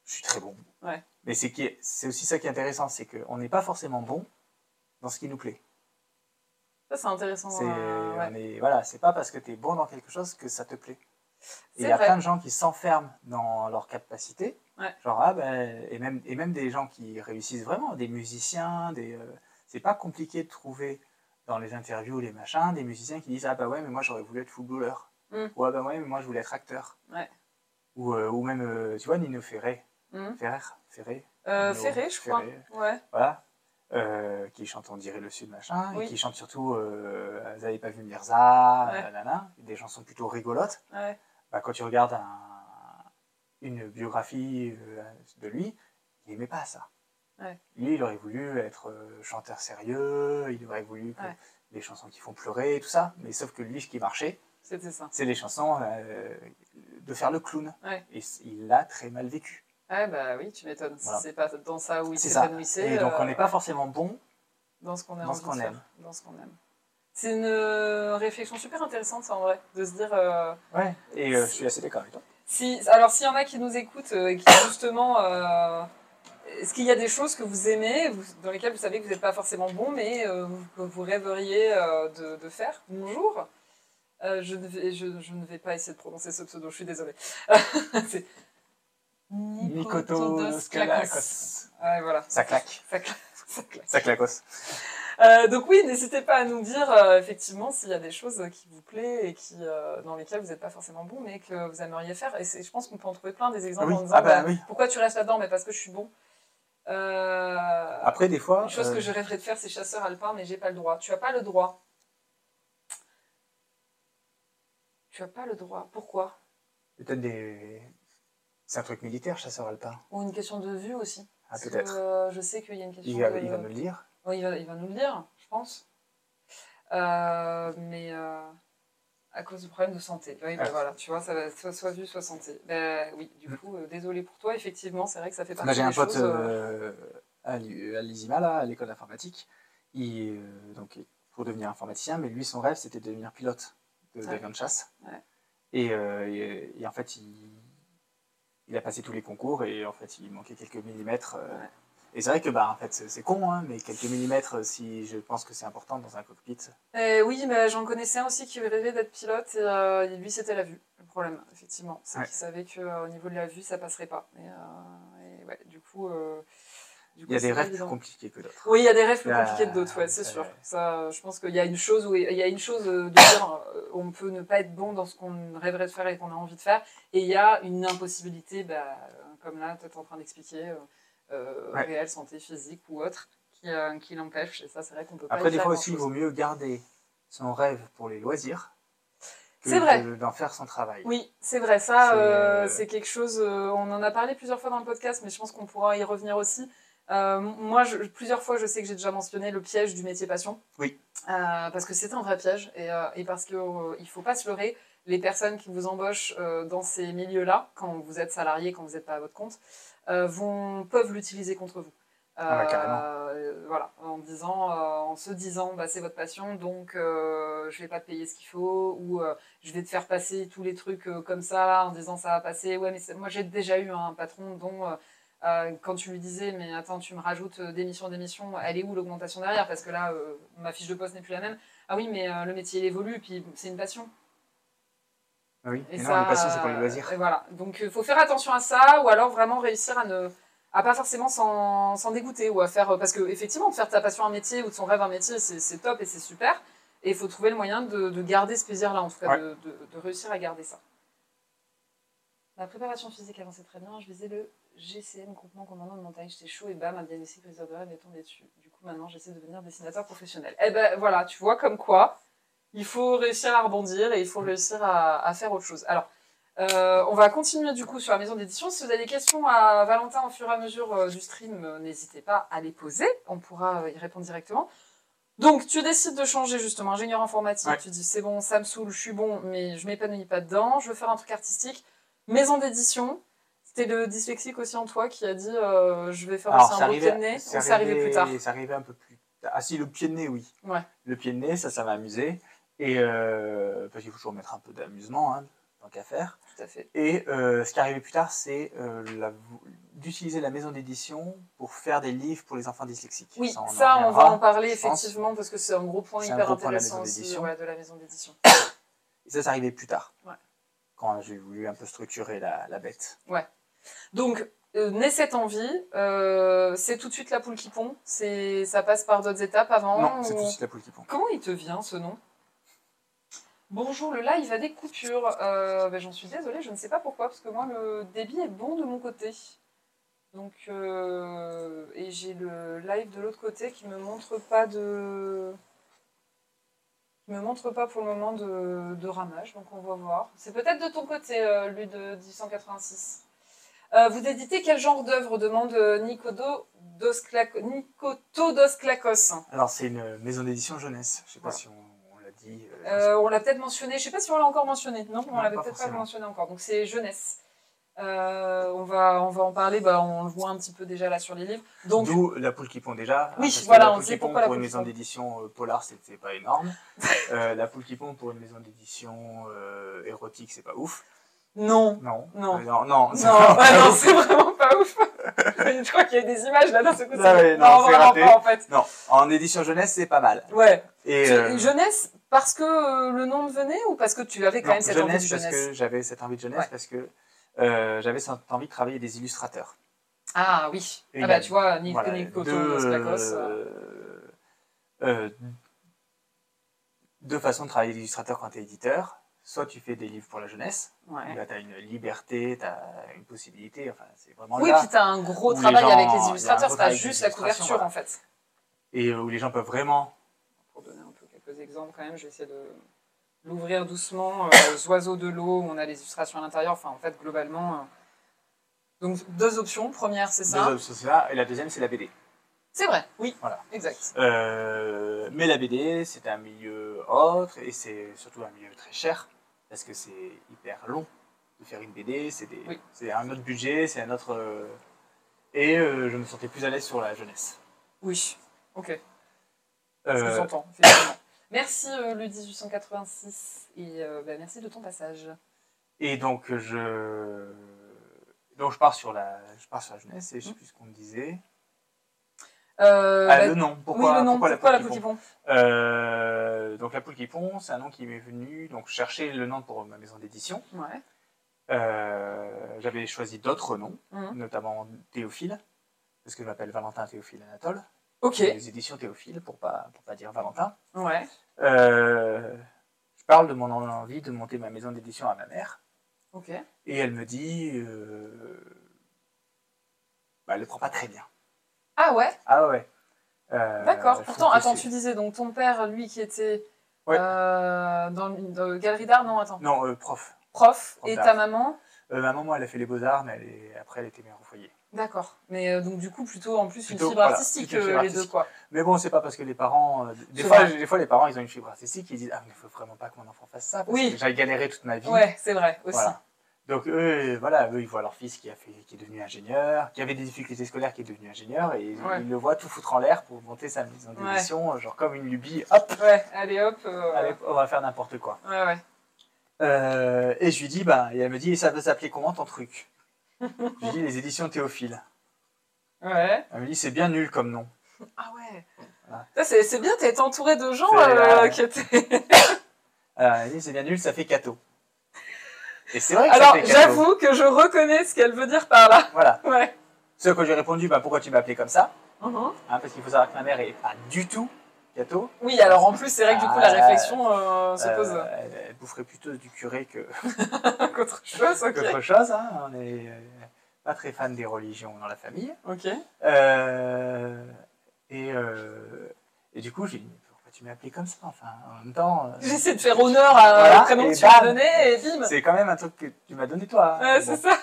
Speaker 2: je suis très bon.
Speaker 1: Ouais.
Speaker 2: Mais c'est qui est- c'est aussi ça qui est intéressant, c'est qu'on n'est pas forcément bon dans ce qui nous plaît.
Speaker 1: Ça, c'est intéressant.
Speaker 2: C'est
Speaker 1: euh, ouais.
Speaker 2: on est- voilà, c'est pas parce que tu es bon dans quelque chose que ça te plaît. Et
Speaker 1: C'est
Speaker 2: il y a
Speaker 1: vrai.
Speaker 2: plein de gens qui s'enferment dans leur capacité.
Speaker 1: Ouais.
Speaker 2: Genre, ah ben, et, même, et même des gens qui réussissent vraiment, des musiciens, des, euh, c'est pas compliqué de trouver dans les interviews, les machins, des musiciens qui disent Ah bah ouais, mais moi j'aurais voulu être footballeur.
Speaker 1: Mm.
Speaker 2: Ou Ah bah ouais, mais moi je voulais être acteur.
Speaker 1: Ouais.
Speaker 2: Ou, euh, ou même, euh, tu vois, Nino Ferrer.
Speaker 1: Mhm.
Speaker 2: Ferrer, Ferrer
Speaker 1: Euh,
Speaker 2: Nino
Speaker 1: Ferré, je crois.
Speaker 2: Ferrer
Speaker 1: Ouais.
Speaker 2: voilà, euh, qui chante On dirait le Sud, machin,
Speaker 1: Oui.
Speaker 2: et qui chante surtout euh, Vous n'avez pas vu Mirza, euh,
Speaker 1: Ouais.
Speaker 2: nanana, des chansons plutôt rigolotes.
Speaker 1: ouais.
Speaker 2: Bah, quand tu regardes un- une biographie euh, de lui, il n'aimait pas ça.
Speaker 1: Ouais.
Speaker 2: Lui, il aurait voulu être euh, chanteur sérieux, il aurait voulu que
Speaker 1: Ouais.
Speaker 2: les chansons qui font pleurer, tout ça, mais sauf que lui, ce qui marchait,
Speaker 1: C'était ça.
Speaker 2: c'est les chansons euh, de faire le clown.
Speaker 1: Ouais.
Speaker 2: Et c- il l'a très mal vécu.
Speaker 1: Ah bah oui, tu m'étonnes. Si
Speaker 2: Voilà.
Speaker 1: c'est pas dans ça où il
Speaker 2: C'est ça.
Speaker 1: s'épanouissait,
Speaker 2: Et donc, on
Speaker 1: euh,
Speaker 2: n'est pas forcément bon
Speaker 1: dans ce qu'on a
Speaker 2: dans
Speaker 1: envie
Speaker 2: ce qu'on
Speaker 1: de
Speaker 2: aime.
Speaker 1: faire, Dans ce qu'on aime. C'est une euh, réflexion super intéressante, ça, en vrai, de se dire. euh,
Speaker 2: Ouais. Et euh, je suis assez d'accord avec toi.
Speaker 1: Si, alors, s'il y en a qui nous écoutent euh, et qui, justement, euh, est-ce qu'il y a des choses que vous aimez, vous- dans lesquelles vous savez que vous n'êtes pas forcément bon, mais euh, vous- que vous rêveriez euh, de, de faire Bonjour Euh, je, ne vais, je, je ne vais pas essayer de prononcer ce pseudo, je suis désolée. C'est
Speaker 2: Nicotos Calacos.
Speaker 1: Ouais, voilà.
Speaker 2: Ça claque.
Speaker 1: Ça cla- ça claque.
Speaker 2: Ça clacos.
Speaker 1: Euh, donc oui, n'hésitez pas à nous dire euh, effectivement s'il y a des choses euh, qui vous plaisent et qui, euh, dans lesquelles vous n'êtes pas forcément bon, mais que vous aimeriez faire. Et c'est- je pense qu'on peut en trouver plein des exemples
Speaker 2: Ah oui.
Speaker 1: en disant
Speaker 2: Ah bah
Speaker 1: bah,
Speaker 2: oui.
Speaker 1: pourquoi tu restes là-dedans, mais parce que je suis bon. Euh,
Speaker 2: Après, des fois.
Speaker 1: une chose
Speaker 2: euh,
Speaker 1: que je rêverais de faire, c'est chasseur alpin, mais j'ai pas le droit. Tu as pas le droit. Tu as pas le droit. Pourquoi
Speaker 2: Peut-être des. C'est un truc militaire, chasseur alpin.
Speaker 1: Ou une question de vue aussi.
Speaker 2: Ah,
Speaker 1: Parce que,
Speaker 2: peut-être.
Speaker 1: euh, je sais qu'il y a une question
Speaker 2: Il, va-
Speaker 1: de...
Speaker 2: il va me le dire.
Speaker 1: Oui, il va, il va nous le dire, je pense. Euh, mais euh, à cause du problème de santé. Oui, bah
Speaker 2: Ah. Mm.
Speaker 1: voilà, tu vois, ça va soit, soit vue, soit santé. Ben oui, du coup, euh, désolé pour toi, effectivement, c'est vrai que ça fait partie
Speaker 2: Bah, J'ai un
Speaker 1: des
Speaker 2: pote
Speaker 1: choses, euh,
Speaker 2: euh, à l'U- à l'ISIMA, là, à l'école d'informatique. Il, euh, donc, pour devenir informaticien, mais lui, son rêve, c'était de devenir pilote de-
Speaker 1: Ouais.
Speaker 2: d'avion de chasse.
Speaker 1: Ouais.
Speaker 2: Et, euh, et- et en fait, il, il a passé tous les concours et en fait, il manquait quelques millimètres. euh,
Speaker 1: Ouais.
Speaker 2: Et c'est vrai que bah, en fait, c'est c'est con, hein, mais quelques millimètres, si je pense que c'est important dans un cockpit.
Speaker 1: Euh, oui, mais j'en connaissais un aussi qui rêvait d'être pilote et euh, lui, c'était la vue, le problème, effectivement. C'est
Speaker 2: Ouais.
Speaker 1: qu'il savait qu'au niveau de la vue, ça passerait pas. Et, euh, et ouais, du coup, euh, Du coup,
Speaker 2: Il y a
Speaker 1: c'est
Speaker 2: des
Speaker 1: pas
Speaker 2: rêves plus
Speaker 1: évident.
Speaker 2: compliqués que d'autres.
Speaker 1: Oui, il y a des rêves plus
Speaker 2: Ah,
Speaker 1: compliqués que d'autres, ouais, c'est
Speaker 2: ça,
Speaker 1: sûr.
Speaker 2: ouais.
Speaker 1: Ça, je pense qu'il y a une chose où il y a une chose euh, de dire euh, on peut ne pas être bon dans ce qu'on rêverait de faire et qu'on a envie de faire, et il y a une impossibilité, bah, euh, comme là, tu es en train d'expliquer, euh, euh,
Speaker 2: Ouais.
Speaker 1: réelle, santé physique ou autre, qui, euh, qui l'empêche. Et ça, c'est vrai qu'on peut pas.
Speaker 2: Après,
Speaker 1: y
Speaker 2: des
Speaker 1: faire
Speaker 2: fois aussi, il vaut
Speaker 1: grand-chose.
Speaker 2: mieux garder son rêve pour les loisirs que
Speaker 1: C'est vrai.
Speaker 2: de- d'en faire son travail.
Speaker 1: Oui, c'est vrai, ça,
Speaker 2: C'est,
Speaker 1: euh,
Speaker 2: euh,
Speaker 1: c'est quelque chose, euh, on en a parlé plusieurs fois dans le podcast, mais je pense qu'on pourra y revenir aussi. Euh, moi, je- plusieurs fois, je sais que j'ai déjà mentionné le piège du métier passion.
Speaker 2: Oui.
Speaker 1: Euh, parce que c'est un vrai piège, et, euh, et parce qu'il ne faut pas se leurrer, les personnes qui vous embauchent euh, dans ces milieux-là, quand vous êtes salarié, quand vous n'êtes pas à votre compte, euh, vont, peuvent l'utiliser contre vous.
Speaker 2: Ah bah, carrément.
Speaker 1: Euh, voilà, en, disant, euh, en se disant, bah, c'est votre passion, donc euh, je ne vais pas te payer ce qu'il faut, ou euh, je vais te faire passer tous les trucs euh, comme ça, là, en disant ça va passer. Ouais, mais c'est- moi j'ai déjà eu un patron dont, euh, euh, quand tu lui disais, mais attends, tu me rajoutes euh, démission, démission, elle est où l'augmentation derrière Parce que là, euh, ma fiche de poste n'est plus la même. Ah oui, mais euh, le métier il évolue, puis c'est une passion.
Speaker 2: Ah oui.
Speaker 1: Et
Speaker 2: Mais
Speaker 1: ça,
Speaker 2: non, les patients, c'est pour les
Speaker 1: euh,
Speaker 2: loisirs.
Speaker 1: et voilà. Donc, il faut faire attention à ça, ou alors vraiment réussir à ne à pas forcément s'en s'en dégoûter ou à faire euh, parce que effectivement de faire de ta passion un métier ou de son rêve un métier c'est c'est top et c'est super et il faut trouver le moyen de, de garder ce plaisir là en tout cas
Speaker 2: Ouais.
Speaker 1: de, de- de réussir à garder ça la préparation physique avançait très bien je visais le GCM groupement commandant de montagne j'étais chaud et bam un diagnostic plaisir de rêve est tombé dessus du coup maintenant j'essaie de devenir dessinateur professionnel et ben voilà tu vois comme quoi il faut réussir à rebondir et il faut réussir à, à faire autre chose alors euh, on va continuer du coup sur la maison d'édition. Si vous avez des questions à Valentin au fur et à mesure euh, du stream, euh, n'hésitez pas à les poser. On pourra euh, y répondre directement. Donc, tu décides de changer justement ingénieur informatique.
Speaker 2: Ouais.
Speaker 1: Tu dis c'est bon, ça me saoule, je suis bon, mais je m'épanouis pas dedans. Je veux faire un truc artistique. Maison d'édition. C'était le dyslexique aussi en toi qui a dit euh, je vais faire aussi un beau pied de nez.
Speaker 2: c'est
Speaker 1: On s'est arrivé plus tard.
Speaker 2: C'est arrivé un peu plus tard. Ah si, le pied de nez, oui.
Speaker 1: Ouais.
Speaker 2: Le pied de nez, ça, ça m'a amusé. Et euh, parce qu'il faut toujours mettre un peu d'amusement, hein, tant qu'à faire.
Speaker 1: Tout à fait.
Speaker 2: Et euh, ce qui est arrivé plus tard, c'est euh, la- d'utiliser la maison d'édition pour faire des livres pour les enfants dyslexiques.
Speaker 1: Oui,
Speaker 2: en
Speaker 1: ça, on va
Speaker 2: reviendra.
Speaker 1: en parler
Speaker 2: je pense.
Speaker 1: effectivement parce que c'est un gros point
Speaker 2: C'est un
Speaker 1: hyper
Speaker 2: gros point de la
Speaker 1: intéressant
Speaker 2: maison
Speaker 1: aussi
Speaker 2: d'édition.
Speaker 1: ouais, de la maison d'édition.
Speaker 2: Et ça, c'est arrivé plus tard.
Speaker 1: Ouais.
Speaker 2: Quand j'ai voulu un peu structurer la, la bête.
Speaker 1: Donc, euh, naît cette envie, euh, c'est tout de suite la poule qui pond, c'est, ça passe par d'autres étapes avant.
Speaker 2: non, c'est
Speaker 1: ou-
Speaker 2: tout de suite la poule qui pond.
Speaker 1: Comment il te vient ce nom Bonjour, le live a des coupures. Euh, ben, j'en suis désolée, je ne sais pas pourquoi, parce que moi, le débit est bon de mon côté. Donc, euh, et j'ai le live de l'autre côté qui me montre pas de. qui me montre pas pour le moment de, de ramage, donc on va voir. C'est peut-être de ton côté, euh, lui de 1886. Euh, vous éditez quel genre d'œuvre demande euh, Nicodo dos Claco- Nicoto dos Clacos.
Speaker 2: Alors, c'est une maison d'édition jeunesse. Je ne sais pas
Speaker 1: Voilà.
Speaker 2: si on, on l'a dit. euh,
Speaker 1: Euh, on l'a peut-être mentionné, je ne sais pas si on l'a encore mentionné. Non, on
Speaker 2: Non,
Speaker 1: l'avait
Speaker 2: pas
Speaker 1: peut-être pas
Speaker 2: forcément.
Speaker 1: mentionné encore. Donc c'est jeunesse. Euh, on, va, on va en parler, bah, on le voit un petit peu déjà là sur les livres. Donc,
Speaker 2: D'où la poule qui pond déjà.
Speaker 1: Oui,
Speaker 2: parce que
Speaker 1: voilà,
Speaker 2: la
Speaker 1: on
Speaker 2: poule
Speaker 1: sait
Speaker 2: qui pond
Speaker 1: pourquoi la
Speaker 2: pour une
Speaker 1: poule qui
Speaker 2: maison
Speaker 1: pond.
Speaker 2: d'édition euh, polar, c'était pas énorme. Euh, la poule qui pond pour une maison d'édition euh, érotique, c'est pas ouf.
Speaker 1: non.
Speaker 2: Non.
Speaker 1: Non.
Speaker 2: Euh, non, non.
Speaker 1: Non, ouais, non, c'est vraiment pas ouf. je crois qu'il y a des images là d'un seul coup.
Speaker 2: Ah ouais, non, c'est
Speaker 1: vraiment
Speaker 2: raté.
Speaker 1: pas en fait.
Speaker 2: Non, en édition jeunesse, c'est pas mal.
Speaker 1: Ouais.
Speaker 2: Et,
Speaker 1: Tu-
Speaker 2: euh,
Speaker 1: Jeunesse, parce que euh, le nom venait ou parce que tu avais quand
Speaker 2: non,
Speaker 1: même cette envie de
Speaker 2: jeunesse, parce
Speaker 1: jeunesse
Speaker 2: que j'avais cette envie de jeunesse,
Speaker 1: Ouais.
Speaker 2: parce que euh, j'avais cette envie de travailler des illustrateurs.
Speaker 1: Ah oui. Ah
Speaker 2: Et il y
Speaker 1: bah
Speaker 2: a
Speaker 1: tu vois, Nico
Speaker 2: Voilà,
Speaker 1: Nicoto
Speaker 2: deux,
Speaker 1: dos Clacos. euh,
Speaker 2: euh, euh, deux façons de travailler l'illustrateur quand tu es éditeur. Soit tu fais des livres pour la jeunesse,
Speaker 1: ouais.
Speaker 2: Là, tu as une liberté, tu as une possibilité, enfin, c'est vraiment
Speaker 1: Oui,
Speaker 2: là.
Speaker 1: puis t'as un gros
Speaker 2: où les
Speaker 1: travail
Speaker 2: gens-
Speaker 1: avec
Speaker 2: il y a
Speaker 1: les
Speaker 2: un
Speaker 1: illustrateurs,
Speaker 2: gros
Speaker 1: c'est pas
Speaker 2: travail avec
Speaker 1: juste
Speaker 2: les
Speaker 1: la couverture
Speaker 2: illustrations,
Speaker 1: en fait.
Speaker 2: Et euh, où les gens peuvent vraiment.
Speaker 1: Pour donner un peu quelques exemples quand même, je vais essayer de l'ouvrir doucement. euh, aux oiseaux de l'eau, on a les illustrations à l'intérieur, enfin en fait globalement. euh. Donc deux options, première c'est
Speaker 2: Deux
Speaker 1: ça.
Speaker 2: options, c'est ça. Et la deuxième, c'est la BD.
Speaker 1: C'est vrai, oui,
Speaker 2: Voilà.
Speaker 1: exact.
Speaker 2: Euh, mais la BD, c'est un milieu autre et c'est surtout un milieu très cher parce que c'est hyper long de faire une BD. C'est des-
Speaker 1: Oui.
Speaker 2: c'est un autre budget, c'est un autre. euh, et euh, je me sentais plus à l'aise sur la jeunesse.
Speaker 1: Oui, ok. Je
Speaker 2: Euh,
Speaker 1: vous entends, effectivement. Merci euh, le 1886 et euh, bah, merci de ton passage.
Speaker 2: Et donc euh, je donc je pars sur la je pars sur la jeunesse et je sais plus ce qu'on me disait.
Speaker 1: Hum. Euh,
Speaker 2: ah,
Speaker 1: bah,
Speaker 2: le nom. Pourquoi,
Speaker 1: oui, le nom,
Speaker 2: pourquoi la
Speaker 1: la
Speaker 2: Poule qui
Speaker 1: Poule qui
Speaker 2: Pond
Speaker 1: pond
Speaker 2: Euh, donc la poule qui pond, c'est un nom qui m'est venu. Donc je cherchais le nom pour ma maison d'édition.
Speaker 1: Ouais.
Speaker 2: Euh, J'avais choisi d'autres noms,
Speaker 1: Mhm.
Speaker 2: notamment Théophile, parce que je m'appelle Valentin Théophile Anatole,
Speaker 1: Ok,
Speaker 2: les éditions Théophile, pour pas, pour pas dire Valentin.
Speaker 1: ouais,
Speaker 2: Euh, je parle de mon envie de monter ma maison d'édition à ma mère,
Speaker 1: ok.
Speaker 2: et elle me dit, euh, bah, elle le prend pas très bien.
Speaker 1: Ah ouais,
Speaker 2: Ah ouais. Euh,
Speaker 1: d'accord.
Speaker 2: je trouve
Speaker 1: Pourtant,
Speaker 2: que
Speaker 1: attends,
Speaker 2: c'est-
Speaker 1: tu disais donc ton père, lui qui était
Speaker 2: Ouais.
Speaker 1: euh, dans, le- dans le galerie d'art, non, attends,
Speaker 2: Non, euh, prof.
Speaker 1: prof,
Speaker 2: Prof
Speaker 1: et
Speaker 2: d'art.
Speaker 1: ta maman,
Speaker 2: Euh, ma maman, elle a fait les beaux-arts, mais elle est- après, elle était mère au foyer.
Speaker 1: d'accord. Mais euh, donc du coup, plutôt en plus
Speaker 2: Plutôt,
Speaker 1: une fibre
Speaker 2: voilà,
Speaker 1: artistique,
Speaker 2: plutôt une fibre
Speaker 1: euh, les deux
Speaker 2: artistique.
Speaker 1: quoi.
Speaker 2: Mais bon, c'est pas parce que les parents. euh, des,
Speaker 1: C'est
Speaker 2: fois,
Speaker 1: vrai.
Speaker 2: des fois, les parents, ils ont une fibre artistique, ils disent Ah, mais il faut vraiment pas que mon enfant fasse ça, parce
Speaker 1: Oui.
Speaker 2: que j'ai galéré toute ma vie.
Speaker 1: Ouais, c'est vrai aussi.
Speaker 2: Voilà. Donc, eux, voilà, eux, ils voient leur fils qui, a fait, qui est devenu ingénieur, qui avait des difficultés scolaires, qui est devenu ingénieur, et ils-
Speaker 1: Ouais.
Speaker 2: ils le voient tout foutre en l'air pour monter sa maison
Speaker 1: Ouais.
Speaker 2: d'édition, euh, genre comme une lubie, hop,
Speaker 1: Ouais, allez hop. euh,
Speaker 2: allez, on va faire n'importe quoi.
Speaker 1: Ouais, ouais.
Speaker 2: Euh, et je lui dis, bah, et elle me dit, ça peut s'appeler comment ton truc Je lui dis, les éditions Théophile.
Speaker 1: Ouais.
Speaker 2: Elle me dit, c'est bien nul comme nom.
Speaker 1: Ah ouais.
Speaker 2: Voilà.
Speaker 1: Ça, C'est c'est bien, t'es entouré de gens
Speaker 2: C'est,
Speaker 1: euh,
Speaker 2: euh,
Speaker 1: qui étaient.
Speaker 2: Alors, Euh, elle me dit, c'est bien nul, ça fait cato. Et c'est vrai que
Speaker 1: Alors,
Speaker 2: ça fait cato.
Speaker 1: j'avoue que je reconnais ce qu'elle veut dire par là.
Speaker 2: Voilà.
Speaker 1: Ouais.
Speaker 2: Ce que j'ai répondu, bah, pourquoi tu m'as appelé comme ça
Speaker 1: Mhm.
Speaker 2: Hein, Parce qu'il faut savoir que ma mère est pas du tout gâteau.
Speaker 1: Oui, alors en plus, c'est vrai que du coup, la
Speaker 2: Ah,
Speaker 1: réflexion euh, se
Speaker 2: Euh,
Speaker 1: pose
Speaker 2: elle, elle boufferait plutôt du curé que
Speaker 1: qu'autre chose. Ok.
Speaker 2: euh, qu'autre chose. hein. On n'est pas très fan des religions dans la famille.
Speaker 1: Ok.
Speaker 2: Euh, et, euh, et du coup, j'ai dit, mais pourquoi tu m'as appelé comme ça Enfin, en même temps, euh,
Speaker 1: J'essaie de faire honneur à
Speaker 2: Voilà,
Speaker 1: au prénom
Speaker 2: et
Speaker 1: que tu m'as
Speaker 2: bam.
Speaker 1: donné et bim.
Speaker 2: c'est quand même un truc que tu m'as donné toi. hein.
Speaker 1: Ouais,
Speaker 2: Bon.
Speaker 1: c'est ça.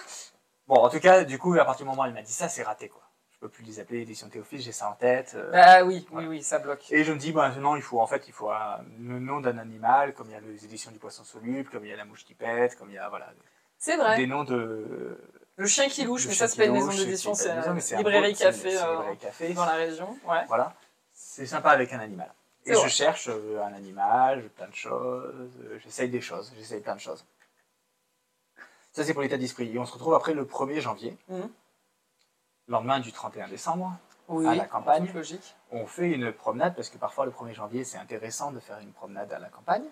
Speaker 2: Bon, en tout cas, du coup, à partir du moment où elle m'a dit ça, c'est raté quoi. Je peux plus les appeler édition Théophile, j'ai ça en tête. euh.
Speaker 1: Bah oui, oui,
Speaker 2: Voilà.
Speaker 1: oui, ça bloque.
Speaker 2: Et je me dis, bah, non, il faut en fait, il faut un- le nom d'un animal, comme il y a les éditions du poisson soluble, comme il y a la mouche qui pète, comme il y a voilà,
Speaker 1: C'est vrai.
Speaker 2: des noms de.
Speaker 1: Le chien qui louche,
Speaker 2: de
Speaker 1: mais ça, c'est pas
Speaker 2: chien
Speaker 1: une
Speaker 2: qui
Speaker 1: maison
Speaker 2: louche,
Speaker 1: d'édition,
Speaker 2: pas
Speaker 1: c'est
Speaker 2: une maison, mais
Speaker 1: euh,
Speaker 2: un
Speaker 1: librairie
Speaker 2: beau- c'est-
Speaker 1: café
Speaker 2: c'est une
Speaker 1: euh,
Speaker 2: librairie café.
Speaker 1: dans la région. Ouais.
Speaker 2: Voilà. C'est sympa avec un animal. Et
Speaker 1: C'est
Speaker 2: je
Speaker 1: vrai.
Speaker 2: cherche euh, un animal, plein de choses, euh, j'essaye des choses, j'essaye plein de choses. Ça, c'est pour l'état d'esprit. Et on se retrouve après le 1er janvier,
Speaker 1: Mhm.
Speaker 2: lendemain du 31 décembre.
Speaker 1: Oui.
Speaker 2: À la Ah, campagne.
Speaker 1: toute Logique.
Speaker 2: On fait une promenade, parce que parfois le 1er janvier, c'est intéressant de faire une promenade à la campagne,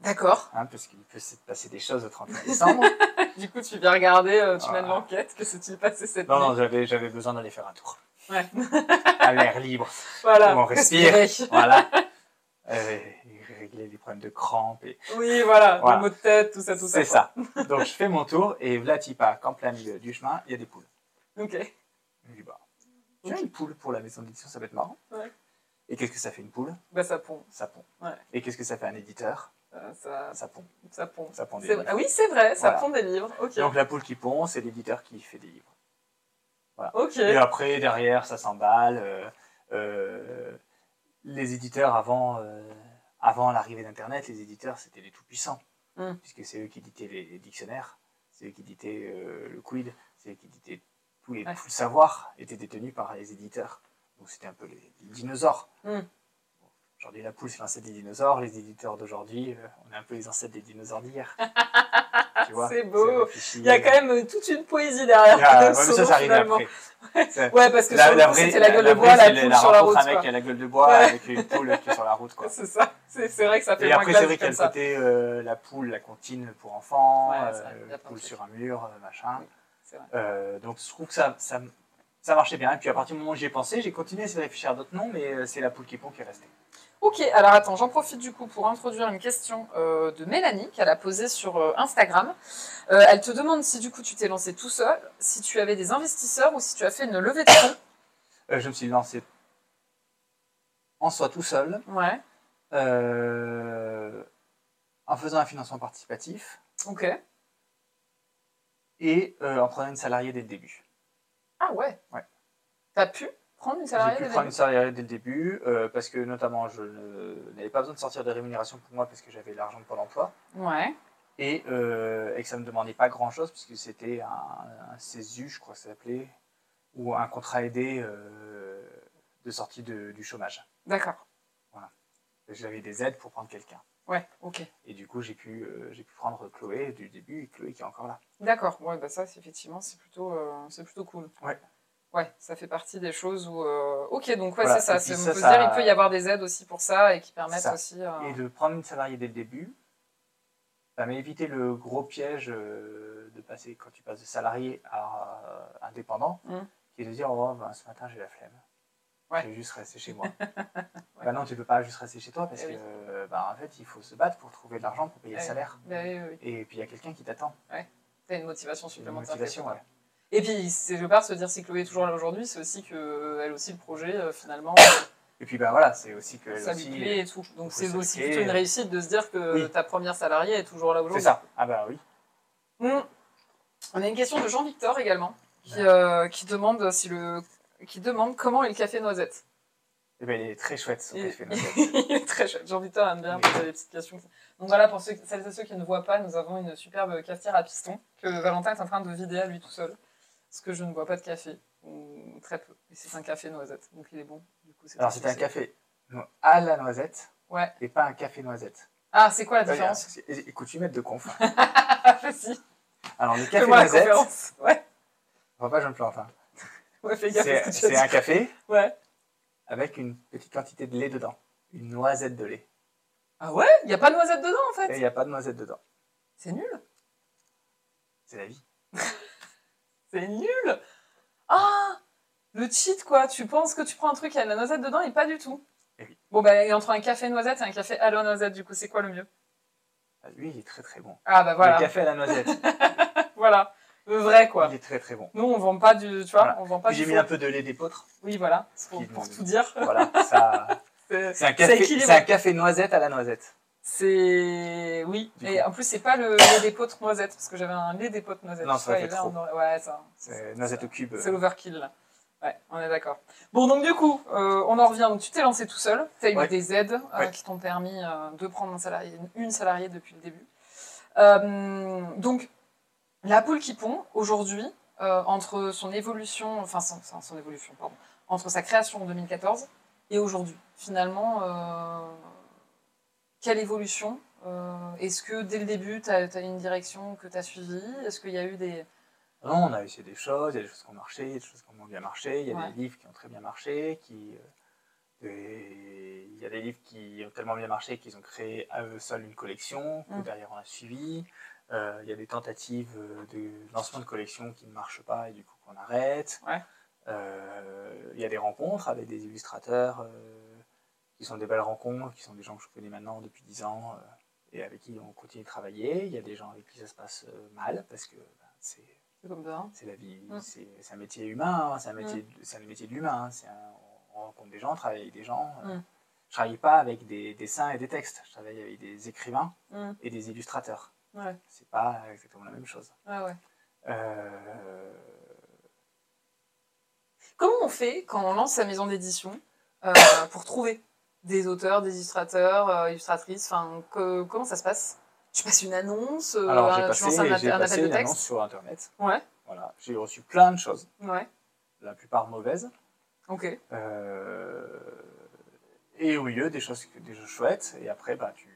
Speaker 1: D'accord.
Speaker 2: hein, parce qu'il peut se passer des choses au 31 décembre.
Speaker 1: Du coup, tu viens regarder, euh, tu mènes
Speaker 2: Ah.
Speaker 1: l'enquête, que s'est-il passé cette
Speaker 2: non,
Speaker 1: nuit
Speaker 2: non, j'avais j'avais besoin d'aller faire un tour.
Speaker 1: Ouais.
Speaker 2: à l'air libre.
Speaker 1: Voilà.
Speaker 2: on respire.
Speaker 1: respirer.
Speaker 2: Voilà. Euh, régler les problèmes de crampes et
Speaker 1: Oui, voilà,
Speaker 2: Voilà.
Speaker 1: le mot de tête, tout ça, tout ça.
Speaker 2: C'est ça. Donc je fais mon tour et Vlatipa, qu'en plein milieu du chemin, il y a des poules.
Speaker 1: quoi. Ok.
Speaker 2: Je me dis, bah, tiens, une poule pour la maison d'édition, ça va être marrant.
Speaker 1: Ouais.
Speaker 2: Et qu'est-ce que ça fait une poule
Speaker 1: Bah, ça pond.
Speaker 2: Ça pond.
Speaker 1: Ouais.
Speaker 2: Et qu'est-ce que ça fait un éditeur
Speaker 1: Euh, ça,
Speaker 2: Ça pond.
Speaker 1: ça pond.
Speaker 2: Ça pond des
Speaker 1: C'est
Speaker 2: livres.
Speaker 1: vrai. Ah oui, c'est vrai, ça
Speaker 2: Voilà.
Speaker 1: pond des livres. Ok.
Speaker 2: Donc la poule qui pond, c'est l'éditeur qui fait des livres.
Speaker 1: ok.
Speaker 2: Et après, derrière, ça s'emballe. euh, euh, les éditeurs, avant, euh, avant l'arrivée d'Internet, les éditeurs, c'était les tout-puissants.
Speaker 1: Mm.
Speaker 2: Puisque c'est eux qui éditaient les, les dictionnaires, c'est eux qui éditaient euh, le quid, c'est eux qui éditaient tous les,
Speaker 1: Ouais.
Speaker 2: tout le savoir était détenu par les éditeurs. Donc c'était un peu les, les dinosaures.
Speaker 1: Mm.
Speaker 2: Aujourd'hui, la poule, c'est l'ancêtre des dinosaures. Les éditeurs d'aujourd'hui, euh, on est un peu les ancêtres des dinosaures d'hier. tu vois
Speaker 1: C'est beau.
Speaker 2: réfléchi.
Speaker 1: Il y a quand même euh, toute une poésie derrière.
Speaker 2: Il y a- Ah, ouais, mais
Speaker 1: ce
Speaker 2: ça,
Speaker 1: nom,
Speaker 2: ça arrive
Speaker 1: finalement.
Speaker 2: après.
Speaker 1: Ouais, parce que
Speaker 2: La,
Speaker 1: sur le
Speaker 2: la
Speaker 1: coup,
Speaker 2: vraie,
Speaker 1: c'était la gueule de
Speaker 2: vraie,
Speaker 1: bois, la
Speaker 2: c'est
Speaker 1: poule sur la route.
Speaker 2: rencontre avec
Speaker 1: quoi.
Speaker 2: la gueule de bois
Speaker 1: Ouais.
Speaker 2: avec une poule qui est sur la route. Quoi.
Speaker 1: C'est ça. C'est c'est vrai que ça fait
Speaker 2: Et
Speaker 1: moins
Speaker 2: après, c'est
Speaker 1: classe
Speaker 2: vrai qu'il y a
Speaker 1: comme
Speaker 2: le
Speaker 1: ça.
Speaker 2: côté euh, la poule, la comptine pour enfants,
Speaker 1: Ouais,
Speaker 2: euh,
Speaker 1: c'est vrai, il y a plein de
Speaker 2: poule
Speaker 1: trucs.
Speaker 2: sur un mur, euh, machin.
Speaker 1: Oui, c'est vrai.
Speaker 2: Euh, donc je trouve que ça, ça, ça marchait bien. Et puis à partir du moment où j'y ai pensé, j'ai continué à essayer de réfléchir à d'autres noms, mais euh, c'est la poule qui pond qui est restée.
Speaker 1: Ok, alors attends, j'en profite du coup pour introduire une question euh, de Mélanie qu'elle a posée sur euh, Instagram. Euh, elle te demande si du coup tu t'es lancé tout seul, si tu avais des investisseurs ou si tu as fait une levée de fonds.
Speaker 2: Euh, je me suis lancé en soi tout seul,
Speaker 1: Ouais,
Speaker 2: euh, en faisant un financement participatif
Speaker 1: ok.
Speaker 2: et euh, en prenant une salariée dès le début.
Speaker 1: Ah ouais
Speaker 2: Ouais.
Speaker 1: T'as pu prendre une salariée
Speaker 2: J'ai pu
Speaker 1: de
Speaker 2: prendre une salariée dès le début euh, parce que notamment je ne- n'avais pas besoin de sortir de rémunération pour moi parce que j'avais l'argent de Pôle emploi
Speaker 1: Ouais,
Speaker 2: et, euh, et que ça ne me demandait pas grand chose puisque c'était un, un CESU je crois que ça s'appelait ou un contrat aidé euh, de sortie de- du chômage.
Speaker 1: d'accord.
Speaker 2: J'avais des aides pour prendre quelqu'un
Speaker 1: Ouais, ok.
Speaker 2: et du coup j'ai pu, euh, j'ai pu prendre Chloé du début et Chloé qui est encore là.
Speaker 1: D'accord, ouais, bah ça, c'est- effectivement, c'est plutôt, euh, c'est plutôt cool.
Speaker 2: Ouais.
Speaker 1: Ouais, ça fait partie des choses où. euh, Ok, donc ouais,
Speaker 2: Voilà,
Speaker 1: c'est ça.
Speaker 2: et puis
Speaker 1: c'est-
Speaker 2: ça,
Speaker 1: on peut
Speaker 2: ça-
Speaker 1: se dire, il peut y avoir des aides aussi pour ça et qui permettent
Speaker 2: ça.
Speaker 1: aussi. euh,
Speaker 2: Et de prendre une salariée dès le début, ça m'a évité le gros piège euh, de passer, quand tu passes de salarié à euh, indépendant,
Speaker 1: Mm.
Speaker 2: qui est de dire oh, ben, ce matin j'ai la flemme.
Speaker 1: Ouais.
Speaker 2: Je vais juste rester chez moi. Bah non, tu peux pas juste rester chez toi parce
Speaker 1: Eh
Speaker 2: que
Speaker 1: oui.
Speaker 2: euh, bah, en fait, il faut se battre pour trouver de l'argent pour payer le
Speaker 1: Eh.
Speaker 2: salaire.
Speaker 1: Bah oui, oui, oui.
Speaker 2: Et puis il y a quelqu'un qui t'attend.
Speaker 1: T'as une motivation
Speaker 2: C'est une
Speaker 1: supplémentaire.
Speaker 2: motivation.
Speaker 1: quelque part.
Speaker 2: ouais.
Speaker 1: Et puis, c'est je part se dire si Chloé est toujours là aujourd'hui, c'est aussi que euh, elle aussi le projet euh, finalement
Speaker 2: Et puis bah voilà, c'est aussi que elle
Speaker 1: ça lui
Speaker 2: aussi-
Speaker 1: plaît et tout. Donc
Speaker 2: faut
Speaker 1: c'est
Speaker 2: se
Speaker 1: aussi
Speaker 2: créer,
Speaker 1: plutôt une
Speaker 2: euh,
Speaker 1: réussite de se dire que
Speaker 2: oui.
Speaker 1: ta première salariée est toujours là
Speaker 2: C'est
Speaker 1: aujourd'hui.
Speaker 2: ça. Ah bah oui.
Speaker 1: Hmm. On a une question de Jean-Victor également qui, euh, qui demande si le qui demande comment est le café noisette.
Speaker 2: Et ben il est très chouette ce
Speaker 1: Il,
Speaker 2: café. Noël.
Speaker 1: il est très chouette. Jean-Victor aime bien poser des petites questions. euh, Donc voilà, pour ceux- celles et ceux qui ne voient pas, nous avons une superbe cafetière à piston que Valentin est en train de vider à lui tout seul. Parce que je ne bois pas de café, ou très peu. Et c'est un café noisette, donc il est bon. Du coup,
Speaker 2: Alors c'était un café non, à la noisette
Speaker 1: Ouais.
Speaker 2: et pas un café noisette.
Speaker 1: Ah, c'est quoi la
Speaker 2: Ouais, il y a un
Speaker 1: différence
Speaker 2: souci. É- Écoute, tu mets de conf.
Speaker 1: Ah, vas-y,
Speaker 2: Alors le café
Speaker 1: fais-moi la
Speaker 2: noisette,
Speaker 1: conférence. Ouais,
Speaker 2: on va pas je me plante. hein.
Speaker 1: ouais fais gaffe à
Speaker 2: C'est
Speaker 1: ce que tu
Speaker 2: c'est
Speaker 1: as
Speaker 2: un
Speaker 1: dit.
Speaker 2: café
Speaker 1: Ouais.
Speaker 2: avec une petite quantité de lait dedans, une noisette de lait.
Speaker 1: Ah ouais Il n'y a pas de noisette dedans, en
Speaker 2: Et il
Speaker 1: fait
Speaker 2: n'y a pas de noisette dedans.
Speaker 1: C'est nul
Speaker 2: C'est la vie.
Speaker 1: C'est nul Ah Le cheat, quoi. Tu penses que tu prends un truc, il y a de la noisette dedans, et pas du tout.
Speaker 2: Eh oui.
Speaker 1: Bon, bah, et entre un café noisette et un café à la noisette, du coup, c'est quoi le mieux
Speaker 2: Ah, Lui, il est très très bon.
Speaker 1: Ah, bah voilà,
Speaker 2: Le café à la noisette,
Speaker 1: voilà. Le vrai, quoi.
Speaker 2: il est très très bon.
Speaker 1: Nous, on vend pas du... Tu vois,
Speaker 2: Voilà.
Speaker 1: on vend pas
Speaker 2: Puis
Speaker 1: du
Speaker 2: J'ai mis
Speaker 1: faux.
Speaker 2: un peu de lait d'épeautre.
Speaker 1: Oui, voilà. Pour,
Speaker 2: qui-
Speaker 1: pour tout dire,
Speaker 2: Voilà, ça.
Speaker 1: c'est-
Speaker 2: C'est un,
Speaker 1: C'est
Speaker 2: café-
Speaker 1: équilibré.
Speaker 2: c'est un café noisette à la noisette.
Speaker 1: c'est... Oui.
Speaker 2: Du
Speaker 1: Et
Speaker 2: coup.
Speaker 1: en plus, c'est pas le lait des potes noisette, parce que j'avais un lait des potes noisette.
Speaker 2: Non, ça
Speaker 1: Tu vois,
Speaker 2: fait
Speaker 1: et là,
Speaker 2: trop.
Speaker 1: on aurait- Ouais, ça...
Speaker 2: C'est noisette au cube.
Speaker 1: C'est l'overkill là. Ouais, on est d'accord. Bon, donc du coup, euh, on en revient. Donc, tu t'es lancé tout seul. Tu as eu
Speaker 2: Ouais.
Speaker 1: des aides euh,
Speaker 2: Ouais.
Speaker 1: qui t'ont permis euh, de prendre un salarié, une salariée depuis le début. Euh, donc, la poule qui pond, aujourd'hui, euh, entre son évolution, enfin son, son- son évolution, pardon, entre sa création en 2014 et aujourd'hui, finalement, euh, quelle évolution Euh, Est-ce que dès le début, tu as, eu une direction que tu as suivie Est-ce qu'il y a eu des...
Speaker 2: Non, on a essayé des choses, il y a des choses qui ont marché, il y a des choses qui ont moins bien marché, il y a
Speaker 1: Ouais.
Speaker 2: des livres qui ont très bien marché, qui. euh, des- Il y a des livres qui ont tellement bien marché qu'ils ont créé à eux seuls une collection, que
Speaker 1: Mm.
Speaker 2: derrière on a suivi. Euh, il y a des tentatives euh, de lancement de collection qui ne marchent pas et du coup qu'on arrête.
Speaker 1: Ouais.
Speaker 2: Euh, il y a des rencontres avec des illustrateurs euh, qui sont des belles rencontres, qui sont des gens que je connais maintenant depuis 10 ans euh, et avec qui on continue de travailler. Il y a des gens avec qui ça se passe euh, mal parce que ben, c'est
Speaker 1: C'est comme ça, hein
Speaker 2: c'est la vie,
Speaker 1: Mm.
Speaker 2: c'est c'est un métier humain, hein, c'est un métier, de- c'est un métier de l'humain. hein, c'est un- on rencontre des gens, on travaille avec des gens. euh,
Speaker 1: Mm.
Speaker 2: je travaille pas avec des dessins et des textes, je travaille avec des écrivains
Speaker 1: Mm.
Speaker 2: et des illustrateurs.
Speaker 1: Ouais.
Speaker 2: C'est pas exactement la même chose.
Speaker 1: Ah ouais.
Speaker 2: Euh,
Speaker 1: Comment on fait quand on lance sa maison d'édition euh, pour trouver des auteurs, des illustrateurs, euh, illustratrices enfin, que- Comment ça se passe Tu passes une annonce euh,
Speaker 2: alors j'ai
Speaker 1: un- Tu
Speaker 2: passé,
Speaker 1: lances un,
Speaker 2: j'ai
Speaker 1: un
Speaker 2: passé
Speaker 1: appel de
Speaker 2: une annonce
Speaker 1: texte
Speaker 2: sur internet.
Speaker 1: Ouais,
Speaker 2: Voilà, j'ai reçu plein de choses,
Speaker 1: ouais,
Speaker 2: la plupart mauvaises.
Speaker 1: ok.
Speaker 2: Euh, et au milieu, des choses, que- des choses chouettes. Et après, bah, tu,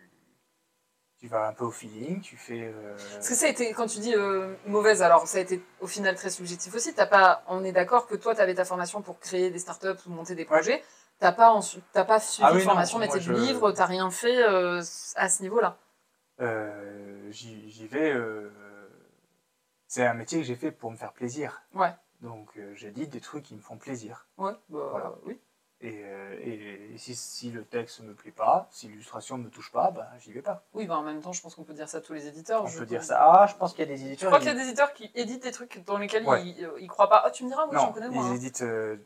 Speaker 2: tu vas un peu au feeling, tu fais. euh,
Speaker 1: Parce que ça a été, quand tu dis euh, mauvaise, alors ça a été au final très subjectif aussi. T'as pas, on est d'accord que toi, tu avais ta formation pour créer des startups ou monter des projets. T'as pas, ensu- t'as pas suivi
Speaker 2: Ah oui,
Speaker 1: de
Speaker 2: non,
Speaker 1: formation, mais
Speaker 2: moi,
Speaker 1: t'es du
Speaker 2: je-
Speaker 1: livre, t'as rien fait euh, à ce niveau-là.
Speaker 2: Euh, j'y j'y vais. euh, c'est un métier que j'ai fait pour me faire plaisir.
Speaker 1: Ouais.
Speaker 2: Donc euh, j'ai dit des trucs qui me font plaisir.
Speaker 1: Ouais, bah,
Speaker 2: Voilà.
Speaker 1: oui.
Speaker 2: Et, euh, et- et si, si le texte me plaît pas, si l'illustration me touche pas, ben j'y vais pas.
Speaker 1: Oui, bah, en même temps, je pense qu'on peut dire ça à tous les éditeurs.
Speaker 2: On
Speaker 1: Oh, Je-
Speaker 2: peut dire ça. Ah, je pense qu'il y a des
Speaker 1: Je
Speaker 2: éditeurs.
Speaker 1: crois qu'il y a
Speaker 2: ils-
Speaker 1: des éditeurs qui éditent des trucs dans lesquels
Speaker 2: Ouais.
Speaker 1: ils, euh, ils croient pas. Ah, tu me diras, oui, j'en
Speaker 2: Non,
Speaker 1: connais
Speaker 2: ils
Speaker 1: moi. hein.
Speaker 2: éditent euh,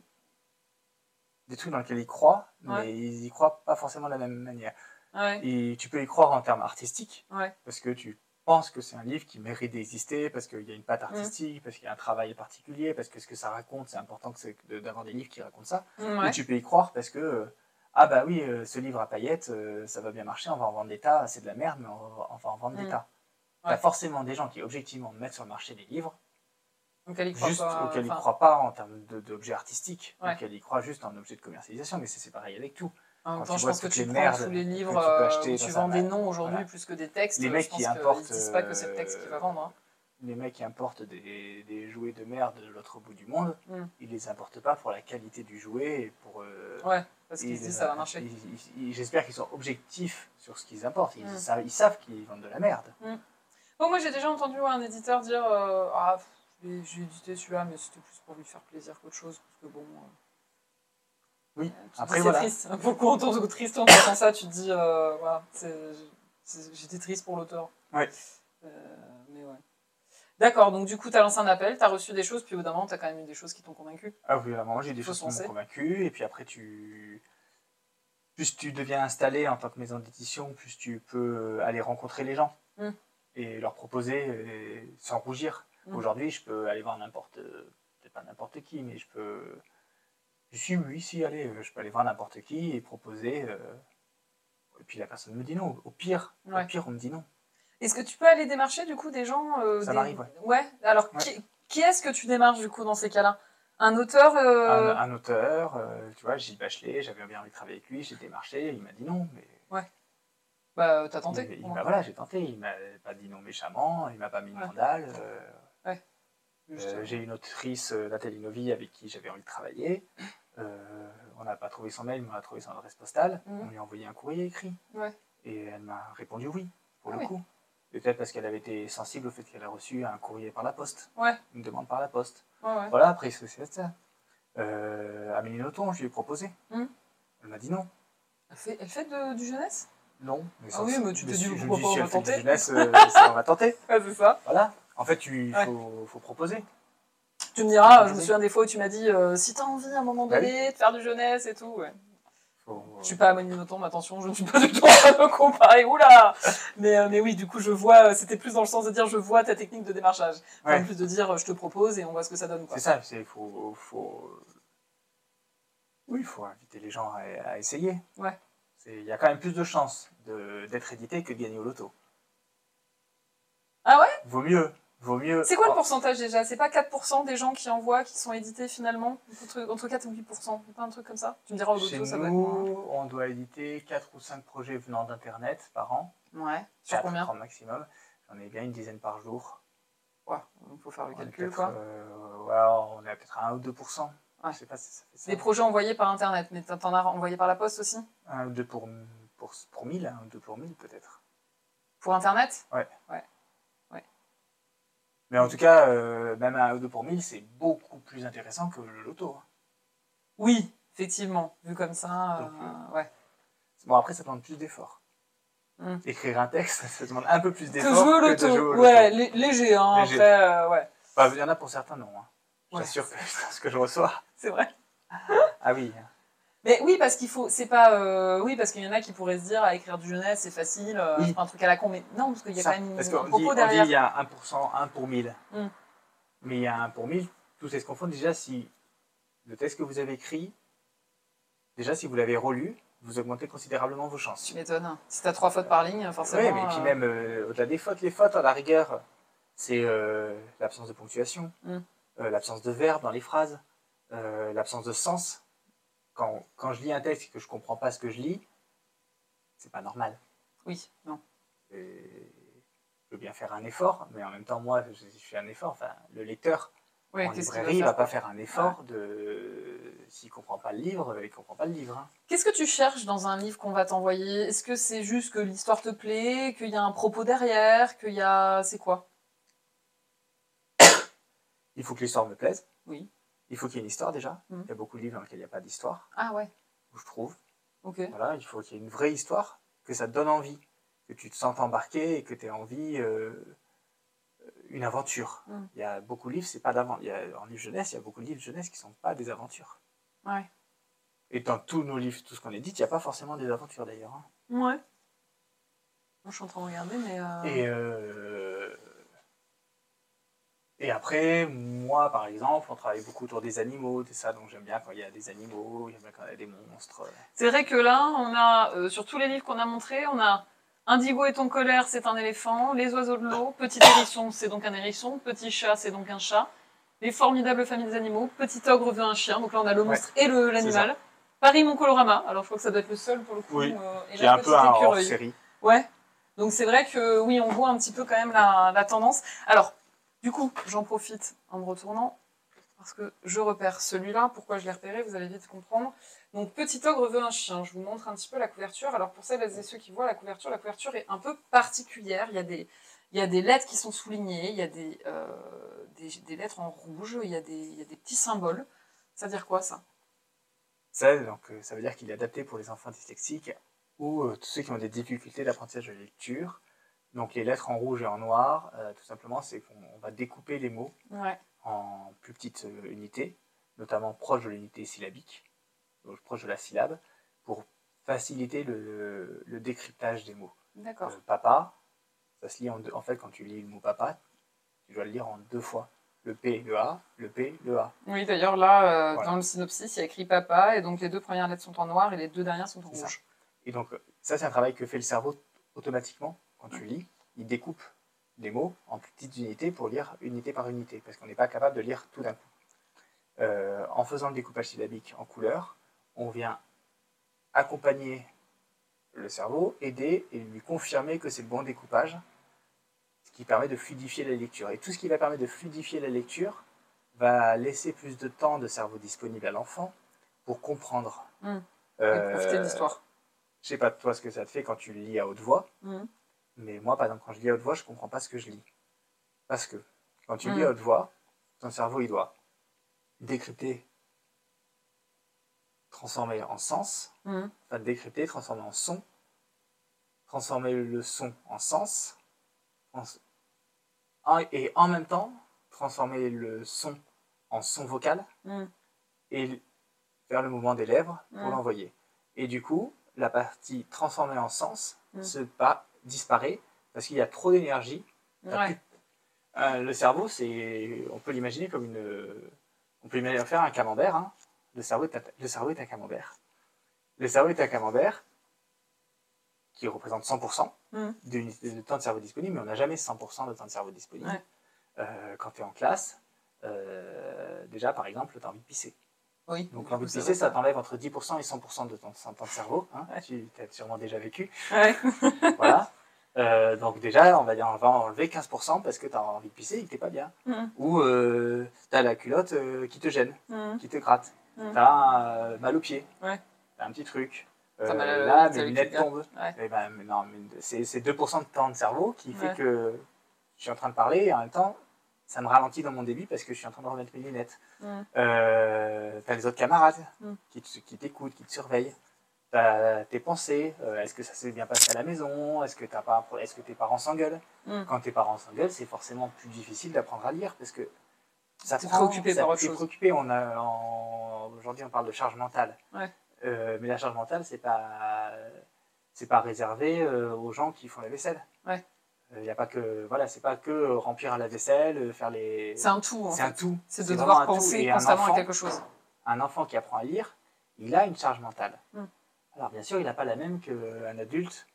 Speaker 2: des trucs dans lesquels ils croient,
Speaker 1: Ouais.
Speaker 2: mais ils y croient pas forcément de la même manière.
Speaker 1: Ouais.
Speaker 2: Et tu peux y croire en termes artistiques,
Speaker 1: Ouais.
Speaker 2: parce que tu penses que c'est un livre qui mérite d'exister, parce qu'il y a une
Speaker 1: Mm.
Speaker 2: patte artistique, parce qu'il y a un travail particulier, parce que ce que ça raconte, c'est important que c'est de- d'avoir des livres qui racontent ça.
Speaker 1: Mm,
Speaker 2: Ou
Speaker 1: ouais.
Speaker 2: tu peux y croire parce que, euh, ah bah oui, euh, ce livre à paillettes, euh, ça va bien marcher, on va en vendre des tas, c'est de la merde, mais on va, on va en vendre
Speaker 1: Mm.
Speaker 2: des tas.
Speaker 1: Ouais.
Speaker 2: T'as forcément des gens qui objectivement mettent sur le marché des livres,
Speaker 1: Auquel ils croient
Speaker 2: juste
Speaker 1: pas.
Speaker 2: auxquels ils
Speaker 1: enfin,
Speaker 2: croient pas en termes de- d'objets artistiques,
Speaker 1: Ouais.
Speaker 2: auxquels ils croient juste en objet de commercialisation, mais c'est c'est pareil avec tout.
Speaker 1: En même
Speaker 2: quand
Speaker 1: temps,
Speaker 2: tu
Speaker 1: je
Speaker 2: vois
Speaker 1: pense que
Speaker 2: toutes
Speaker 1: tu
Speaker 2: les
Speaker 1: prends
Speaker 2: merdes
Speaker 1: tous les
Speaker 2: que tu
Speaker 1: livres,
Speaker 2: peux
Speaker 1: euh,
Speaker 2: acheter
Speaker 1: où
Speaker 2: dans
Speaker 1: tu
Speaker 2: un
Speaker 1: vends des
Speaker 2: mag-
Speaker 1: noms aujourd'hui
Speaker 2: voilà.
Speaker 1: plus que des textes.
Speaker 2: Les
Speaker 1: euh,
Speaker 2: mecs
Speaker 1: je pense
Speaker 2: qui
Speaker 1: qu'ils
Speaker 2: importent,
Speaker 1: disent pas que c'est le
Speaker 2: euh,
Speaker 1: texte qui va vendre. hein.
Speaker 2: les mecs qui importent des, des jouets de merde de l'autre bout du monde,
Speaker 1: Mm.
Speaker 2: ils les importent pas pour la qualité du jouet et pour. euh,
Speaker 1: Ouais, parce qu'ils
Speaker 2: ils-
Speaker 1: se disent ça va marcher.
Speaker 2: ils- ils- ils- J'espère qu'ils sont objectifs sur ce qu'ils importent. Ils,
Speaker 1: Mm.
Speaker 2: savent, ils savent qu'ils vendent de la merde.
Speaker 1: Oh, Bon, moi, j'ai déjà entendu ouais, un éditeur dire euh, Ah, pff, Et J'ai édité celui-là, mais c'était plus pour lui faire plaisir qu'autre chose, parce que bon. euh,
Speaker 2: Oui,
Speaker 1: tu te
Speaker 2: après,
Speaker 1: dis,
Speaker 2: voilà.
Speaker 1: c'est triste. Beaucoup en tant que triste, en entendant ça, tu te dis, euh, voilà, c'est- c'est- j'étais triste pour l'auteur.
Speaker 2: Ouais.
Speaker 1: Euh, mais ouais. D'accord, donc du coup, tu as lancé un appel, tu as reçu des choses, puis au bout d'un moment, tu as quand même eu des choses qui t'ont convaincu.
Speaker 2: Ah oui, à un moment, j'ai des
Speaker 1: Faut
Speaker 2: choses
Speaker 1: se
Speaker 2: qui m'ont
Speaker 1: lancer.
Speaker 2: convaincu, et puis après, tu. Plus tu deviens installé en tant que maison d'édition, plus tu peux euh, aller rencontrer les gens
Speaker 1: Mm.
Speaker 2: et leur proposer euh, sans rougir.
Speaker 1: Mm.
Speaker 2: Aujourd'hui, je peux aller voir n'importe. Peut-être pas n'importe qui, mais je peux. Je suis, oui, si, allez, euh, je peux aller voir n'importe qui et proposer. euh, Et puis la personne me dit non. Au pire,
Speaker 1: Ouais.
Speaker 2: au pire, on me dit non.
Speaker 1: Est-ce que tu peux aller démarcher, du coup, des gens euh,
Speaker 2: Ça
Speaker 1: des-
Speaker 2: m'arrive, ouais.
Speaker 1: alors
Speaker 2: Ouais.
Speaker 1: qui, qui est-ce que tu démarches, du coup, dans ces cas-là Un auteur euh,
Speaker 2: un, un auteur, euh, tu vois, Gilles Bachelet, j'avais bien envie de travailler avec lui, j'ai démarché, il m'a dit non, mais
Speaker 1: Bah, t'as tenté.
Speaker 2: il, il
Speaker 1: au
Speaker 2: m'a-
Speaker 1: moins.
Speaker 2: voilà, j'ai tenté, il m'a pas dit non méchamment, il m'a pas mis de
Speaker 1: Ouais.
Speaker 2: mandale. euh,
Speaker 1: Juste,
Speaker 2: euh,
Speaker 1: euh,
Speaker 2: j'ai une autrice, euh, Nathalie Novi, avec qui j'avais envie de travailler. Euh, on n'a pas trouvé son mail, mais on a trouvé son adresse postale.
Speaker 1: Mhm.
Speaker 2: On lui a envoyé un courrier écrit.
Speaker 1: Ouais.
Speaker 2: Et elle m'a répondu oui, pour
Speaker 1: Ah
Speaker 2: le
Speaker 1: oui.
Speaker 2: coup. Peut-être parce qu'elle avait été sensible au fait qu'elle a reçu un courrier par la poste,
Speaker 1: Ouais.
Speaker 2: une demande par la poste.
Speaker 1: ouais, ouais.
Speaker 2: Voilà, après, c'est c'est ça. Euh, Amélie Nothomb, je lui ai proposé.
Speaker 1: Hmm.
Speaker 2: Elle m'a dit non.
Speaker 1: Elle fait, elle fait de- du jeunesse
Speaker 2: Non.
Speaker 1: Ah oui, mais tu t'es dit,
Speaker 2: je me
Speaker 1: pourquoi
Speaker 2: dis,
Speaker 1: pas,
Speaker 2: si
Speaker 1: on
Speaker 2: elle
Speaker 1: va
Speaker 2: fait du
Speaker 1: tenter.
Speaker 2: jeunesse, euh, ça, on va tenter.
Speaker 1: Ouais, c'est ça.
Speaker 2: Voilà. En fait, il
Speaker 1: Ouais.
Speaker 2: faut, faut proposer.
Speaker 1: Tu me diras, je me souviens des fois où tu m'as dit, euh, si t'as envie à un moment
Speaker 2: Bah
Speaker 1: donné de faire du jeunesse et tout, ouais.
Speaker 2: Faut- euh,
Speaker 1: Je suis pas Amélie Nothomb, attention, je ne suis pas du tout en train de me comparer, oula mais, euh, mais oui, du coup, je vois, euh, c'était plus dans le sens de dire, je vois ta technique de démarchage. Enfin,
Speaker 2: Ouais.
Speaker 1: plus de dire, euh, je te propose et on voit ce que ça donne, quoi.
Speaker 2: C'est ça, c'est faut, faut. Oui, il faut inviter les gens à, à essayer.
Speaker 1: Ouais.
Speaker 2: C'est- Il y a quand même plus de chances de- d'être édité que de gagner au loto.
Speaker 1: Ah
Speaker 2: ouais Vaut mieux. Vaut mieux.
Speaker 1: C'est quoi le pourcentage déjà C'est pas 4% des gens qui envoient, qui sont édités finalement entre, entre 4 et 8%, pas un truc comme ça Tu me diras au
Speaker 2: Chez
Speaker 1: loto, ça doit être moins.
Speaker 2: nous, on doit éditer 4 ou 5 projets venant d'Internet par an.
Speaker 1: Ouais, sur
Speaker 2: Quatre,
Speaker 1: combien
Speaker 2: grand maximum. J'en ai bien une dizaine par jour.
Speaker 1: Ouais, il faut faire le
Speaker 2: On est
Speaker 1: calcul,
Speaker 2: peut-être,
Speaker 1: quoi.
Speaker 2: euh, ouais, on est à peut-être à 1 ou 2
Speaker 1: Ouais.
Speaker 2: Je sais pas si ça fait ça.
Speaker 1: Des projets envoyés par Internet, mais t'en t'en as envoyé par la poste aussi
Speaker 2: 1 ou 2 pour, pour, pour 1000, 1 ou 2 pour 1000 peut-être.
Speaker 1: Pour Internet
Speaker 2: Mais en tout cas, euh, même à 1 ou 2 pour 1000, c'est beaucoup plus intéressant que le loto. hein.
Speaker 1: Oui, effectivement, vu comme ça, euh,
Speaker 2: Donc,
Speaker 1: ouais.
Speaker 2: Bon, après, ça demande plus d'efforts.
Speaker 1: Hmm.
Speaker 2: Écrire un texte, ça demande un peu plus
Speaker 1: Que
Speaker 2: d'efforts
Speaker 1: jouer au
Speaker 2: de jouer
Speaker 1: loto,
Speaker 2: au loto.
Speaker 1: ouais, lé- léger, hein,
Speaker 2: Léger.
Speaker 1: après, euh, ouais,
Speaker 2: Enfin, il y en a pour certains, non. Hein. Je
Speaker 1: Ouais.
Speaker 2: t'assure que ce que je reçois.
Speaker 1: c'est vrai.
Speaker 2: Ah oui.
Speaker 1: Mais oui, parce qu'il faut, c'est pas, euh, oui, parce qu'il y en a qui pourraient se dire, à écrire du jeunesse, c'est facile, euh,
Speaker 2: Oui.
Speaker 1: je prends un truc à la con, mais non, parce qu'il y a
Speaker 2: Ça,
Speaker 1: quand même
Speaker 2: parce
Speaker 1: un
Speaker 2: qu'on dit,
Speaker 1: propos
Speaker 2: on dit
Speaker 1: derrière.
Speaker 2: il y a 1%, 1 pour 1000.
Speaker 1: Mm.
Speaker 2: Mais il y a 1 pour 1000, tout est se confond déjà si le texte que vous avez écrit, déjà si vous l'avez relu, vous augmentez considérablement vos chances.
Speaker 1: Tu m'étonnes. Si t'as trois fautes par ligne, forcément.
Speaker 2: Ouais, mais puis
Speaker 1: euh,
Speaker 2: même euh, au-delà des fautes, les fautes à la rigueur, c'est euh, l'absence de ponctuation,
Speaker 1: Mm.
Speaker 2: euh, l'absence de verbe dans les phrases, euh, l'absence de sens. Quand, quand je lis un texte et que je comprends pas ce que je lis, c'est pas normal.
Speaker 1: Oui, non.
Speaker 2: Et je veux bien faire un effort, mais en même temps, moi, je, je fais un effort. Enfin, le lecteur
Speaker 1: Ouais,
Speaker 2: en
Speaker 1: qu'est-ce qu'il
Speaker 2: librairie, il
Speaker 1: va
Speaker 2: va
Speaker 1: faire
Speaker 2: pas faire un effort de s'il comprend pas le livre, il comprend pas le livre. hein.
Speaker 1: Qu'est-ce que tu cherches dans un livre qu'on va t'envoyer Est-ce que c'est juste que l'histoire te plaît, qu'il y a un propos derrière, qu'il y a, c'est quoi
Speaker 2: Il faut que l'histoire me plaise.
Speaker 1: Oui.
Speaker 2: Il faut qu'il y ait une histoire déjà.
Speaker 1: Mhm.
Speaker 2: Il y a beaucoup de livres dans lesquels il n'y a pas d'histoire,
Speaker 1: Ah ouais,
Speaker 2: je trouve.
Speaker 1: ok.
Speaker 2: Voilà, il faut qu'il y ait une vraie histoire, que ça te donne envie, que tu te sentes embarqué et que tu aies envie euh, une aventure.
Speaker 1: Mhm.
Speaker 2: Il y a beaucoup de livres, c'est pas d'avant. il y a- En livre jeunesse, il y a beaucoup de livres jeunesse qui sont pas des aventures.
Speaker 1: Ouais.
Speaker 2: Et dans tous nos livres, tout ce qu'on édite, il n'y a pas forcément des aventures d'ailleurs. hein.
Speaker 1: Ouais. Moi, je suis en train de regarder, mais. euh,
Speaker 2: Et, euh, et après, moi par exemple, on travaille beaucoup autour des animaux, c'est ça, donc j'aime bien quand il y a des animaux, j'aime bien quand il y a des monstres.
Speaker 1: C'est vrai que là, on a, euh, sur tous les livres qu'on a montrés, on a Indigo et ton colère, c'est un éléphant. Les oiseaux de l'eau, Petit hérisson, c'est donc un hérisson. Petit chat, c'est donc un chat. Les formidables familles des animaux, Petit ogre veut un chien. Donc là, on a le monstre et le- l'animal. Paris, mon colorama. Alors, je crois que ça doit être le seul pour le coup.
Speaker 2: Oui,
Speaker 1: euh, et
Speaker 2: Qui est
Speaker 1: la
Speaker 2: un
Speaker 1: petite
Speaker 2: peu un
Speaker 1: écureuil.
Speaker 2: hors-série.
Speaker 1: Ouais. Donc c'est vrai que oui, on voit un petit peu quand même la, la tendance. Alors, du coup, j'en profite en me retournant parce que je repère celui-là. Pourquoi je l'ai repéré, vous allez vite comprendre. Donc, Petit ogre veut un chien. Je vous montre un petit peu la couverture. Alors, pour celles et ceux qui voient la couverture, la couverture est un peu particulière. Il y a des, Il y a des lettres qui sont soulignées, il y a des, euh, des, des lettres en rouge, il y, a des, il y a des petits symboles. Ça veut dire quoi ça
Speaker 2: Ça, donc, euh, ça veut dire qu'il est adapté pour les enfants dyslexiques ou euh, tous ceux qui ont des difficultés d'apprentissage de lecture. Donc les lettres en rouge et en noir, euh, tout simplement, c'est qu'on on va découper les mots
Speaker 1: Ouais.
Speaker 2: en plus petites euh, unités, notamment proches de l'unité syllabique, donc proche de la syllabe, pour faciliter le, le décryptage des mots.
Speaker 1: D'accord.
Speaker 2: Euh, papa, ça se lit en deux. En fait, quand tu lis le mot papa, tu dois le lire en deux fois. Le P, le A, le P, le A.
Speaker 1: Oui, d'ailleurs, là, euh,
Speaker 2: Voilà.
Speaker 1: dans le synopsis, il y a écrit papa, et donc les deux premières lettres sont en noir et les deux dernières sont en
Speaker 2: C'est ça.
Speaker 1: rouge.
Speaker 2: Et donc, euh, ça, c'est un travail que fait le cerveau automatiquement. Quand tu lis, il découpe les mots en plus petites unités pour lire unité par unité, parce qu'on n'est pas capable de lire tout d'un coup. Euh, en faisant le découpage syllabique en couleur, on vient accompagner le cerveau, aider et lui confirmer que c'est le bon découpage, ce qui permet de fluidifier la lecture. Et tout ce qui va permettre de fluidifier la lecture va laisser plus de temps de cerveau disponible à l'enfant pour comprendre.
Speaker 1: Mm. Et
Speaker 2: Euh,
Speaker 1: profiter de l'histoire.
Speaker 2: je sais pas toi ce que ça te fait quand tu lis à haute voix,
Speaker 1: Mhm.
Speaker 2: mais moi, par exemple, quand je lis à haute voix, je comprends pas ce que je lis. Parce que quand tu lis
Speaker 1: Mhm.
Speaker 2: à haute voix, ton cerveau, il doit décrypter, transformer en sens,
Speaker 1: Mhm.
Speaker 2: enfin décrypter, transformer en son, transformer le son en sens, trans- en- et en même temps, transformer le son en son vocal
Speaker 1: Mhm.
Speaker 2: et l- faire le mouvement des lèvres pour
Speaker 1: Mm.
Speaker 2: l'envoyer. Et du coup, la partie transformée en sens
Speaker 1: Mm.
Speaker 2: se pa- disparaît parce qu'il y a trop d'énergie. T'as
Speaker 1: Ouais.
Speaker 2: plus- Euh, le cerveau, c'est, on peut l'imaginer comme une, on peut imaginer faire un camembert. hein. Le cerveau, est un... le cerveau est un camembert. Le cerveau est un camembert qui représente 100%
Speaker 1: Mm.
Speaker 2: d'unité de temps de cerveau disponible, mais on n'a jamais 100% de temps de cerveau disponible.
Speaker 1: Ouais.
Speaker 2: Euh, quand tu es en classe, euh, déjà par exemple, tu as envie de pisser.
Speaker 1: Oui.
Speaker 2: Donc
Speaker 1: Du
Speaker 2: l'envie
Speaker 1: coup,
Speaker 2: de
Speaker 1: ça
Speaker 2: pisser,
Speaker 1: va,
Speaker 2: ça t'enlève entre 10% et 100% de ton, ton cerveau. hein.
Speaker 1: Ouais.
Speaker 2: Tu as sûrement déjà vécu.
Speaker 1: Ouais.
Speaker 2: voilà. Euh, donc déjà, on va, dire, on va enlever 15% parce que tu as envie de pisser et que t'es pas bien.
Speaker 1: Mhm.
Speaker 2: Ou euh, tu as la culotte euh, qui te gêne,
Speaker 1: Mhm.
Speaker 2: qui te gratte.
Speaker 1: Mhm.
Speaker 2: Tu as mal au pied.
Speaker 1: Ouais.
Speaker 2: T'as un petit truc.
Speaker 1: T'as
Speaker 2: Euh,
Speaker 1: mal à la- t'as
Speaker 2: là, mes
Speaker 1: les
Speaker 2: lunettes
Speaker 1: culottes.
Speaker 2: tombent.
Speaker 1: Ouais.
Speaker 2: Eh ben, mais non, mais c'est c'est 2% de temps de cerveau qui fait
Speaker 1: Ouais.
Speaker 2: que je suis en train de parler et en même temps, ça me ralentit dans mon débit parce que je suis en train de remettre mes lunettes.
Speaker 1: Mhm.
Speaker 2: Euh, t'as les autres camarades
Speaker 1: Mm.
Speaker 2: qui, te- qui t'écoutent, qui te surveillent. T'as tes pensées. euh, est-ce que ça s'est bien passé à la maison Est-ce que, t'as pas, un pro- est-ce que tes parents s'engueulent
Speaker 1: Mm.
Speaker 2: Quand tes parents s'engueulent, c'est forcément plus difficile d'apprendre à lire parce que ça
Speaker 1: T'es
Speaker 2: prend-
Speaker 1: préoccupé
Speaker 2: ça-
Speaker 1: par autre
Speaker 2: t'es
Speaker 1: chose.
Speaker 2: préoccupé. On a, en- aujourd'hui, on parle de charge mentale.
Speaker 1: Ouais.
Speaker 2: Euh, mais la charge mentale, c'est pas, c'est pas réservé euh, aux gens qui font la vaisselle.
Speaker 1: Ouais.
Speaker 2: Euh, y a pas que, voilà, c'est pas que remplir la vaisselle, euh, faire les.
Speaker 1: C'est un tout, en
Speaker 2: C'est un
Speaker 1: fait.
Speaker 2: tout.
Speaker 1: C'est de
Speaker 2: C'est
Speaker 1: devoir
Speaker 2: vraiment un tout.
Speaker 1: penser
Speaker 2: Et un
Speaker 1: constamment
Speaker 2: enfant-
Speaker 1: à quelque chose.
Speaker 2: un enfant qui apprend à lire, il a une charge mentale.
Speaker 1: Mm.
Speaker 2: Alors bien sûr, il n'a pas la même qu'un adulte.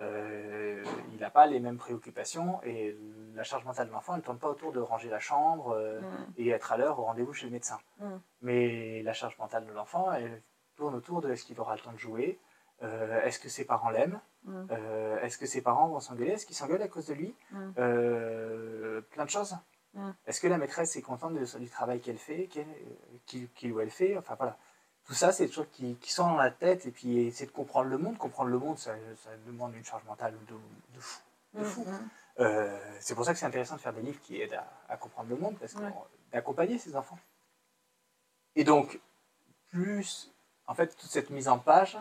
Speaker 2: Euh, il n'a pas les mêmes préoccupations et la charge mentale de l'enfant, elle ne tourne pas autour de ranger la chambre euh,
Speaker 1: Mhm.
Speaker 2: et être à l'heure au rendez-vous chez le médecin.
Speaker 1: Mm.
Speaker 2: Mais la charge mentale de l'enfant, elle tourne autour de est-ce qu'il aura le temps de jouer, Euh, est-ce que ses parents l'aiment,
Speaker 1: Mm.
Speaker 2: Euh, est-ce que ses parents vont s'engueuler, est-ce qu'ils s'engueulent à cause de lui,
Speaker 1: Mm.
Speaker 2: Euh, plein de choses.
Speaker 1: Mm.
Speaker 2: Est-ce que la maîtresse est contente de- du travail qu'elle fait, qu'elle- qu'il qu'il ou elle fait, enfin voilà. Tout ça, c'est des choses qui, qui sont dans la tête et puis essayer de comprendre le monde. Comprendre le monde, ça, ça demande une charge mentale de, de fou.
Speaker 1: Mhm.
Speaker 2: fou.
Speaker 1: Mhm.
Speaker 2: Euh, c'est pour ça que c'est intéressant de faire des livres qui aident à, à comprendre le monde, parce qu'on-
Speaker 1: Ouais.
Speaker 2: d'accompagner ces enfants. Et donc, plus, en fait, toute cette mise en page,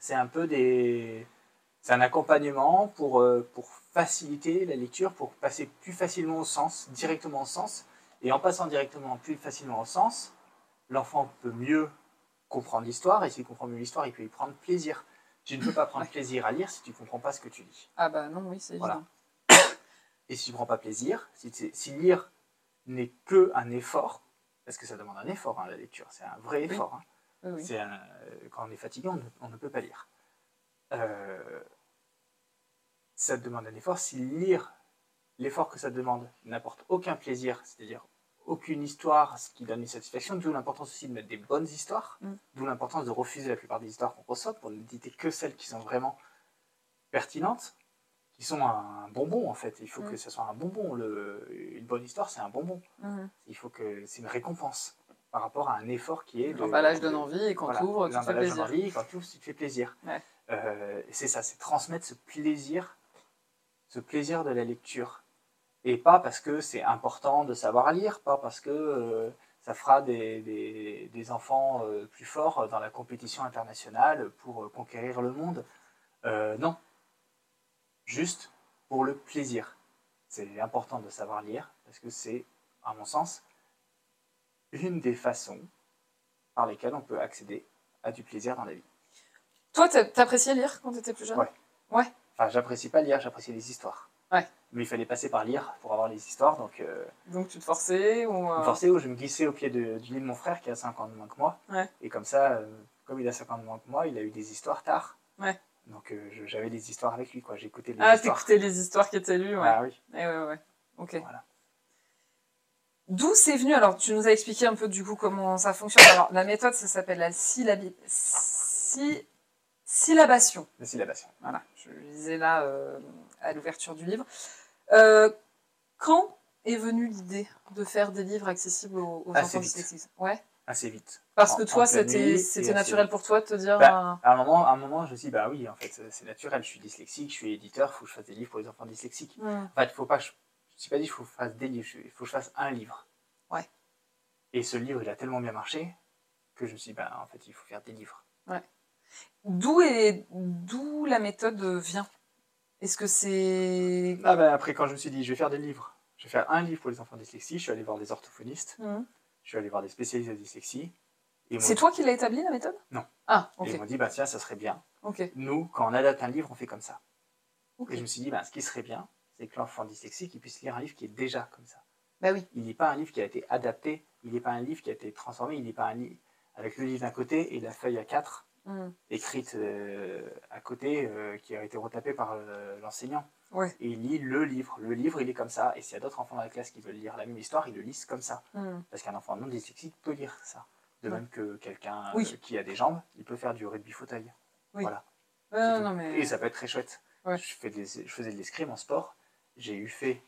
Speaker 2: c'est un peu des, c'est un accompagnement pour euh, pour faciliter la lecture, pour passer plus facilement au sens, directement au sens, et en passant directement plus facilement au sens, l'enfant peut mieux comprendre l'histoire, et s'il comprend mieux l'histoire, il peut y prendre plaisir. Tu ne peux pas prendre plaisir à lire si tu ne comprends pas ce que tu lis.
Speaker 1: Ah bah non, oui, c'est
Speaker 2: Voilà.
Speaker 1: évident.
Speaker 2: Et si tu ne prends pas plaisir, si, t'es- si lire n'est que un effort, parce que ça demande un effort, hein, la lecture, c'est un vrai
Speaker 1: Oui.
Speaker 2: effort. hein.
Speaker 1: Oui, oui.
Speaker 2: C'est un- euh, quand on est fatigué, on ne, on ne peut pas lire. Euh, ça demande un effort. Si lire, l'effort que ça demande n'apporte aucun plaisir, c'est-à-dire aucune histoire, ce qui donne une satisfaction, d'où l'importance aussi de mettre des bonnes histoires,
Speaker 1: Mm.
Speaker 2: d'où l'importance de refuser la plupart des histoires qu'on reçoit pour n'éditer que celles qui sont vraiment pertinentes, qui sont un bonbon en fait. Il faut
Speaker 1: Mm.
Speaker 2: que ça soit un bonbon. Le- une bonne histoire, c'est un bonbon.
Speaker 1: Mhm.
Speaker 2: Il faut que c'est une récompense par rapport à un effort qui est. de-
Speaker 1: L'emballage bah donne envie et quand
Speaker 2: voilà,
Speaker 1: t'ouvres, tu te fais
Speaker 2: l'emballage
Speaker 1: plaisir.
Speaker 2: en envie, quand tu ouvres, tu te fais plaisir.
Speaker 1: Ouais.
Speaker 2: Euh, c'est ça, c'est transmettre ce plaisir ce plaisir de la lecture. Et pas parce que c'est important de savoir lire, pas parce que euh, ça fera des, des- des enfants euh, plus forts dans la compétition internationale pour euh, conquérir le monde. Euh, non. Juste pour le plaisir. C'est important de savoir lire, parce que c'est, à mon sens, une des façons par lesquelles on peut accéder à du plaisir dans la vie.
Speaker 1: Toi, t'a- t'appréciais lire quand t'étais plus jeune
Speaker 2: Ouais. Enfin, j'apprécie pas lire, j'apprécie les histoires.
Speaker 1: Ouais.
Speaker 2: Mais il fallait passer par lire pour avoir les histoires, donc euh,
Speaker 1: Donc tu te forçais ou...
Speaker 2: me
Speaker 1: euh,
Speaker 2: forçais ou je me glissais au pied de- du lit de mon frère qui a 5 ans de moins que moi.
Speaker 1: Ouais.
Speaker 2: Et comme ça, euh, comme il a 5 ans de moins que moi, il a eu des histoires tard.
Speaker 1: Ouais.
Speaker 2: Donc euh, je- j'avais des histoires avec lui, quoi. J'écoutais les
Speaker 1: Ah,
Speaker 2: histoires.
Speaker 1: t'écoutais les histoires qui étaient lues, ouais.
Speaker 2: Ah oui.
Speaker 1: Eh ouais, ouais. Ok.
Speaker 2: Voilà.
Speaker 1: D'où c'est venu Alors, tu nous as expliqué un peu du coup comment ça fonctionne. Alors, la méthode, ça s'appelle la syllabi... sy- syllabation.
Speaker 2: La syllabation.
Speaker 1: Voilà, je le lisais là euh, à l'ouverture du livre. Euh, quand est venue l'idée de faire des livres accessibles aux, aux
Speaker 2: Assez
Speaker 1: enfants
Speaker 2: vite.
Speaker 1: dyslexiques Ouais.
Speaker 2: Assez vite.
Speaker 1: Parce
Speaker 2: En-
Speaker 1: que
Speaker 2: en
Speaker 1: toi,
Speaker 2: pleine
Speaker 1: c'était
Speaker 2: nuit, et
Speaker 1: c'était
Speaker 2: assez
Speaker 1: naturel
Speaker 2: vite.
Speaker 1: pour toi de te dire.
Speaker 2: Bah,
Speaker 1: euh,
Speaker 2: À un moment, à un moment, je me suis dit, bah oui, en fait, c'est- c'est naturel. Je suis dyslexique, je suis éditeur, faut que je fasse des livres pour les enfants dyslexiques.
Speaker 1: hmm.
Speaker 2: En fait, faut pas. Je ne suis pas dit il faut que je fasse des livres, je- il faut que je fasse un livre.
Speaker 1: Ouais.
Speaker 2: Et ce livre, il a tellement bien marché que je me suis dit, bah, en fait, il faut faire des livres.
Speaker 1: D'où est d'où la méthode vient Est-ce que c'est
Speaker 2: Ah bah, après, quand je me suis dit, je vais faire des livres, je vais faire un livre pour les enfants dyslexiques, je suis allé voir des orthophonistes,
Speaker 1: Mhm.
Speaker 2: je suis allé voir des spécialistes de dyslexie. et ils m'ont
Speaker 1: c'est
Speaker 2: dit-
Speaker 1: toi qui l'as établi la méthode
Speaker 2: Non.
Speaker 1: Ah,
Speaker 2: et
Speaker 1: ok,
Speaker 2: ils m'ont dit, bah tiens, ça serait bien.
Speaker 1: ok,
Speaker 2: Nous, quand on adapte un livre, on fait comme ça.
Speaker 1: ok.
Speaker 2: Et je me suis dit, bah, ce qui serait bien, c'est que l'enfant dyslexique il puisse lire un livre qui est déjà comme ça.
Speaker 1: Bah oui.
Speaker 2: Il n'est pas un livre qui a été adapté, il n'est pas un livre qui a été transformé, il n'est pas un livre avec le livre d'un côté et la feuille à quatre
Speaker 1: Hmm.
Speaker 2: écrite euh, à côté euh, qui a été retapée par euh, l'enseignant.
Speaker 1: Ouais.
Speaker 2: Et il lit le livre. Le livre, il est comme ça. Et s'il y a d'autres enfants dans la classe qui veulent lire la même histoire, ils le lisent comme ça.
Speaker 1: Hmm.
Speaker 2: Parce qu'un enfant non dyslexique peut lire ça. De
Speaker 1: Ouais.
Speaker 2: même que quelqu'un euh,
Speaker 1: Oui.
Speaker 2: qui a des jambes, il peut faire du rugby fauteuil.
Speaker 1: Ouais,
Speaker 2: C'est tout.
Speaker 1: Ah, non, mais...
Speaker 2: Et ça peut être très chouette.
Speaker 1: Ouais.
Speaker 2: Je, fais des- je faisais de l'escrime en sport. J'ai eu fait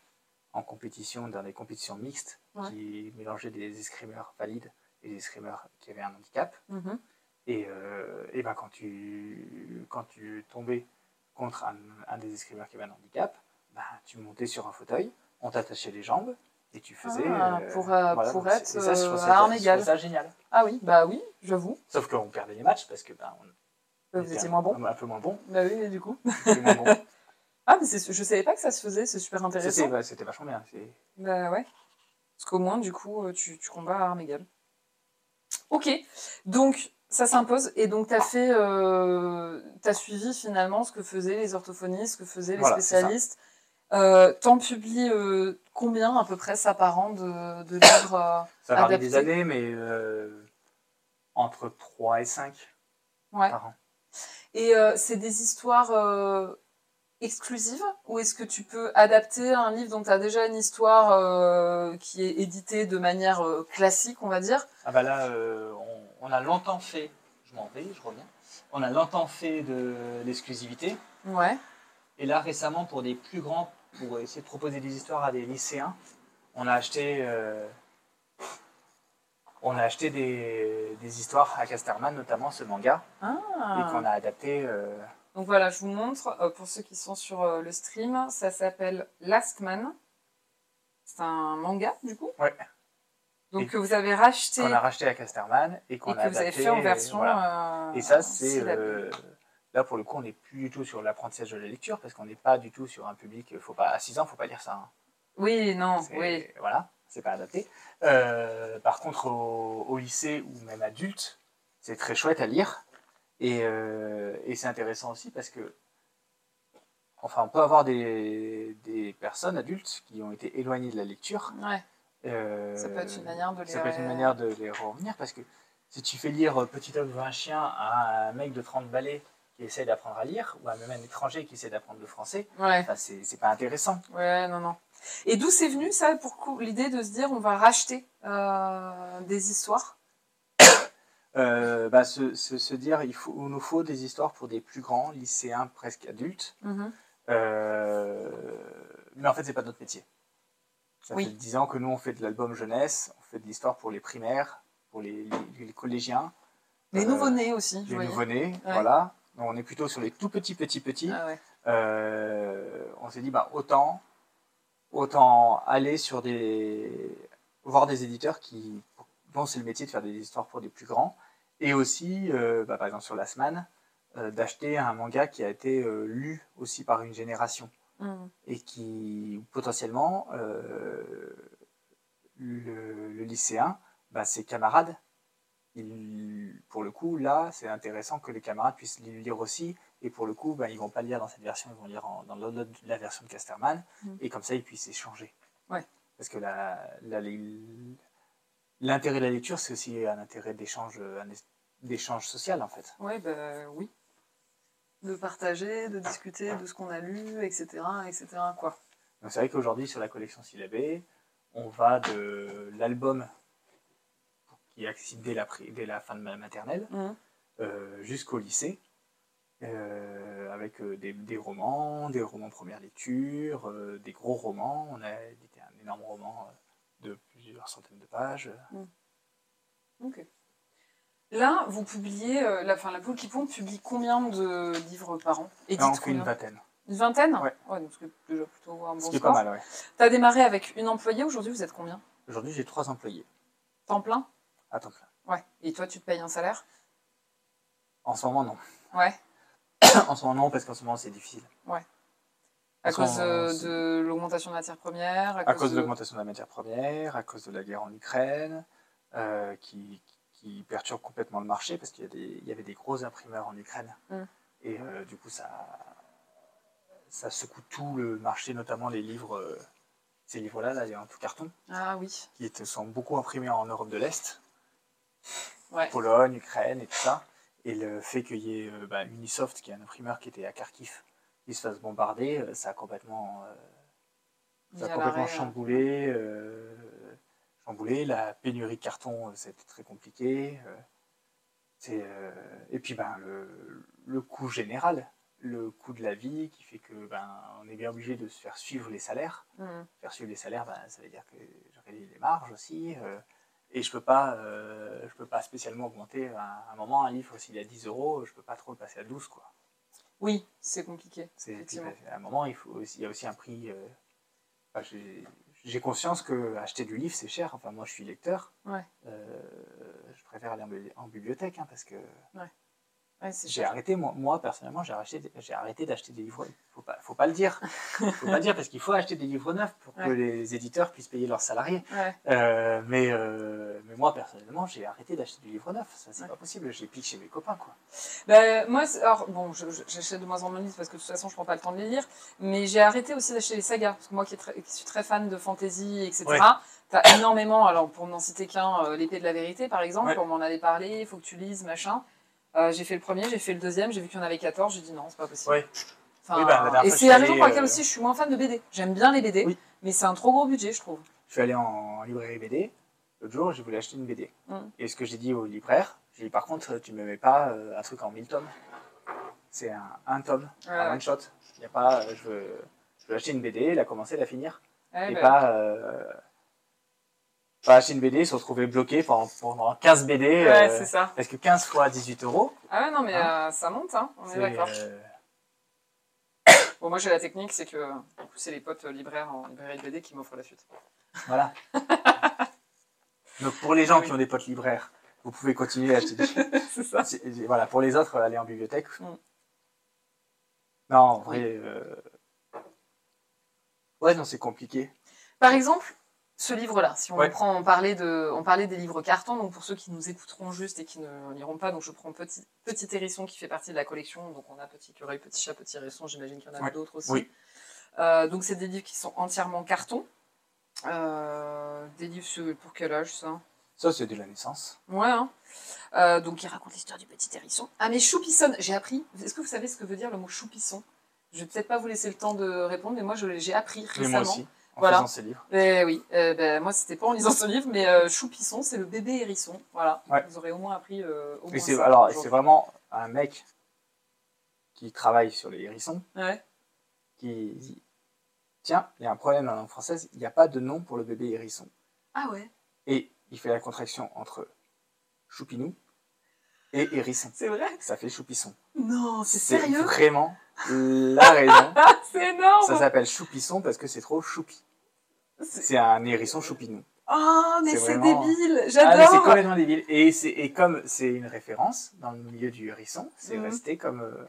Speaker 2: en compétition, dans des compétitions mixtes,
Speaker 1: Ouais.
Speaker 2: qui mélangeaient des escrimeurs valides et des escrimeurs qui avaient un handicap.
Speaker 1: Mhm.
Speaker 2: Et, euh, et ben quand, tu, quand tu tombais contre un, un des escrimeurs qui avait un handicap, ben, tu montais sur un fauteuil, on t'attachait les jambes et tu faisais.
Speaker 1: Ah,
Speaker 2: euh,
Speaker 1: pour, euh, pour
Speaker 2: donc c'est-
Speaker 1: être,
Speaker 2: et ça, je
Speaker 1: euh,
Speaker 2: trouve ça,
Speaker 1: à
Speaker 2: je
Speaker 1: armes
Speaker 2: trouve
Speaker 1: égales.
Speaker 2: ça génial.
Speaker 1: Ah oui, bah oui, j'avoue.
Speaker 2: Sauf qu'on perdait les matchs parce que ben, on
Speaker 1: Bah, Vous étiez moins bon.
Speaker 2: un, un peu moins bon.
Speaker 1: Bah oui, mais du coup.
Speaker 2: on était moins bon.
Speaker 1: Ah, mais c'est- je savais pas que ça se faisait, c'est super
Speaker 2: C'était
Speaker 1: intéressant.
Speaker 2: bah, c'était vachement bien. c'est-
Speaker 1: Bah ouais. Parce qu'au moins, du coup, euh, tu, tu combats à armes égales. Ok, donc ça s'impose. Et donc, t'as fait. euh, t'as suivi finalement ce que faisaient les orthophonistes, ce que faisaient les
Speaker 2: Voilà, c'est ça.
Speaker 1: spécialistes. Euh, T'en publies euh, combien à peu près ça par an de, de livres euh,
Speaker 2: Ça varie des
Speaker 1: Adapté.
Speaker 2: années, mais euh, entre 3 et 5
Speaker 1: Ouais.
Speaker 2: par an.
Speaker 1: Et euh, c'est des histoires euh, exclusives ou est-ce que tu peux adapter un livre dont tu as déjà une histoire euh, qui est éditée de manière euh, classique, on va dire
Speaker 2: Ah bah là, euh, on, on a longtemps fait, je m'en vais, je reviens, on a longtemps fait de l'exclusivité.
Speaker 1: Ouais.
Speaker 2: Et là, récemment, pour des plus grands, pour essayer de proposer des histoires à des lycéens, on a acheté, euh, on a acheté des, des histoires à Casterman, notamment ce manga,
Speaker 1: Ah.
Speaker 2: et qu'on a adapté. euh,
Speaker 1: Donc voilà, je vous montre, euh, pour ceux qui sont sur euh, le stream, ça s'appelle Last Man. C'est un manga, du coup
Speaker 2: Ouais.
Speaker 1: Donc
Speaker 2: Et
Speaker 1: que vous avez racheté
Speaker 2: qu'on a racheté à Casterman et qu'on
Speaker 1: et
Speaker 2: a
Speaker 1: que vous avez
Speaker 2: adapté,
Speaker 1: fait en version...
Speaker 2: voilà.
Speaker 1: euh,
Speaker 2: Et ça, c'est.
Speaker 1: syllabe.
Speaker 2: euh, là, pour le coup, on n'est plus du tout sur l'apprentissage de la lecture, parce qu'on n'est pas du tout sur un public. Faut pas, à 6 ans, faut pas lire ça. hein.
Speaker 1: Oui, non,
Speaker 2: C'est-
Speaker 1: oui.
Speaker 2: Voilà, c'est pas adapté. Euh, par contre, au, au lycée ou même adulte, c'est très chouette à lire. Et, euh, et c'est intéressant aussi parce que. Enfin, on peut avoir des, des personnes adultes qui ont été éloignées de la lecture.
Speaker 1: Ouais,
Speaker 2: euh,
Speaker 1: ça peut être une manière de les...
Speaker 2: ça peut être une manière de les revenir parce que si tu fais lire euh, Petit homme veut un chien à un mec de 30 balais qui essaie d'apprendre à lire ou à même un étranger qui essaie d'apprendre le français,
Speaker 1: Ouais.
Speaker 2: bah, c'est c'est pas intéressant.
Speaker 1: Ouais, non, non. Et d'où c'est venu ça, pour coup- l'idée de se dire on va racheter euh, des histoires
Speaker 2: Euh, bah, se, se- se dire il faut, il nous faut des histoires pour des plus grands, lycéens, presque adultes. Euh, mais en fait, c'est pas notre métier. Ça
Speaker 1: Oui.
Speaker 2: fait 10 ans que nous, on fait de l'album jeunesse, on fait de l'histoire pour les primaires, pour les, les- les collégiens,
Speaker 1: Les
Speaker 2: Euh,
Speaker 1: nouveaux-nés aussi, je
Speaker 2: les
Speaker 1: voyais.
Speaker 2: nouveau-nés. Voilà. Donc, on est plutôt sur les tout petits, petits, petits.
Speaker 1: Ah ouais.
Speaker 2: euh, on s'est dit bah, autant, autant aller sur des. voir des éditeurs qui, dont c'est le métier de faire des histoires pour des plus grands, et aussi, euh, bah, par exemple sur la semaine, euh, d'acheter un manga qui a été euh, lu aussi par une génération
Speaker 3: Mm.
Speaker 2: et qui potentiellement euh, le, le lycéen, bah, ses camarades, il- pour le coup là c'est intéressant que les camarades puissent le lire aussi et pour le coup bah, ils vont pas lire dans cette version, ils vont lire en- dans l'autre- la version de Casterman
Speaker 3: Mm.
Speaker 2: et comme ça ils puissent échanger.
Speaker 1: Ouais.
Speaker 2: Parce que la- la- les- l'intérêt de la lecture c'est aussi un intérêt d'échange, euh, un es- d'échange social en fait.
Speaker 1: Ouais, bah oui.
Speaker 3: de partager, de discuter de ce qu'on a lu, etc. etc. quoi.
Speaker 2: Donc c'est vrai qu'aujourd'hui, sur la collection syllabée, on va de l'album qui est accessible dès la, pri- dès la fin de la maternelle
Speaker 3: Mhm.
Speaker 2: euh, jusqu'au lycée, euh, avec euh, des, des romans, des romans première lecture, euh, des gros romans. On a édité un énorme roman euh, de plusieurs centaines de pages.
Speaker 1: Ok. Là, vous publiez, euh, la, fin, la poule qui pompe publie combien de livres par an Et
Speaker 2: Là, on fait euh, une vingtaine,
Speaker 1: Une vingtaine
Speaker 2: Ouais.
Speaker 1: donc c'est déjà plutôt un bon
Speaker 2: ce qui est
Speaker 1: score.
Speaker 2: pas mal. ouais.
Speaker 1: T'as démarré avec une employée, aujourd'hui vous êtes combien
Speaker 2: Aujourd'hui, j'ai trois employés
Speaker 1: Temps plein
Speaker 2: à temps plein.
Speaker 1: Ouais. Et toi, tu te payes un salaire
Speaker 2: En ce moment, non.
Speaker 1: Ouais.
Speaker 2: en ce moment, non, parce qu'en ce moment, c'est difficile.
Speaker 1: À
Speaker 2: Parce
Speaker 1: cause
Speaker 2: qu'on-
Speaker 1: euh,
Speaker 2: c'est-
Speaker 1: de l'augmentation de matières premières
Speaker 2: À cause de l'augmentation de la matière première, à cause de la guerre en Ukraine, euh, qui, qui perturbe complètement le marché parce qu'il y, a des- il y avait des gros imprimeurs en Ukraine.
Speaker 1: Mm.
Speaker 2: Et euh, du coup, ça, ça secoue tout le marché, notamment les livres, euh, ces livres-là, là, il y a un tout carton,
Speaker 1: Ah oui.
Speaker 2: qui étaient- sont beaucoup imprimés en Europe de l'Est,
Speaker 1: Ouais.
Speaker 2: Pologne, Ukraine et tout ça. Et le fait qu'il y ait euh, bah, Unisoft, qui est un imprimeur qui était à Kharkiv, qui se fasse bombarder, euh, ça a complètement. euh, ça a
Speaker 1: Mis à
Speaker 2: complètement
Speaker 1: l'arrêt, euh.
Speaker 2: chamboulé, euh, chamboulé. La pénurie de carton, euh, c'était très compliqué. euh, c'est, euh, et puis ben, le, le coût général, le coût de la vie qui fait que ben, on est bien obligé de se faire suivre les salaires.
Speaker 1: Mhm.
Speaker 2: Faire suivre les salaires, ben, ça veut dire que je réduis les marges aussi. euh, et je peux pas, euh, je peux pas spécialement augmenter à un moment un livre s'il est à 10 euros, je peux pas trop le passer à 12 quoi.
Speaker 1: Oui, c'est compliqué.
Speaker 2: C'est puis,
Speaker 1: Effectivement.
Speaker 2: bah, à un moment, il, faut aussi- il y a aussi un prix. euh, enfin, j'ai- J'ai conscience que acheter du livre, c'est cher. Enfin, moi, je suis lecteur.
Speaker 1: Ouais.
Speaker 2: Euh, je préfère aller en, bibli- en bibliothèque hein, parce que
Speaker 1: Ouais, c'est
Speaker 2: j'ai
Speaker 1: cher.
Speaker 2: arrêté, moi, moi, personnellement, j'ai arrêté, j'ai arrêté d'acheter des livres. Faut pas, faut pas le dire. Faut pas le dire parce qu'il faut acheter des livres neufs pour que
Speaker 1: Ouais.
Speaker 2: les éditeurs puissent payer leurs salariés.
Speaker 1: Ouais.
Speaker 2: Euh, mais, euh, mais moi, personnellement, j'ai arrêté d'acheter du livre neuf. Ça, c'est
Speaker 1: Ouais.
Speaker 2: pas possible. J'ai piqué chez mes copains, quoi.
Speaker 1: Ben, moi, c'est- alors, bon, je- je- j'achète de moins en moins de livres parce que de toute façon, je prends pas le temps de les lire. Mais j'ai arrêté aussi d'acheter les sagas. Parce que moi qui, est très- qui suis très fan de fantasy, etc.,
Speaker 2: Ouais.
Speaker 1: t'as énormément. Alors, pour n'en citer qu'un, euh, L'épée de la vérité, par exemple,
Speaker 2: Ouais.
Speaker 1: on m'en avait parlé, il faut que tu lises, machin. Euh, j'ai fait le premier, j'ai fait le deuxième, j'ai vu qu'il y en avait 14, j'ai dit non, c'est pas possible.
Speaker 2: Ouais.
Speaker 1: Enfin,
Speaker 2: Oui, ben, la dernière
Speaker 1: et c'est
Speaker 2: fois, je
Speaker 1: la
Speaker 2: suis
Speaker 1: raison
Speaker 2: allé,
Speaker 1: pour laquelle
Speaker 2: euh,
Speaker 1: aussi je suis moins fan de BD. J'aime bien les BD,
Speaker 2: Oui.
Speaker 1: mais c'est un trop gros budget, je trouve.
Speaker 2: Je suis allé en librairie BD. L'autre jour, je voulais acheter une BD.
Speaker 1: Mm.
Speaker 2: Et ce que j'ai dit au libraire, j'ai dit par contre, tu me mets pas euh, un truc en 1000 tomes. C'est un, un tome, un
Speaker 1: Ah Ouais,
Speaker 2: one shot. Il y a pas, euh, je, veux, je veux acheter une BD, la commencer, la finir.
Speaker 1: Ouais,
Speaker 2: et
Speaker 1: ben,
Speaker 2: pas, euh, pas acheter une BD, se retrouver bloqué pendant, pendant 15 BD.
Speaker 1: ouais,
Speaker 2: euh,
Speaker 1: c'est ça.
Speaker 2: parce que 15 fois 18 euros,
Speaker 1: Ah ouais, non, mais euh, ça monte, hein, on est,
Speaker 2: c'est,
Speaker 1: d'accord.
Speaker 2: euh,
Speaker 1: Bon, moi, j'ai la technique, c'est que euh, du coup, c'est les potes euh, libraires en librairie de BD qui m'offrent la suite.
Speaker 2: voilà. Donc pour les gens
Speaker 1: Ah Oui.
Speaker 2: qui ont des potes libraires, vous pouvez continuer à acheter des
Speaker 1: c'est ça.
Speaker 2: C'est- c'est- voilà, pour les autres, aller en bibliothèque.
Speaker 1: Mm.
Speaker 2: Non, en vrai. euh, Ouais, non, c'est compliqué.
Speaker 1: Par exemple, ce livre-là, si on
Speaker 2: Ouais.
Speaker 1: le prend, on parlait, de, on parlait des livres cartons, donc pour ceux qui nous écouteront juste et qui ne liront pas, donc je prends Petit, Petit Hérisson qui fait partie de la collection, donc on a Petit Écureuil, Petit Chat, Petit Hérisson, j'imagine qu'il y en a
Speaker 2: Ouais.
Speaker 1: d'autres aussi.
Speaker 2: Oui.
Speaker 1: Euh, donc c'est des livres qui sont entièrement cartons. Euh, des livres sur- pour quel âge ça
Speaker 2: Ça, c'est de la naissance.
Speaker 1: Ouais. hein. Euh, donc, il raconte l'histoire du petit hérisson. Ah, mais choupisson, j'ai appris. Est-ce que vous savez ce que veut dire le mot choupisson Je vais peut-être pas vous laisser le temps de répondre, mais moi, je l'ai- j'ai appris
Speaker 2: Mais
Speaker 1: récemment.
Speaker 2: moi aussi, en
Speaker 1: Voilà.
Speaker 2: faisant ces livres.
Speaker 1: Eh oui, euh, ben, moi, c'était pas en lisant ce livre, mais euh, choupisson, c'est le bébé hérisson. Voilà.
Speaker 2: Ouais.
Speaker 1: Vous aurez au moins appris. euh, au moins
Speaker 2: Et c'est,
Speaker 1: ça
Speaker 2: alors, et c'est
Speaker 1: aujourd'hui.
Speaker 2: vraiment un mec qui travaille sur les hérissons
Speaker 1: Ouais.
Speaker 2: qui dit Tiens, il y a un problème en langue française, il n'y a pas de nom pour le bébé hérisson.
Speaker 1: Ah ouais.
Speaker 2: Et il fait la contraction entre choupinou et hérisson.
Speaker 1: C'est vrai
Speaker 2: Ça fait choupisson.
Speaker 3: Non, c'est
Speaker 2: C'est
Speaker 3: sérieux
Speaker 2: vraiment la raison.
Speaker 1: Ah, c'est énorme
Speaker 2: Ça s'appelle choupisson parce que c'est trop choupi.
Speaker 1: C'est-
Speaker 2: C'est un hérisson choupinou.
Speaker 1: Oh, mais
Speaker 2: C'est
Speaker 1: c'est
Speaker 2: vraiment-
Speaker 1: débile
Speaker 2: Ah, mais c'est
Speaker 1: J'adore
Speaker 2: complètement débile. Et, c'est- et comme c'est une référence dans le milieu du hérisson, c'est
Speaker 1: Mhm.
Speaker 2: resté comme euh,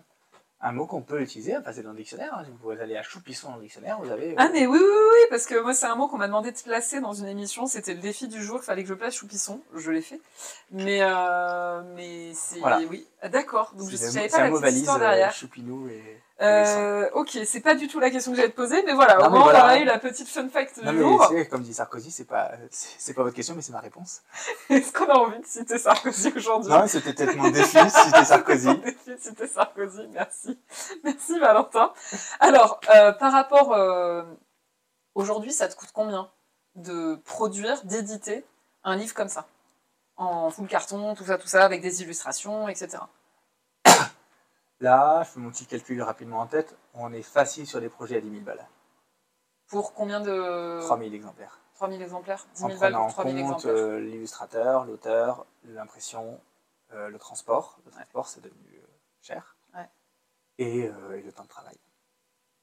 Speaker 2: un mot qu'on peut utiliser. Enfin, c'est dans le dictionnaire. hein. Si Vous allez à choupisson dans le dictionnaire, vous avez. euh,
Speaker 1: Ah, mais oui, oui, oui, parce que moi, c'est un mot qu'on m'a demandé de placer dans une émission. C'était le défi du jour. Il fallait que je place Choupisson. Je l'ai fait. Mais, euh, mais c'est.
Speaker 2: Voilà.
Speaker 1: Oui, Ah, d'accord. Donc, je
Speaker 2: c'est
Speaker 1: savais
Speaker 2: c'est un
Speaker 1: pas la
Speaker 2: mot
Speaker 1: petite
Speaker 2: valise
Speaker 1: histoire
Speaker 2: euh,
Speaker 1: derrière.
Speaker 2: choupinou et. hérisson.
Speaker 1: Euh, ok, c'est pas du tout la question que j'allais te poser, mais voilà,
Speaker 2: Non,
Speaker 1: au
Speaker 2: mais
Speaker 1: moins on
Speaker 2: voilà.
Speaker 1: a eu la petite fun fact
Speaker 2: Non,
Speaker 1: du
Speaker 2: mais
Speaker 1: jour.
Speaker 2: tu sais, comme dit Sarkozy, c'est pas, c'est c'est pas votre question, mais c'est ma réponse.
Speaker 1: Est-ce qu'on a envie de citer Sarkozy aujourd'hui
Speaker 2: Non, c'était peut-être mon défi, c'était Ah, Sarkozy.
Speaker 1: C'était Sarkozy, merci. Merci Valentin. Alors, euh, par rapport... euh, Aujourd'hui, ça te coûte combien de produire, d'éditer un livre comme ça En full carton, tout ça, tout ça, avec des illustrations, etc.
Speaker 2: Là, je fais mon petit calcul rapidement en tête. On est facile sur des projets à 10 000 balles.
Speaker 1: Pour combien de...
Speaker 2: 3 000 exemplaires.
Speaker 1: 3 000 exemplaires 10
Speaker 2: En
Speaker 1: 000 Euh, balles
Speaker 2: prenant
Speaker 1: pour 3
Speaker 2: en
Speaker 1: 000
Speaker 2: compte
Speaker 1: exemplaires.
Speaker 2: euh, l'illustrateur, l'auteur, l'impression, euh, le transport. Le transport, c'est devenu euh, cher.
Speaker 1: Ouais.
Speaker 2: Et, euh, et le temps de travail.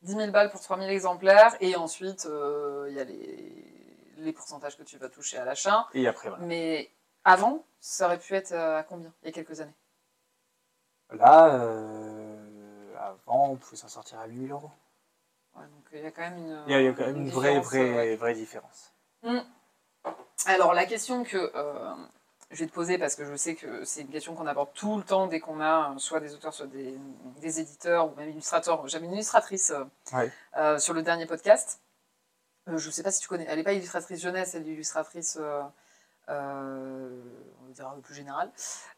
Speaker 1: 10 000 balles pour 3 000 exemplaires, et ensuite, euh, il y a les... les pourcentages que tu vas toucher à l'achat.
Speaker 2: Et après, voilà.
Speaker 1: Mais avant, ça aurait pu être euh, à combien, il y a quelques années
Speaker 2: Là, euh, avant, on pouvait s'en sortir à 8 000 euros.
Speaker 1: Ouais, donc il y a quand même une,
Speaker 2: Il y a, il y a quand même une vraie,
Speaker 1: différence,
Speaker 2: vraie,
Speaker 1: ouais.
Speaker 2: vraie différence.
Speaker 1: Alors la question que euh, je vais te poser, parce que je sais que c'est une question qu'on aborde tout le temps dès qu'on a euh, soit des auteurs, soit des, des éditeurs, ou même illustrateurs, j'avais une illustratrice euh,
Speaker 2: Ouais.
Speaker 1: euh, sur le dernier podcast. Euh, je ne sais pas si tu connais, elle n'est pas illustratrice jeunesse, elle est illustratrice, euh, euh, on va dire plus générale,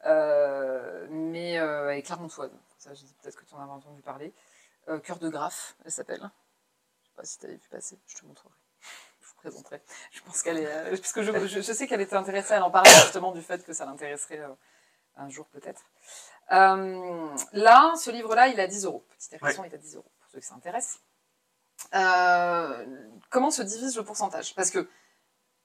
Speaker 1: Euh, mais euh, elle est clermontoise. Ça, je dis peut-être que tu en avais entendu parler. Euh, Cœur de graphe, elle s'appelle. Je sais pas si tu avais vu passer, je te montrerai. Je vous présenterai. Je pense qu'elle est. euh, parce que je, je- je sais qu'elle était intéressée, elle en parlait justement du fait que ça l'intéresserait euh, un jour peut-être. Euh, là, ce livre-là, il a 10 euros. Petite réflexion, il a 10 euros pour ceux qui s'intéressent. Euh, comment se divise le pourcentage Parce que,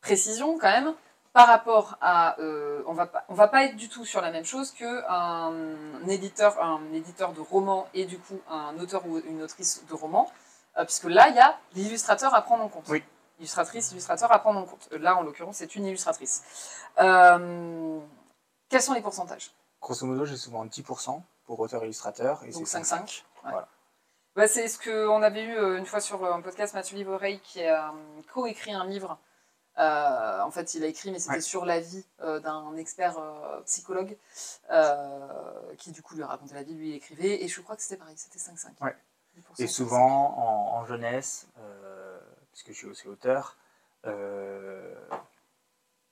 Speaker 1: précision quand même, par rapport à. euh, on va pas- on va pas être du tout sur la même chose qu'un éditeur, un éditeur de roman et du coup un auteur ou une autrice de roman, euh, puisque là, il y a l'illustrateur à prendre en compte.
Speaker 2: Oui.
Speaker 1: Illustratrice, illustrateur à prendre en compte. Euh, Là, en l'occurrence, c'est une illustratrice. Euh, quels sont les pourcentages
Speaker 2: Grosso modo, j'ai souvent 10% pour auteur-illustrateur. et
Speaker 1: Donc
Speaker 2: c'est
Speaker 1: 5-5. ouais.
Speaker 2: Voilà.
Speaker 1: Bah, c'est ce qu'on avait eu euh, une fois sur euh, un podcast, Mathieu Livorey, qui a euh, co-écrit un livre. Euh, en fait, il a écrit, mais c'était
Speaker 2: Ouais.
Speaker 1: sur la vie euh, d'un expert euh, psychologue euh, qui, du coup, lui racontait la vie, lui, il écrivait. Et je crois que c'était pareil, c'était 5-5.
Speaker 2: Ouais.
Speaker 1: 10%,
Speaker 2: Et
Speaker 1: 5-5.
Speaker 2: souvent, en, en jeunesse, euh, puisque je suis aussi auteur, euh,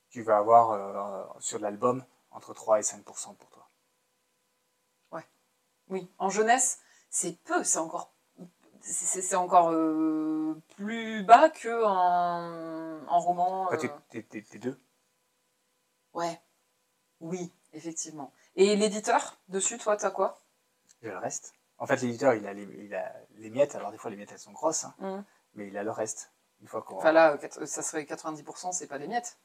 Speaker 2: tu vas avoir euh, sur l'album entre 3 et 5 pour toi.
Speaker 1: Oui, en jeunesse, c'est peu, c'est encore, c'est- c'est c'est encore euh, plus bas que en, en roman.
Speaker 2: Toi, t'es-
Speaker 1: euh,
Speaker 2: t'es- t'es t'es deux.
Speaker 1: Ouais, oui, effectivement. Et l'éditeur, dessus, toi, t'as quoi
Speaker 2: J'ai le reste. En fait, l'éditeur, il, a les- il a les miettes. Alors, des fois, les miettes, elles sont grosses, hein,
Speaker 1: Mhm.
Speaker 2: mais il a le reste. Une fois qu'on.
Speaker 1: Enfin là, euh, quatre- euh, ça serait 90%, c'est pas les miettes.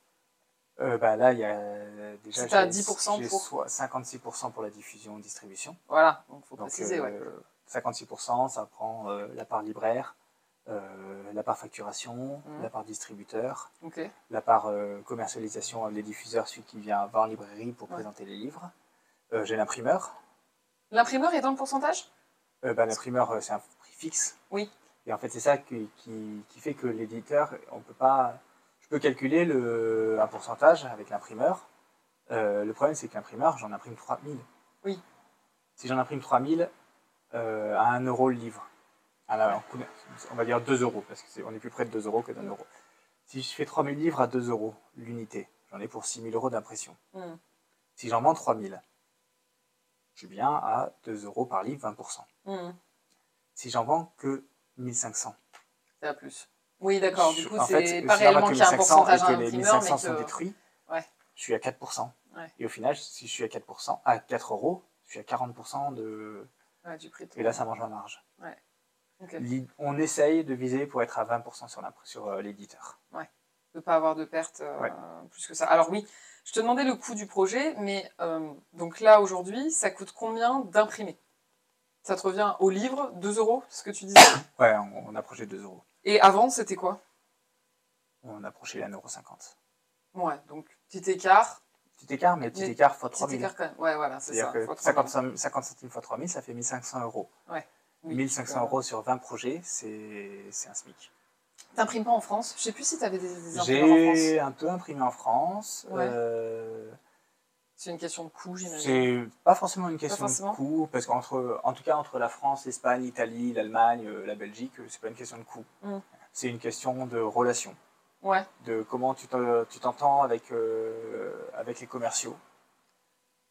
Speaker 2: Euh, bah, là, il y a euh, déjà.
Speaker 1: C'était à
Speaker 2: j'ai-
Speaker 1: 10%
Speaker 2: j'ai
Speaker 1: pour.
Speaker 2: soit 56% pour la diffusion, distribution.
Speaker 1: Voilà, donc faut
Speaker 2: Donc,
Speaker 1: préciser, ouais.
Speaker 2: euh, 56%, ça prend euh, la part libraire, euh, la part facturation,
Speaker 1: Mhm.
Speaker 2: la part distributeur,
Speaker 1: Ok.
Speaker 2: la part euh, commercialisation, euh, les diffuseurs, celui qui vient voir en librairie pour
Speaker 1: Ouais.
Speaker 2: présenter les livres. Euh, J'ai l'imprimeur.
Speaker 1: L'imprimeur est dans le pourcentage
Speaker 2: Euh, bah, l'imprimeur, euh, c'est un prix fixe.
Speaker 1: Oui.
Speaker 2: Et en fait, c'est ça qui, qui- qui fait que l'éditeur, on peut pas. Je peux calculer le, un pourcentage avec l'imprimeur. Euh, le problème, c'est que l'imprimeur, j'en imprime 3000.
Speaker 1: Oui.
Speaker 2: Si j'en imprime 3000, euh, à 1 euro le livre. À la- en coût- on va dire 2 euros, parce qu'on est, plus près de 2 euros que d'un
Speaker 1: Mm.
Speaker 2: euro. Si je fais 3000 livres à 2 euros l'unité, j'en ai pour 6000 euros d'impression.
Speaker 1: Mm.
Speaker 2: Si j'en vends 3000, je suis bien à 2 euros par livre, 20%
Speaker 1: Hmm,
Speaker 2: si j'en vends que 1500.
Speaker 1: C'est à plus. Oui, d'accord. Du
Speaker 2: Je-
Speaker 1: coup,
Speaker 2: en
Speaker 1: c'est
Speaker 2: fait,
Speaker 1: pas
Speaker 2: si j'en vends
Speaker 1: réellement
Speaker 2: que
Speaker 1: qu'il y a un
Speaker 2: 1500
Speaker 1: pourcentage
Speaker 2: et
Speaker 1: à
Speaker 2: que les
Speaker 1: l'imprimeur, mais
Speaker 2: 1500 sont
Speaker 1: que...
Speaker 2: détruits,
Speaker 1: Ouais.
Speaker 2: je suis à 4%.
Speaker 1: Ouais.
Speaker 2: Et au final, si je suis à 4%, à 4 euros, je suis à 40% de...
Speaker 1: Ouais, du prix de
Speaker 2: Et là, ça mange ma marge.
Speaker 1: Ok.
Speaker 2: L'i- On essaye de viser pour être à 20% sur, l'impr- sur euh, l'éditeur.
Speaker 1: ne pas avoir de perte euh,
Speaker 2: Ouais.
Speaker 1: plus que ça. Alors oui, Je te demandais le coût du projet, mais euh, donc là aujourd'hui, ça coûte combien d'imprimer Ça te revient au livre 2 euros, ce que tu disais
Speaker 2: Ouais, on, on approchait 2 euros.
Speaker 1: Et avant, c'était quoi
Speaker 2: On approchait la 1,50€.
Speaker 1: Ouais, donc petit écart,
Speaker 2: Petit écart, mais petit
Speaker 1: Mais
Speaker 2: écart fois
Speaker 1: petit
Speaker 2: 3000.
Speaker 1: écart quand même. Ouais, voilà, c'est ça.
Speaker 2: C'est-à-dire que
Speaker 1: faut
Speaker 2: 50,
Speaker 1: prendre-
Speaker 2: cent- 50 centimes fois 3000, ça fait 1500 euros.
Speaker 1: oui,
Speaker 2: 1500
Speaker 1: euh,
Speaker 2: euros sur 20 projets, c'est c'est un SMIC.
Speaker 1: T'imprimes pas en France Je sais plus si t'avais des, des imprimeurs en France.
Speaker 2: J'ai un peu imprimé en France.
Speaker 1: Ouais.
Speaker 2: euh,
Speaker 1: C'est une question de coût, j'imagine.
Speaker 2: c'est pas forcément une question
Speaker 1: forcément.
Speaker 2: de coût, parce qu'entre, en tout cas, entre la France, l'Espagne, l'Italie, l'Allemagne, euh, la Belgique, euh, c'est pas une question de coût.
Speaker 1: Mm.
Speaker 2: C'est une question de relation,
Speaker 1: Ouais,
Speaker 2: de comment tu te- tu t'entends avec, euh, avec les commerciaux,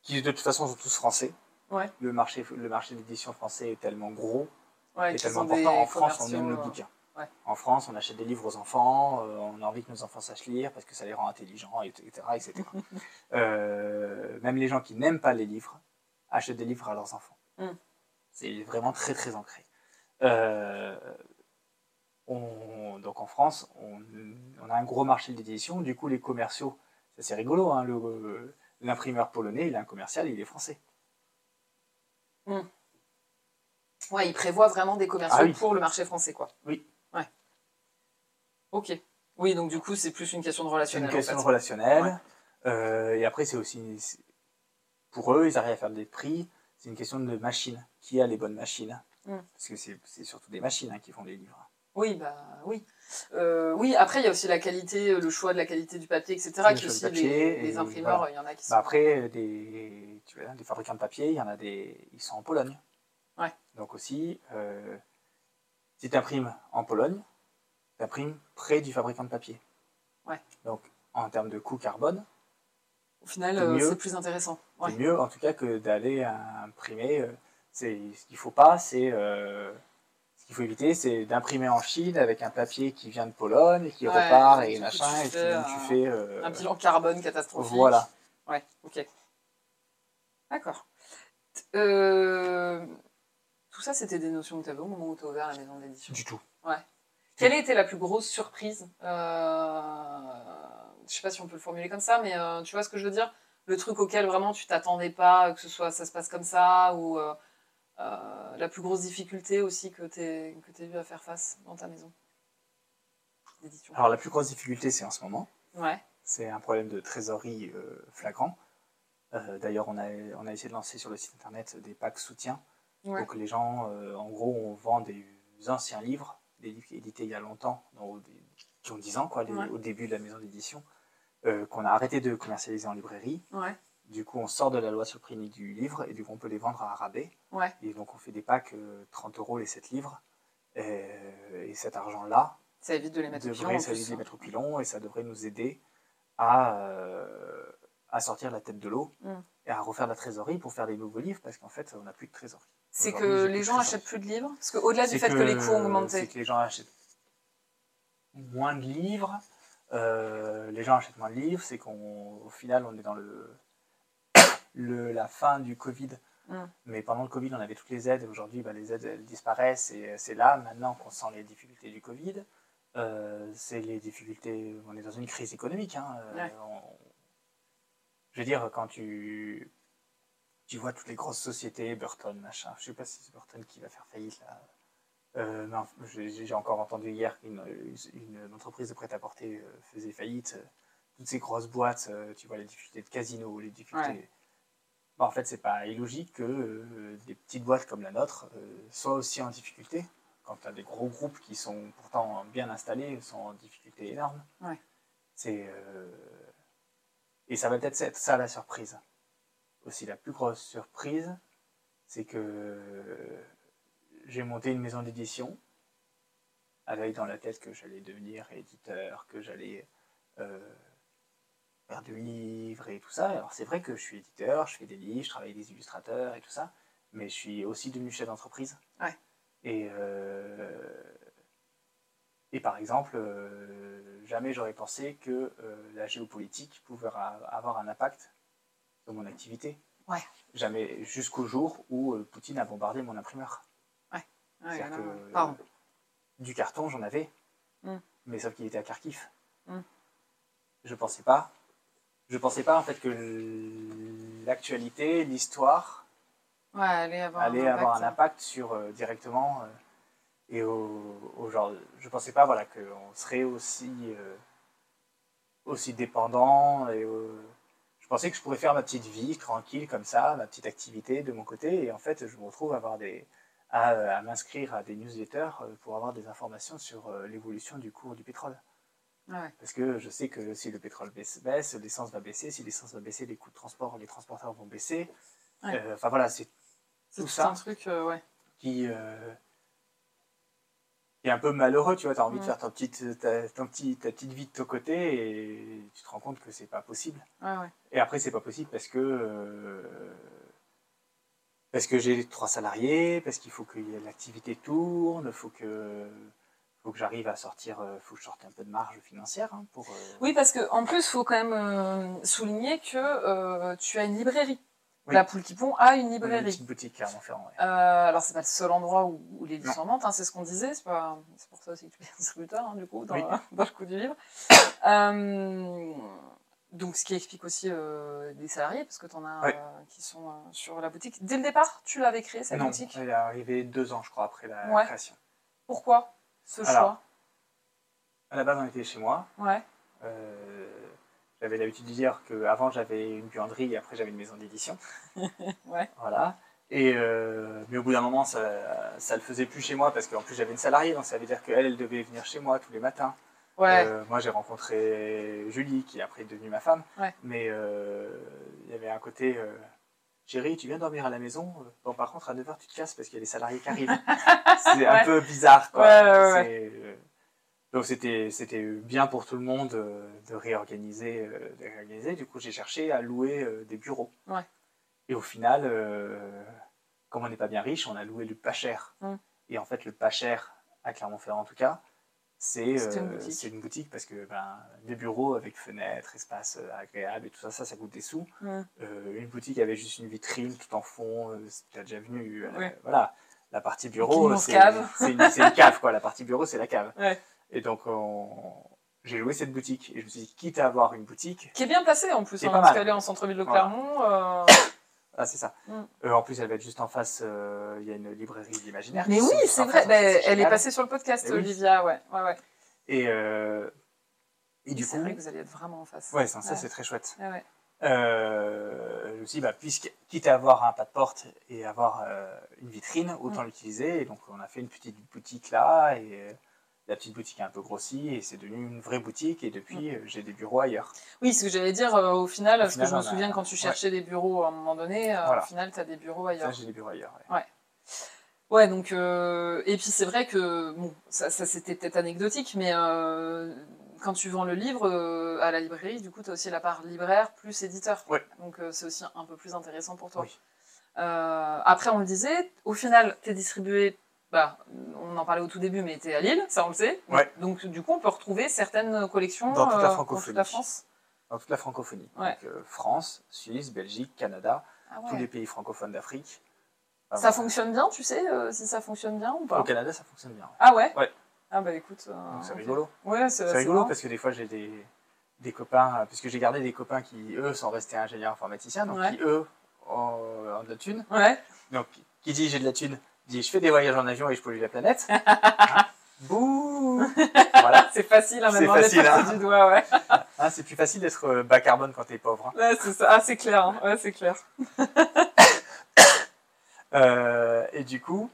Speaker 2: qui de toute façon sont tous français.
Speaker 1: Ouais.
Speaker 2: Le marché, le marché de l'édition français est tellement gros
Speaker 1: ouais.
Speaker 2: est
Speaker 1: qu'ils
Speaker 2: tellement
Speaker 1: ont des
Speaker 2: important. En France, on aime le
Speaker 1: commerciaux, euh,
Speaker 2: bouquin.
Speaker 1: ouais.
Speaker 2: En France, on achète des livres aux enfants, euh, on a envie que nos enfants sachent lire parce que ça les rend intelligents, et- etc. etc. Euh, même les gens qui n'aiment pas les livres achètent des livres à leurs enfants.
Speaker 1: Mm.
Speaker 2: C'est vraiment très très ancré. Euh, on- donc en France, on, on a un gros marché de l'édition, du coup les commerciaux, ça, c'est rigolo, hein, le- l'imprimeur polonais, il a un commercial, il est français.
Speaker 1: Ouais, ils prévoient vraiment des commerciaux
Speaker 2: Ah oui.
Speaker 1: pour le marché français, quoi.
Speaker 2: Oui.
Speaker 1: Ouais. Ok. Oui, donc du coup, c'est plus une question de
Speaker 2: C'est une
Speaker 1: relationnel. en
Speaker 2: question
Speaker 1: fait.
Speaker 2: relationnelle. Euh, et après, c'est aussi. c'est- Pour eux, ils arrivent à faire des prix. C'est une question de machine. Qui a les bonnes machines
Speaker 1: Mm.
Speaker 2: Parce que c'est c'est surtout des machines hein, qui font les livres.
Speaker 1: Oui, bah oui. Euh, oui, après, il y a aussi la qualité, euh, le choix de la qualité du papier, etc.
Speaker 2: Le
Speaker 1: qui
Speaker 2: choix du
Speaker 1: aussi,
Speaker 2: papier,
Speaker 1: les,
Speaker 2: et
Speaker 1: les imprimeurs,
Speaker 2: voilà.
Speaker 1: il y en a qui sont.
Speaker 2: Bah après, euh, des, tu vois, des fabricants de papier, il y en a des. Ils sont en Pologne.
Speaker 1: Ouais.
Speaker 2: Donc aussi, euh, si tu imprimes en Pologne, tu imprimes près du fabricant de papier.
Speaker 1: Ouais.
Speaker 2: Donc, en termes de coût carbone,
Speaker 1: Au final,
Speaker 2: c'est
Speaker 1: euh,
Speaker 2: mieux.
Speaker 1: c'est plus intéressant. Ouais.
Speaker 2: C'est mieux en tout cas que d'aller euh, imprimer. euh, C'est ce qu'il faut pas, c'est euh, ce qu'il faut éviter, c'est d'imprimer en Chine avec un papier qui vient de Pologne et qui
Speaker 1: Ouais,
Speaker 2: repart
Speaker 1: et
Speaker 2: et
Speaker 1: du coup,
Speaker 2: machin
Speaker 1: tu
Speaker 2: et puis
Speaker 1: fais
Speaker 2: donc
Speaker 1: un-
Speaker 2: tu fais euh,
Speaker 1: Un bilan carbone catastrophique.
Speaker 2: voilà.
Speaker 1: Ouais, ok. D'accord. T- euh, Tout ça, c'était des notions que tu avais au moment où tu as ouvert la maison d'édition.
Speaker 2: du tout.
Speaker 1: Quelle a été la plus grosse surprise euh, Je sais pas si on peut le formuler comme ça, mais euh, tu vois ce que je veux dire Le truc auquel vraiment tu t'attendais pas, que ce soit ça se passe comme ça, ou euh, euh, la plus grosse difficulté aussi que tu que eu à faire face dans ta maison d'édition.
Speaker 2: Alors la plus grosse difficulté c'est en ce moment,
Speaker 1: Ouais,
Speaker 2: c'est un problème de trésorerie euh, flagrant. Euh, D'ailleurs on a on a essayé de lancer sur le site internet des packs soutien
Speaker 1: Ouais.
Speaker 2: pour que les gens euh, en gros on vend des anciens livres, des livres édités il y a longtemps, dont- qui ont 10 ans quoi, les-
Speaker 1: Ouais.
Speaker 2: au début de la maison d'édition. euh, qu'on a arrêté de commercialiser en librairie.
Speaker 1: ouais,
Speaker 2: Du coup, on sort de la loi sur le prix unique du livre et du coup, on peut les vendre à un rabais.
Speaker 1: Ouais.
Speaker 2: Et donc, on fait des packs euh, 30 euros les 7 livres. Euh, Et, cet argent-là
Speaker 1: ça évite de les mettre au pilon.
Speaker 2: devrait
Speaker 1: en
Speaker 2: ça
Speaker 1: plus,
Speaker 2: évite de
Speaker 1: hein.
Speaker 2: les mettre au pilon et ça devrait nous aider à, euh, à sortir la tête de l'eau
Speaker 1: Mm.
Speaker 2: et à refaire la trésorerie pour faire des nouveaux livres parce qu'en fait, on n'a plus de trésorerie.
Speaker 1: C'est
Speaker 2: Aujourd'hui, j'ai
Speaker 1: que
Speaker 2: plus
Speaker 1: les
Speaker 2: de
Speaker 1: gens
Speaker 2: trésorerie.
Speaker 1: achètent plus de livres Parce qu'au-delà du
Speaker 2: C'est
Speaker 1: fait que, les coûts ont
Speaker 2: C'est
Speaker 1: augmenté.
Speaker 2: que les gens achètent moins de livres. euh, les gens achètent moins de livres. C'est qu'au final, on est dans le, le- la fin du Covid.
Speaker 1: Mm.
Speaker 2: Mais pendant le Covid, on avait toutes les aides. Aujourd'hui, bah, les aides elles disparaissent. Et euh, c'est là, maintenant, qu'on sent les difficultés du Covid. Euh, c'est les difficultés. On est dans une crise économique. hein. Euh,
Speaker 1: Ouais.
Speaker 2: on- je veux dire, quand tu, tu vois toutes les grosses sociétés, Burton, machin. Je sais pas si c'est Burton qui va faire faillite là. Euh, non, j'ai j'ai encore entendu hier qu'une une- une entreprise de prêt-à-porter euh, faisait faillite. Toutes ces grosses boîtes, euh, tu vois, les difficultés de casino, les difficultés. Bon, en fait, c'est pas illogique que euh, des petites boîtes comme la nôtre euh, soient aussi en difficulté. Quand tu as des gros groupes qui sont pourtant bien installés, sont en difficulté énorme.
Speaker 1: Ouais.
Speaker 2: C'est. euh, Et ça va peut-être être ça la surprise. Aussi, la plus grosse surprise, c'est que euh, j'ai monté une maison d'édition avec dans la tête que j'allais devenir éditeur, que j'allais euh, faire du livre et tout ça. Alors c'est vrai que je suis éditeur, je fais des livres, je travaille avec des illustrateurs et tout ça, mais je suis aussi devenu chef d'entreprise.
Speaker 1: Ouais.
Speaker 2: Et, euh, et par exemple, euh, jamais j'aurais pensé que euh, la géopolitique pouvait ra- avoir un impact sur mon activité.
Speaker 1: Ouais.
Speaker 2: Jamais jusqu'au jour où euh, Poutine a bombardé mon imprimeur.
Speaker 1: Ouais,
Speaker 2: C'est-à-dire
Speaker 1: là,
Speaker 2: que, euh,
Speaker 1: pardon.
Speaker 2: Du carton, j'en avais,
Speaker 1: Mm.
Speaker 2: mais sauf qu'il était à Kharkiv.
Speaker 1: Mm.
Speaker 2: Je pensais pas Je pensais pas en fait que l- l'actualité, l'histoire,
Speaker 3: Ouais, allez avoir
Speaker 2: allait
Speaker 3: un
Speaker 2: avoir
Speaker 3: impact.
Speaker 2: un impact sur euh, directement euh, et au, au genre. Je pensais pas voilà qu'on serait aussi euh, aussi dépendant et euh, je pensais que je pourrais faire ma petite vie tranquille comme ça, ma petite activité de mon côté et en fait je me retrouve à avoir des à, euh, à m'inscrire à des newsletters euh, pour avoir des informations sur euh, l'évolution du cours du pétrole.
Speaker 3: Ouais.
Speaker 2: Parce que je sais que si le pétrole baisse, baisse l'essence va baisser. Si l'essence va baisser, les coûts de transport, les transporteurs vont baisser.
Speaker 3: Ouais.
Speaker 2: Euh, Enfin voilà, c'est
Speaker 3: C'est
Speaker 2: tout
Speaker 3: tout
Speaker 2: ça.
Speaker 3: un truc, euh, ouais.
Speaker 2: qui, euh, qui est un peu malheureux, tu vois, tu as envie de
Speaker 3: Ouais.
Speaker 2: faire ta petite, ta, ton petit, ta petite vie de ton côté et tu te rends compte que c'est pas possible.
Speaker 3: Ouais, ouais.
Speaker 2: Et après, c'est pas possible parce que, euh, parce que j'ai trois salariés, parce qu'il faut que l'activité tourne, faut que, faut que j'arrive à sortir, euh, faut que je sorte un peu de marge financière hein, pour. euh,
Speaker 1: Oui, parce que en plus, faut quand même euh, souligner que euh, tu as une librairie.
Speaker 2: Oui.
Speaker 1: La poule qui pond a une
Speaker 2: une
Speaker 1: librairie.
Speaker 2: petite boutique à Montferrand. ouais.
Speaker 1: Euh, alors, c'est pas le seul endroit où, où les livres
Speaker 2: Non.
Speaker 1: sont en vente, hein, c'est ce qu'on disait. C'est pas... c'est pour ça aussi que tu es distributeur, hein, du coup, dans,
Speaker 2: Oui.
Speaker 1: dans le coût du livre. Euh, donc, ce qui explique aussi euh, des salariés, parce que tu en as
Speaker 2: Oui.
Speaker 1: euh, qui sont euh, sur la boutique. Dès le départ, tu l'avais créée, cette
Speaker 2: Non,
Speaker 1: boutique.
Speaker 2: elle est arrivée deux ans, je crois, après la
Speaker 1: Ouais.
Speaker 2: création.
Speaker 1: Pourquoi ce
Speaker 2: Alors. À la base, on était chez moi.
Speaker 1: choix Ouais.
Speaker 2: Euh, j'avais l'habitude de dire qu'avant j'avais une buanderie et après j'avais une maison d'édition.
Speaker 1: Ouais.
Speaker 2: Voilà. Et euh, mais au bout d'un moment, ça, ça le faisait plus chez moi parce qu'en plus j'avais une salariée, donc ça veut dire qu'elle, elle devait venir chez moi tous les matins.
Speaker 1: Ouais.
Speaker 2: Euh, moi, j'ai rencontré Julie, qui après est devenue ma femme.
Speaker 1: Ouais.
Speaker 2: Mais euh, il y avait un côté, euh, chérie, tu viens dormir à la maison. euh, Bon, par contre, à 9h, tu te casses parce qu'il y a les salariés qui arrivent. c'est un
Speaker 1: Ouais.
Speaker 2: peu bizarre, quoi.
Speaker 1: Ouais, ouais, ouais.
Speaker 2: C'est, euh, Donc, c'était, c'était bien pour tout le monde euh, de, réorganiser, euh, de réorganiser. Du coup, j'ai cherché à louer euh, des bureaux.
Speaker 1: Ouais.
Speaker 2: Et au final, euh, comme on n'est pas bien riche, on a loué le pas cher.
Speaker 1: Mm.
Speaker 2: Et en fait, le pas cher, à Clermont-Ferrand en tout cas, c'est
Speaker 1: C'était une
Speaker 2: euh,
Speaker 1: boutique.
Speaker 2: c'est une boutique parce que ben, des bureaux avec fenêtres, espaces euh, agréables et tout ça, ça, ça coûte des sous.
Speaker 1: Mm.
Speaker 2: Euh, une boutique avait juste une vitrine tout en fond, euh, tu as déjà venu. euh,
Speaker 1: Ouais.
Speaker 2: Voilà, la partie
Speaker 1: Une
Speaker 2: bureau,
Speaker 1: immense
Speaker 2: c'est
Speaker 1: cave.
Speaker 2: c'est une, c'est une cave, quoi. La partie bureau, c'est la cave.
Speaker 1: Ouais.
Speaker 2: Et donc, on- j'ai loué cette boutique et je me suis dit, quitte à avoir une boutique,
Speaker 1: Qui est bien placée en plus,
Speaker 2: C'est
Speaker 1: hein,
Speaker 2: pas
Speaker 1: parce
Speaker 2: mal.
Speaker 1: qu'elle est en centre-ville de
Speaker 2: Voilà.
Speaker 1: Clermont. euh,
Speaker 2: ah, c'est ça.
Speaker 1: Mm.
Speaker 2: Euh, en plus, elle va être juste en face, euh, il y a une librairie d'imaginaire.
Speaker 1: Mais
Speaker 2: qui
Speaker 1: oui,
Speaker 2: sont juste
Speaker 1: c'est
Speaker 2: en
Speaker 1: vrai.
Speaker 2: face, donc
Speaker 1: Ben,
Speaker 2: c'est
Speaker 1: elle est
Speaker 2: génial.
Speaker 1: passée sur le podcast,
Speaker 2: Eh oui.
Speaker 1: Olivia. Ouais, ouais, ouais.
Speaker 2: Et, euh, et du
Speaker 1: c'est
Speaker 2: coup,
Speaker 1: vrai que vous allez être vraiment en face.
Speaker 2: ouais, ça, ça,
Speaker 1: Ouais.
Speaker 2: c'est très chouette.
Speaker 1: Ouais, ouais.
Speaker 2: Euh, je me suis dit, bah, puisque, quitte à avoir un pas de porte et avoir euh, une vitrine, autant
Speaker 1: Mm.
Speaker 2: l'utiliser. Et donc, on a fait une petite boutique là, et euh, la petite boutique a un peu grossi, et c'est devenu une vraie boutique. Et
Speaker 1: Mm.
Speaker 2: depuis, euh, j'ai des bureaux ailleurs.
Speaker 1: Oui, ce que j'allais dire, euh, au final,
Speaker 2: Au
Speaker 1: parce
Speaker 2: final,
Speaker 1: que je me
Speaker 2: on a-
Speaker 1: souviens quand tu
Speaker 2: ouais.
Speaker 1: cherchais des bureaux à un moment donné, euh,
Speaker 2: Voilà.
Speaker 1: au final, tu as des bureaux
Speaker 2: Ça,
Speaker 1: ailleurs.
Speaker 2: j'ai des bureaux ailleurs. ouais.
Speaker 1: Ouais, donc. euh, Et puis c'est vrai que, bon, ça, ça, c'était peut-être anecdotique, mais euh, quand tu vends le livre euh, à la librairie, du coup, tu as aussi la part libraire plus éditeur.
Speaker 2: Ouais.
Speaker 1: Donc euh, c'est aussi un peu plus intéressant pour toi.
Speaker 2: Oui.
Speaker 1: Euh, après, on le disait, au final, tu es distribué, bah, on en parlait au tout début, mais tu es à Lille, ça on le sait.
Speaker 2: Ouais.
Speaker 1: Donc, du coup, on peut retrouver certaines collections
Speaker 2: Dans toute la
Speaker 1: euh,
Speaker 2: francophonie.
Speaker 1: dans toute la France.
Speaker 2: Dans toute la francophonie.
Speaker 1: Ouais.
Speaker 2: Donc, euh, France, Suisse, Belgique, Canada,
Speaker 1: Ah ouais.
Speaker 2: tous les pays francophones d'Afrique. Enfin,
Speaker 1: Ça
Speaker 2: voilà.
Speaker 1: fonctionne bien, tu sais, euh, si ça fonctionne bien ou pas
Speaker 2: Au Canada, ça fonctionne bien.
Speaker 1: Ah ouais
Speaker 2: Ouais.
Speaker 1: Bah. Ah bah écoute. euh,
Speaker 2: Donc, c'est
Speaker 1: ok.
Speaker 2: rigolo.
Speaker 1: Ouais, c'est
Speaker 2: C'est
Speaker 1: c'est
Speaker 2: rigolo
Speaker 1: marrant.
Speaker 2: parce que des fois j'ai des, des copains, euh, parce que j'ai gardé des copains qui eux sont restés ingénieurs informaticiens, donc
Speaker 1: Ouais.
Speaker 2: qui eux ont, ont de la thune.
Speaker 1: Ouais.
Speaker 2: Donc qui dit j'ai de la thune dit je fais des voyages en avion et je pollue la planète. Bouh Voilà,
Speaker 1: C'est facile, hein,
Speaker 2: C'est
Speaker 1: maintenant d'être
Speaker 2: facile,
Speaker 1: passé
Speaker 2: hein.
Speaker 1: du doigt, ouais.
Speaker 2: Hein, c'est plus facile d'être euh, bas carbone quand t'es pauvre. hein.
Speaker 1: Ouais, c'est ça. Ah, c'est clair, hein. ouais, c'est clair.
Speaker 2: Euh, et du coup,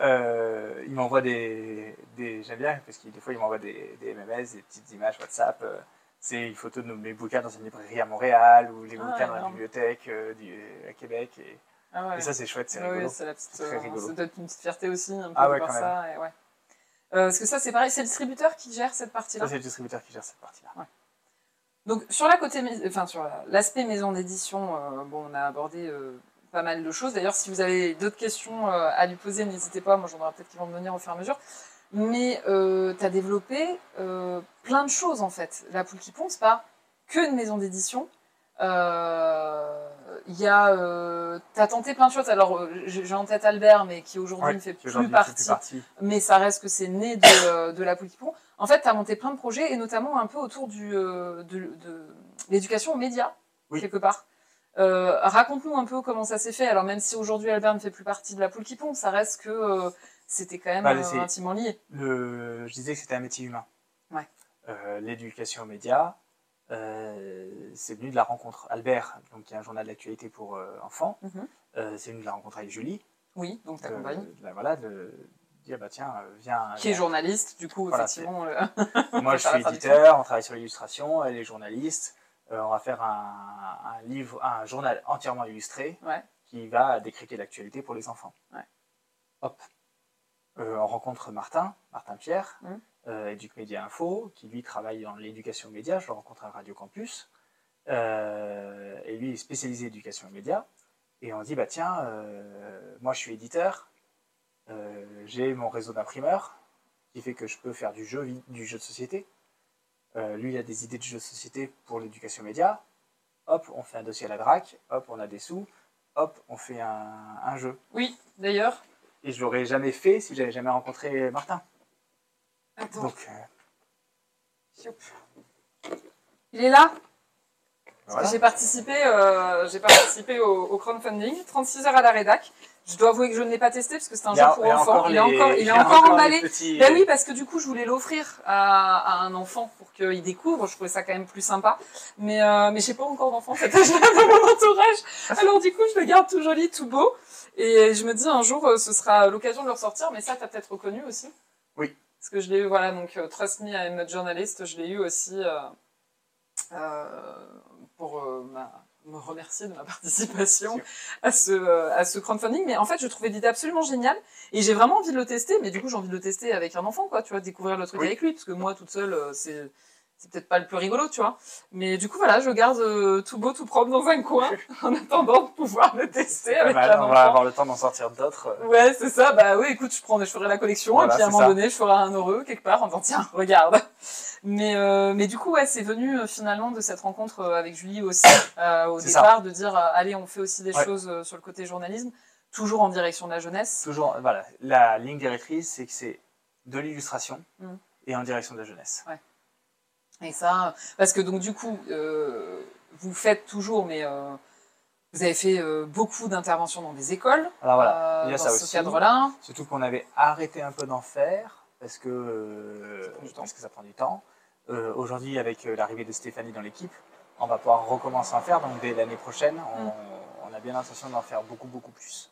Speaker 2: euh, il m'envoie des, des j'aime bien parce que des fois il m'envoie des, des MMS, des petites images WhatsApp. euh, c'est une photo de mes bouquins dans une librairie à Montréal ou les
Speaker 1: Ah,
Speaker 2: bouquins dans la
Speaker 1: énorme.
Speaker 2: bibliothèque euh, du- à Québec. Et,
Speaker 1: Ah ouais.
Speaker 2: et ça c'est chouette, c'est
Speaker 1: Ouais,
Speaker 2: rigolo.
Speaker 1: ouais, c'est la petite,
Speaker 2: C'est très
Speaker 1: euh,
Speaker 2: rigolo.
Speaker 1: ça doit être une petite fierté aussi, un peu
Speaker 2: Ah
Speaker 1: de
Speaker 2: ouais,
Speaker 1: voir
Speaker 2: quand
Speaker 1: ça. et ouais. Euh, parce que ça, c'est pareil, c'est le distributeur qui gère cette
Speaker 2: Ça
Speaker 1: partie-là.
Speaker 2: c'est le distributeur qui gère cette partie-là.
Speaker 1: Donc sur la côté, mais- enfin sur la- l'aspect maison d'édition, euh, bon, on a abordé euh, pas mal de choses. D'ailleurs, si vous avez d'autres questions euh, à lui poser, n'hésitez pas. Moi, j'en aurai peut-être qui vont me venir au fur et à mesure. Mais tu as développé euh, plein de choses en fait. La poule qui ponce, pas qu'une maison d'édition. Euh, Il y a, euh, t'as tenté plein de choses. Alors, euh, j'ai j'ai en tête Albert, mais qui aujourd'hui
Speaker 2: Ouais,
Speaker 1: ne fait
Speaker 2: Qui
Speaker 1: plus
Speaker 2: aujourd'hui ne fait
Speaker 1: partie
Speaker 2: plus partie.
Speaker 1: mais ça reste que c'est né de, de la poule qui pond. En fait, tu as monté plein de projets, et notamment un peu autour du, euh, de, de- l'éducation aux médias,
Speaker 2: Oui.
Speaker 1: quelque part. Euh, Raconte-nous un peu comment ça s'est fait. Alors, même si aujourd'hui Albert ne fait plus partie de la poule qui pompe, ça reste que euh, c'était quand même
Speaker 2: Bah,
Speaker 1: euh,
Speaker 2: c'est-
Speaker 1: intimement lié.
Speaker 2: le, je disais que c'était un métier humain.
Speaker 1: Ouais.
Speaker 2: Euh, L'éducation aux médias, euh, c'est venu de la rencontre. Albert, donc, qui est un journal d'actualité pour euh, enfants,
Speaker 1: Mhm.
Speaker 2: euh, c'est venu de la rencontre avec Julie.
Speaker 1: Oui, donc ta
Speaker 2: de-
Speaker 1: compagne,
Speaker 2: de la- voilà, de dire bah, tiens, euh, viens.
Speaker 1: qui est
Speaker 2: viens.
Speaker 1: journaliste, du coup,
Speaker 2: Voilà,
Speaker 1: effectivement. euh,
Speaker 2: Moi, je
Speaker 1: faire
Speaker 2: suis
Speaker 1: la traduction.
Speaker 2: éditeur, on travaille sur l'illustration, elle est journaliste. Euh, on va faire un, un livre, un journal entièrement illustré
Speaker 1: Ouais.
Speaker 2: qui va décrypter l'actualité pour les enfants.
Speaker 1: Ouais.
Speaker 2: Hop. Euh, on rencontre Martin, Martin Pierre,
Speaker 1: Mhm.
Speaker 2: euh, Éduc Média Info, qui lui travaille dans l'éducation aux médias. Je le rencontre à Radio Campus. Euh, et lui est spécialisé éducation aux médias. Et on dit bah tiens, euh, moi je suis éditeur, euh, j'ai mon réseau d'imprimeurs qui fait que je peux faire du jeu, vi- du jeu de société. Euh, lui, il a des idées de jeux de société pour l'éducation média. Hop, on fait un dossier à la DRAC. Hop, on a des sous. Hop, on fait un, un jeu.
Speaker 1: Oui, d'ailleurs.
Speaker 2: Et je l'aurais jamais fait si j'avais jamais rencontré Martin.
Speaker 1: Attends,
Speaker 2: Donc, euh,
Speaker 1: il est là
Speaker 2: voilà.
Speaker 1: J'ai participé, euh, j'ai participé au, au crowdfunding, 36 heures à la rédac. Je dois avouer que je ne l'ai pas testé parce que c'est un jeu pour
Speaker 2: il y a
Speaker 1: enfants.
Speaker 2: encore
Speaker 1: Il est
Speaker 2: les-
Speaker 1: encore, il est
Speaker 2: il y a
Speaker 1: encore
Speaker 2: encore
Speaker 1: emballé.
Speaker 2: les petits-
Speaker 1: Ben oui, parce que du coup, je voulais l'offrir à, à un enfant pour qu'il découvre. Je trouvais ça quand même plus sympa. Mais, euh, mais j'ai pas encore d'enfant cet âge-là dans mon entourage. Alors du coup, je le garde tout joli, tout beau. Et je me dis, un jour, euh, ce sera l'occasion de le ressortir. Mais ça, t'as peut-être reconnu aussi.
Speaker 2: Oui.
Speaker 1: Parce que je l'ai eu, voilà, donc euh, Trust Me, I'm a Journalist, je l'ai eu aussi euh, euh, pour euh, ma- me remercier de ma participation à ce, euh, à ce crowdfunding. Mais en fait, je trouvais l'idée absolument géniale. Et j'ai vraiment envie de le tester, mais du coup, j'ai envie de le tester avec un enfant, quoi, tu vois, découvrir le truc
Speaker 2: Oui.
Speaker 1: avec lui, parce que moi, toute seule, euh, c'est, c'est peut-être pas le plus rigolo, tu vois. Mais du coup, voilà, je le garde euh, tout beau, tout propre dans un coin, en attendant de pouvoir le tester
Speaker 2: Pas
Speaker 1: avec
Speaker 2: mal,
Speaker 1: un
Speaker 2: on va
Speaker 1: enfant.
Speaker 2: avoir le temps d'en sortir d'autres. euh,
Speaker 1: Ouais, c'est ça, bah oui, écoute, je prends, je ferai la collection,
Speaker 2: Voilà,
Speaker 1: et puis à un
Speaker 2: c'est
Speaker 1: moment
Speaker 2: ça.
Speaker 1: donné, je ferai un heureux quelque part, en disant, tiens, regarde. Mais, euh, mais du coup, ouais, c'est venu euh, finalement de cette rencontre euh, avec Julie aussi, euh, au
Speaker 2: C'est ça.
Speaker 1: départ, de dire, euh, allez, on fait aussi des
Speaker 2: Ouais.
Speaker 1: choses euh, sur le côté journalisme, toujours en direction de la jeunesse.
Speaker 2: Toujours, voilà, la ligne directrice, c'est que c'est de l'illustration
Speaker 1: Mhm.
Speaker 2: et en direction de la jeunesse.
Speaker 1: Et ça, euh, parce que donc du coup, euh, vous faites toujours, mais euh, vous avez fait euh, beaucoup d'interventions dans des écoles,
Speaker 2: Alors
Speaker 1: euh,
Speaker 2: voilà, il y a
Speaker 1: dans
Speaker 2: ça
Speaker 1: ce
Speaker 2: aussi.
Speaker 1: cadre-là.
Speaker 2: Surtout qu'on avait arrêté un peu d'en faire parce que, euh,
Speaker 1: Ça prend du temps.
Speaker 2: parce que ça prend du temps. Euh, Aujourd'hui, avec euh, l'arrivée de Stéphanie dans l'équipe, on va pouvoir recommencer à en faire. Donc dès l'année prochaine, on,
Speaker 1: Mm.
Speaker 2: on a bien l'intention d'en faire beaucoup, beaucoup plus.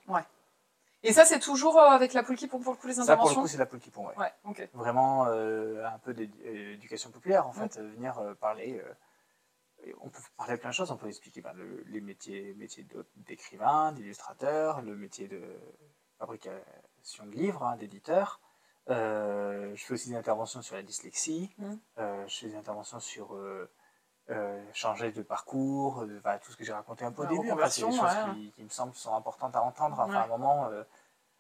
Speaker 1: Et ça, c'est toujours euh, avec la poule qui pompe pour le coup les
Speaker 2: Ça, pour le
Speaker 1: interventions
Speaker 2: coup, c'est la poule qui pond, ouais.
Speaker 1: Ouais, ok.
Speaker 2: Vraiment euh, un peu d'éducation populaire, en fait. euh, venir euh, parler. euh, et on peut parler de plein de choses. On peut expliquer ben, le- les métiers, métiers d'aute- d'écrivain, d'illustrateur, le métier de fabrication de livres, hein, d'éditeur. Euh, je fais aussi des interventions sur la dyslexie.
Speaker 1: Mm.
Speaker 2: Euh, je fais des interventions sur euh, euh, changer de parcours, euh, voilà, tout ce que j'ai raconté un peu au
Speaker 1: La
Speaker 2: début. Enfin, c'est des choses
Speaker 1: reconversion,
Speaker 2: qui, qui me semblent sont importantes à entendre. Enfin,
Speaker 1: Ouais.
Speaker 2: à un moment, euh,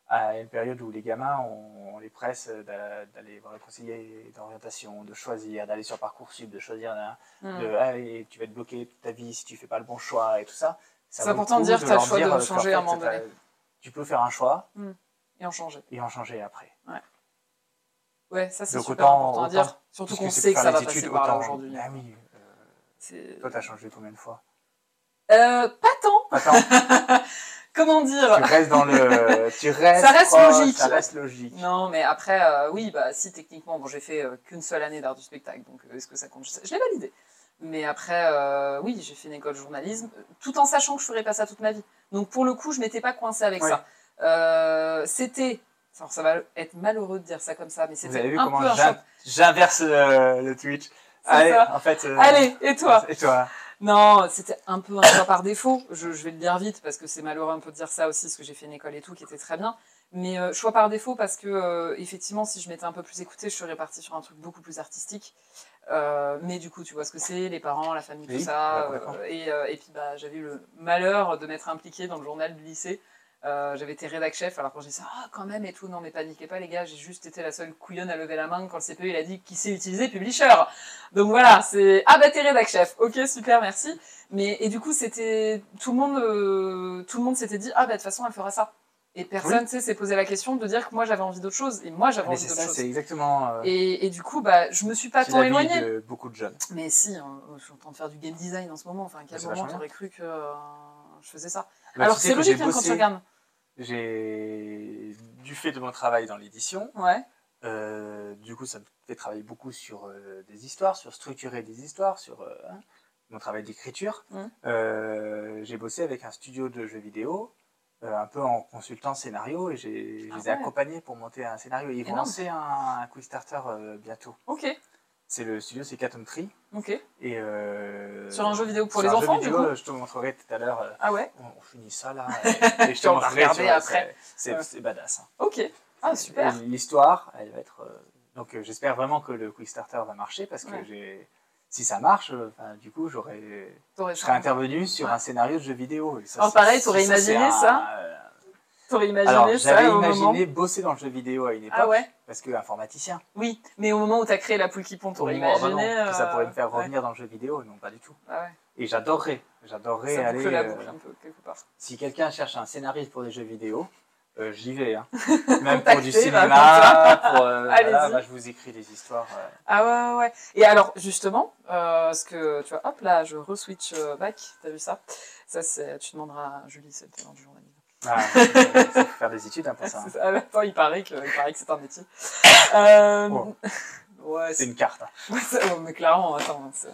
Speaker 2: à une période où les gamins, on, on les presse d'a- d'aller voir le conseiller d'orientation, de choisir, d'aller sur Parcoursup, de choisir, un-
Speaker 1: Hmm.
Speaker 2: de allez, tu vas être bloqué toute ta vie si tu fais pas le bon choix et tout ça.
Speaker 1: C'est
Speaker 2: Ça vaut le
Speaker 1: important de
Speaker 2: coup
Speaker 1: dire, t'as le
Speaker 2: leur
Speaker 1: choix de
Speaker 2: dire, euh,
Speaker 1: changer
Speaker 2: qu'en
Speaker 1: à un moment
Speaker 2: fait, t'as-
Speaker 1: donné.
Speaker 2: Tu peux faire un choix
Speaker 1: Et en changer.
Speaker 2: et en changer après.
Speaker 1: Ouais, ça, c'est
Speaker 2: Donc,
Speaker 1: super
Speaker 2: autant-
Speaker 1: important à
Speaker 2: autant-
Speaker 1: dire. Surtout
Speaker 2: Puisque
Speaker 1: qu'on
Speaker 2: c'est
Speaker 1: sait
Speaker 2: pour
Speaker 1: que ça
Speaker 2: faire
Speaker 1: va
Speaker 2: les
Speaker 1: passer
Speaker 2: études,
Speaker 1: par là
Speaker 2: autant-
Speaker 1: aujourd'hui. hein.
Speaker 2: Ah oui, euh,
Speaker 1: C'est-
Speaker 2: toi, t'as changé combien de fois
Speaker 1: Euh, pas tant.
Speaker 2: Attends,
Speaker 1: Comment
Speaker 2: tu
Speaker 1: dire
Speaker 2: restes dans le. Tu restes
Speaker 1: Ça reste
Speaker 2: proche,
Speaker 1: logique.
Speaker 2: Ça reste logique.
Speaker 1: Ah, Non, mais après, euh, oui, bah si, techniquement, bon, j'ai fait euh, qu'une seule année d'art du spectacle, donc euh, est-ce que ça compte Je sais- Je l'ai validé. Mais après, euh, oui, j'ai fait une école de journalisme, euh, tout en sachant que je ferais pas ça toute ma vie. Donc pour le coup, je m'étais pas coincée avec
Speaker 2: Ouais.
Speaker 1: ça. Euh, c'était, alors ça va être malheureux de dire ça comme ça, mais
Speaker 2: Vous
Speaker 1: c'était
Speaker 2: avez vu
Speaker 1: un peu
Speaker 2: comment
Speaker 1: un choc.
Speaker 2: j'in- j'inverse euh, le Twitch
Speaker 1: C'est
Speaker 2: Allez,
Speaker 1: ça.
Speaker 2: en fait. euh,
Speaker 1: Allez, et toi
Speaker 2: Et toi
Speaker 1: Non, c'était un peu un choix par défaut. Je, je vais le dire vite parce que c'est malheureux un peu de dire ça aussi, parce que j'ai fait une école et tout qui était très bien. Mais euh, choix par défaut parce que euh, effectivement, si je m'étais un peu plus écoutée, je serais partie sur un truc beaucoup plus artistique. Euh, mais du coup, tu vois ce que c'est, les parents, la famille, tout
Speaker 2: Oui,
Speaker 1: ça.
Speaker 2: bah, complètement.
Speaker 1: euh, et, euh, et puis, bah, j'avais eu le malheur de m'être impliquée dans le journal du lycée. Euh, j'avais été rédac chef, alors quand j'ai dit ça, ah quand même et tout, non mais paniquez pas les gars, j'ai juste été la seule couillonne à lever la main quand le CPE il a dit qui sait utiliser Publisher. Donc voilà, c'est ah bah t'es rédac chef, ok super merci. Mais et du coup c'était tout le monde, euh, tout le monde s'était dit ah bah de toute façon elle fera ça. Et personne, tu sais, s'est posé la question de dire que moi j'avais envie d'autre chose et moi j'avais
Speaker 2: Mais
Speaker 1: envie
Speaker 2: c'est
Speaker 1: d'autre
Speaker 2: ça,
Speaker 1: chose.
Speaker 2: c'est exactement. euh,
Speaker 1: Et, et du coup, bah, je me suis pas
Speaker 2: c'est
Speaker 1: tant
Speaker 2: la vie
Speaker 1: éloignée.
Speaker 2: de beaucoup de jeunes.
Speaker 1: Mais si, hein, je suis en train de faire du game design en ce moment. Enfin, à quel
Speaker 2: Bah, C'est
Speaker 1: moment
Speaker 2: vachement
Speaker 1: t'aurais cru que euh, je faisais ça
Speaker 2: Bah,
Speaker 1: Alors
Speaker 2: tu sais
Speaker 1: c'est
Speaker 2: que j'ai
Speaker 1: logique hein, quand tu
Speaker 2: bossé-
Speaker 1: regardes.
Speaker 2: J'ai du fait de mon travail dans l'édition,
Speaker 1: Ouais.
Speaker 2: euh, du coup ça me fait travailler beaucoup sur euh, des histoires, sur structurer des histoires, sur euh, hein, mon travail d'écriture.
Speaker 1: Mm.
Speaker 2: Euh, j'ai bossé avec un studio de jeux vidéo, euh, un peu en consultant scénario, et j'ai, je
Speaker 1: Ah
Speaker 2: les ai
Speaker 1: ouais.
Speaker 2: accompagnés pour monter un scénario. Ils vont
Speaker 1: Énorme.
Speaker 2: lancer un, un Kickstarter euh, bientôt.
Speaker 1: Ok.
Speaker 2: C'est le studio, c'est Caton Tree.
Speaker 1: Ok.
Speaker 2: Et euh,
Speaker 1: Sur un jeu vidéo pour
Speaker 2: sur
Speaker 1: les
Speaker 2: un jeu
Speaker 1: enfants,
Speaker 2: vidéo,
Speaker 1: du coup.
Speaker 2: euh, Je te montrerai tout à l'heure. euh,
Speaker 1: Ah ouais.
Speaker 2: on, on finit ça là. euh, et je te
Speaker 1: On va
Speaker 2: montrerai.
Speaker 1: regarder
Speaker 2: tu vois,
Speaker 1: après.
Speaker 2: C'est,
Speaker 1: Ouais.
Speaker 2: c'est- c'est badass. hein.
Speaker 1: Ok. Ah super.
Speaker 2: Et L'histoire, elle va être. euh, donc euh, j'espère vraiment que le Quickstarter va marcher parce que
Speaker 1: Ouais.
Speaker 2: j'ai. Si ça marche, euh, enfin, du coup, j'aurais,
Speaker 1: T'aurais
Speaker 2: je serais intervenu sur un scénario de jeu vidéo. Et ça,
Speaker 1: Alors,
Speaker 2: c'est-
Speaker 1: Oh, pareil, t'aurais
Speaker 2: c'est- ça,
Speaker 1: imaginé
Speaker 2: c'est un-
Speaker 1: ça
Speaker 2: euh,
Speaker 1: T'aurais imaginé
Speaker 2: Alors,
Speaker 1: ça
Speaker 2: j'avais
Speaker 1: au moment.
Speaker 2: imaginé bosser dans le jeu vidéo à une époque,
Speaker 1: Ah ouais.
Speaker 2: parce que informaticien. oh,
Speaker 1: Oui. Mais au moment où t'as créé la poule qui pompe, t'aurais
Speaker 2: Pour moi,
Speaker 1: imaginé.
Speaker 2: vraiment, bah que ça
Speaker 1: euh,
Speaker 2: pourrait me faire
Speaker 1: ouais.
Speaker 2: revenir dans le jeu vidéo, non pas du tout.
Speaker 1: Ah ouais.
Speaker 2: Et j'adorerais, j'adorerais
Speaker 1: Ça
Speaker 2: aller.
Speaker 1: boucle la
Speaker 2: euh,
Speaker 1: boucle hein. un peu quelque part.
Speaker 2: si quelqu'un cherche un scénariste pour des jeux vidéo, euh, j'y vais. hein. Même pour
Speaker 1: Contactez,
Speaker 2: du
Speaker 1: bah,
Speaker 2: cinéma, pour, euh,
Speaker 1: Allez-y.
Speaker 2: voilà, bah, je vous écris des histoires. euh,
Speaker 1: Ah ouais, ouais, ouais. Et alors, justement, euh, ce que tu vois, hop là, je re-switch euh, back, t'as vu ça Ça, c'est, tu demanderas à Julie, c'est le talent du journalisme.
Speaker 2: Ah, faut faire des études hein, pour ça. hein.
Speaker 1: C'est ça. Ah, Attends, il paraît que, il paraît que c'est un métier. Euh,
Speaker 2: Oh.
Speaker 1: Ouais,
Speaker 2: C'est
Speaker 1: c'est.
Speaker 2: une carte. hein.
Speaker 1: ouais, c'est- ouais, mais clairement, attends, c'est-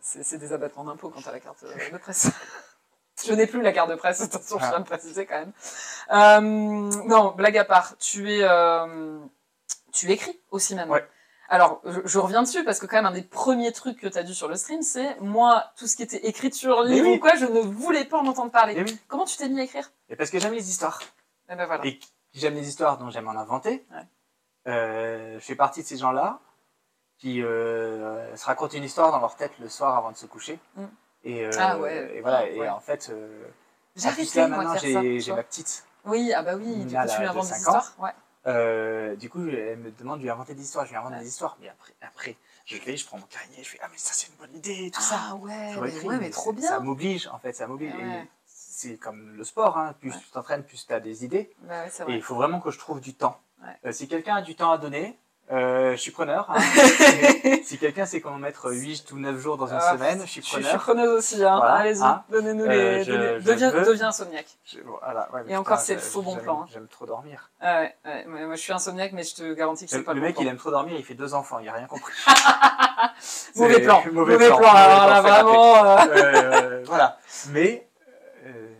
Speaker 1: c'est c'est des abattements d'impôts quand t'as la carte euh, de presse. Je n'ai plus la carte de presse, attention, je
Speaker 2: Ah.
Speaker 1: viens de préciser quand même. Euh, non, blague à part, tu es, euh, tu écris aussi même.
Speaker 2: Ouais.
Speaker 1: Alors, je, je reviens dessus parce que quand même un des premiers trucs que t'as dû sur le stream, c'est moi, tout ce qui était écriture,
Speaker 2: Mais
Speaker 1: livre
Speaker 2: oui.
Speaker 1: ou quoi, je ne voulais pas en entendre parler.
Speaker 2: Et oui.
Speaker 1: Comment tu t'es mis à écrire
Speaker 2: Et parce que j'aime les histoires.
Speaker 1: Eh ben voilà.
Speaker 2: Et- J'aime les histoires, donc j'aime en inventer.
Speaker 1: Ouais.
Speaker 2: Euh, je fais partie de ces gens-là qui euh, se racontent une histoire dans leur tête le soir avant de se coucher.
Speaker 1: Mm.
Speaker 2: Et, euh,
Speaker 1: Ah ouais.
Speaker 2: et voilà.
Speaker 1: Ah,
Speaker 2: et
Speaker 1: ouais.
Speaker 2: en fait, euh, en plus,
Speaker 1: J'arrêtais,
Speaker 2: là,
Speaker 1: moi, de
Speaker 2: maintenant,
Speaker 1: faire ça.
Speaker 2: j'ai
Speaker 1: tu
Speaker 2: j'ai
Speaker 1: vois.
Speaker 2: ma petite.
Speaker 1: Oui, ah bah oui, du
Speaker 2: Là,
Speaker 1: coup, tu
Speaker 2: là,
Speaker 1: lui
Speaker 2: de
Speaker 1: inventes des
Speaker 2: cinq ans.
Speaker 1: histoires. Ouais.
Speaker 2: Euh, du coup, elle me demande de lui inventer des histoires. Je lui invente
Speaker 1: Ouais.
Speaker 2: des histoires. Mais après, après, je vais, je prends mon cahier, je fais Ah, mais ça, c'est une bonne idée, tout ça.
Speaker 1: Ah ouais, mais,
Speaker 2: Je réécris,
Speaker 1: ouais, mais trop
Speaker 2: c'est- Ça
Speaker 1: bien.
Speaker 2: m'oblige, en fait, ça m'oblige.
Speaker 1: Ouais,
Speaker 2: Et
Speaker 1: ouais.
Speaker 2: C'est comme le sport, hein. plus
Speaker 1: Ouais.
Speaker 2: tu t'entraînes, plus tu as des idées.
Speaker 1: Bah ouais, c'est
Speaker 2: Et
Speaker 1: vrai.
Speaker 2: il faut vraiment que je trouve du temps.
Speaker 1: Ouais.
Speaker 2: Euh, si quelqu'un a du temps à donner, euh, je suis preneur. hein. si quelqu'un sait comment mettre 8 ou 9 jours dans une
Speaker 1: Ah,
Speaker 2: semaine, je suis
Speaker 1: Je suis- je suis
Speaker 2: preneur.
Speaker 1: preneuse aussi, hein.
Speaker 2: Voilà,
Speaker 1: allez-y,
Speaker 2: hein.
Speaker 1: donnez-nous
Speaker 2: Euh,
Speaker 1: les...
Speaker 2: je-
Speaker 1: donnez-
Speaker 2: je
Speaker 1: deviens,
Speaker 2: veux-
Speaker 1: deviens insomniaque.
Speaker 2: Je- voilà, ouais, mais
Speaker 1: Et encore,
Speaker 2: putain,
Speaker 1: c'est le
Speaker 2: je-
Speaker 1: faux bon
Speaker 2: j'aime-
Speaker 1: plan, hein.
Speaker 2: J'aime trop dormir.
Speaker 1: Ah ouais, ouais, ouais, moi je suis insomniaque, mais je te garantis que c'est
Speaker 2: Le,
Speaker 1: pas
Speaker 2: le
Speaker 1: le
Speaker 2: mec,
Speaker 1: bon
Speaker 2: il
Speaker 1: plan.
Speaker 2: aime trop dormir, il fait deux enfants, il a rien compris. C'est-
Speaker 1: Mauvais plan,
Speaker 2: mauvais
Speaker 1: mauvais
Speaker 2: plan,
Speaker 1: plan,
Speaker 2: mauvais
Speaker 1: alors
Speaker 2: plan,
Speaker 1: là
Speaker 2: c'est raté.
Speaker 1: vraiment. euh,
Speaker 2: Euh, voilà. Mais euh,
Speaker 1: euh,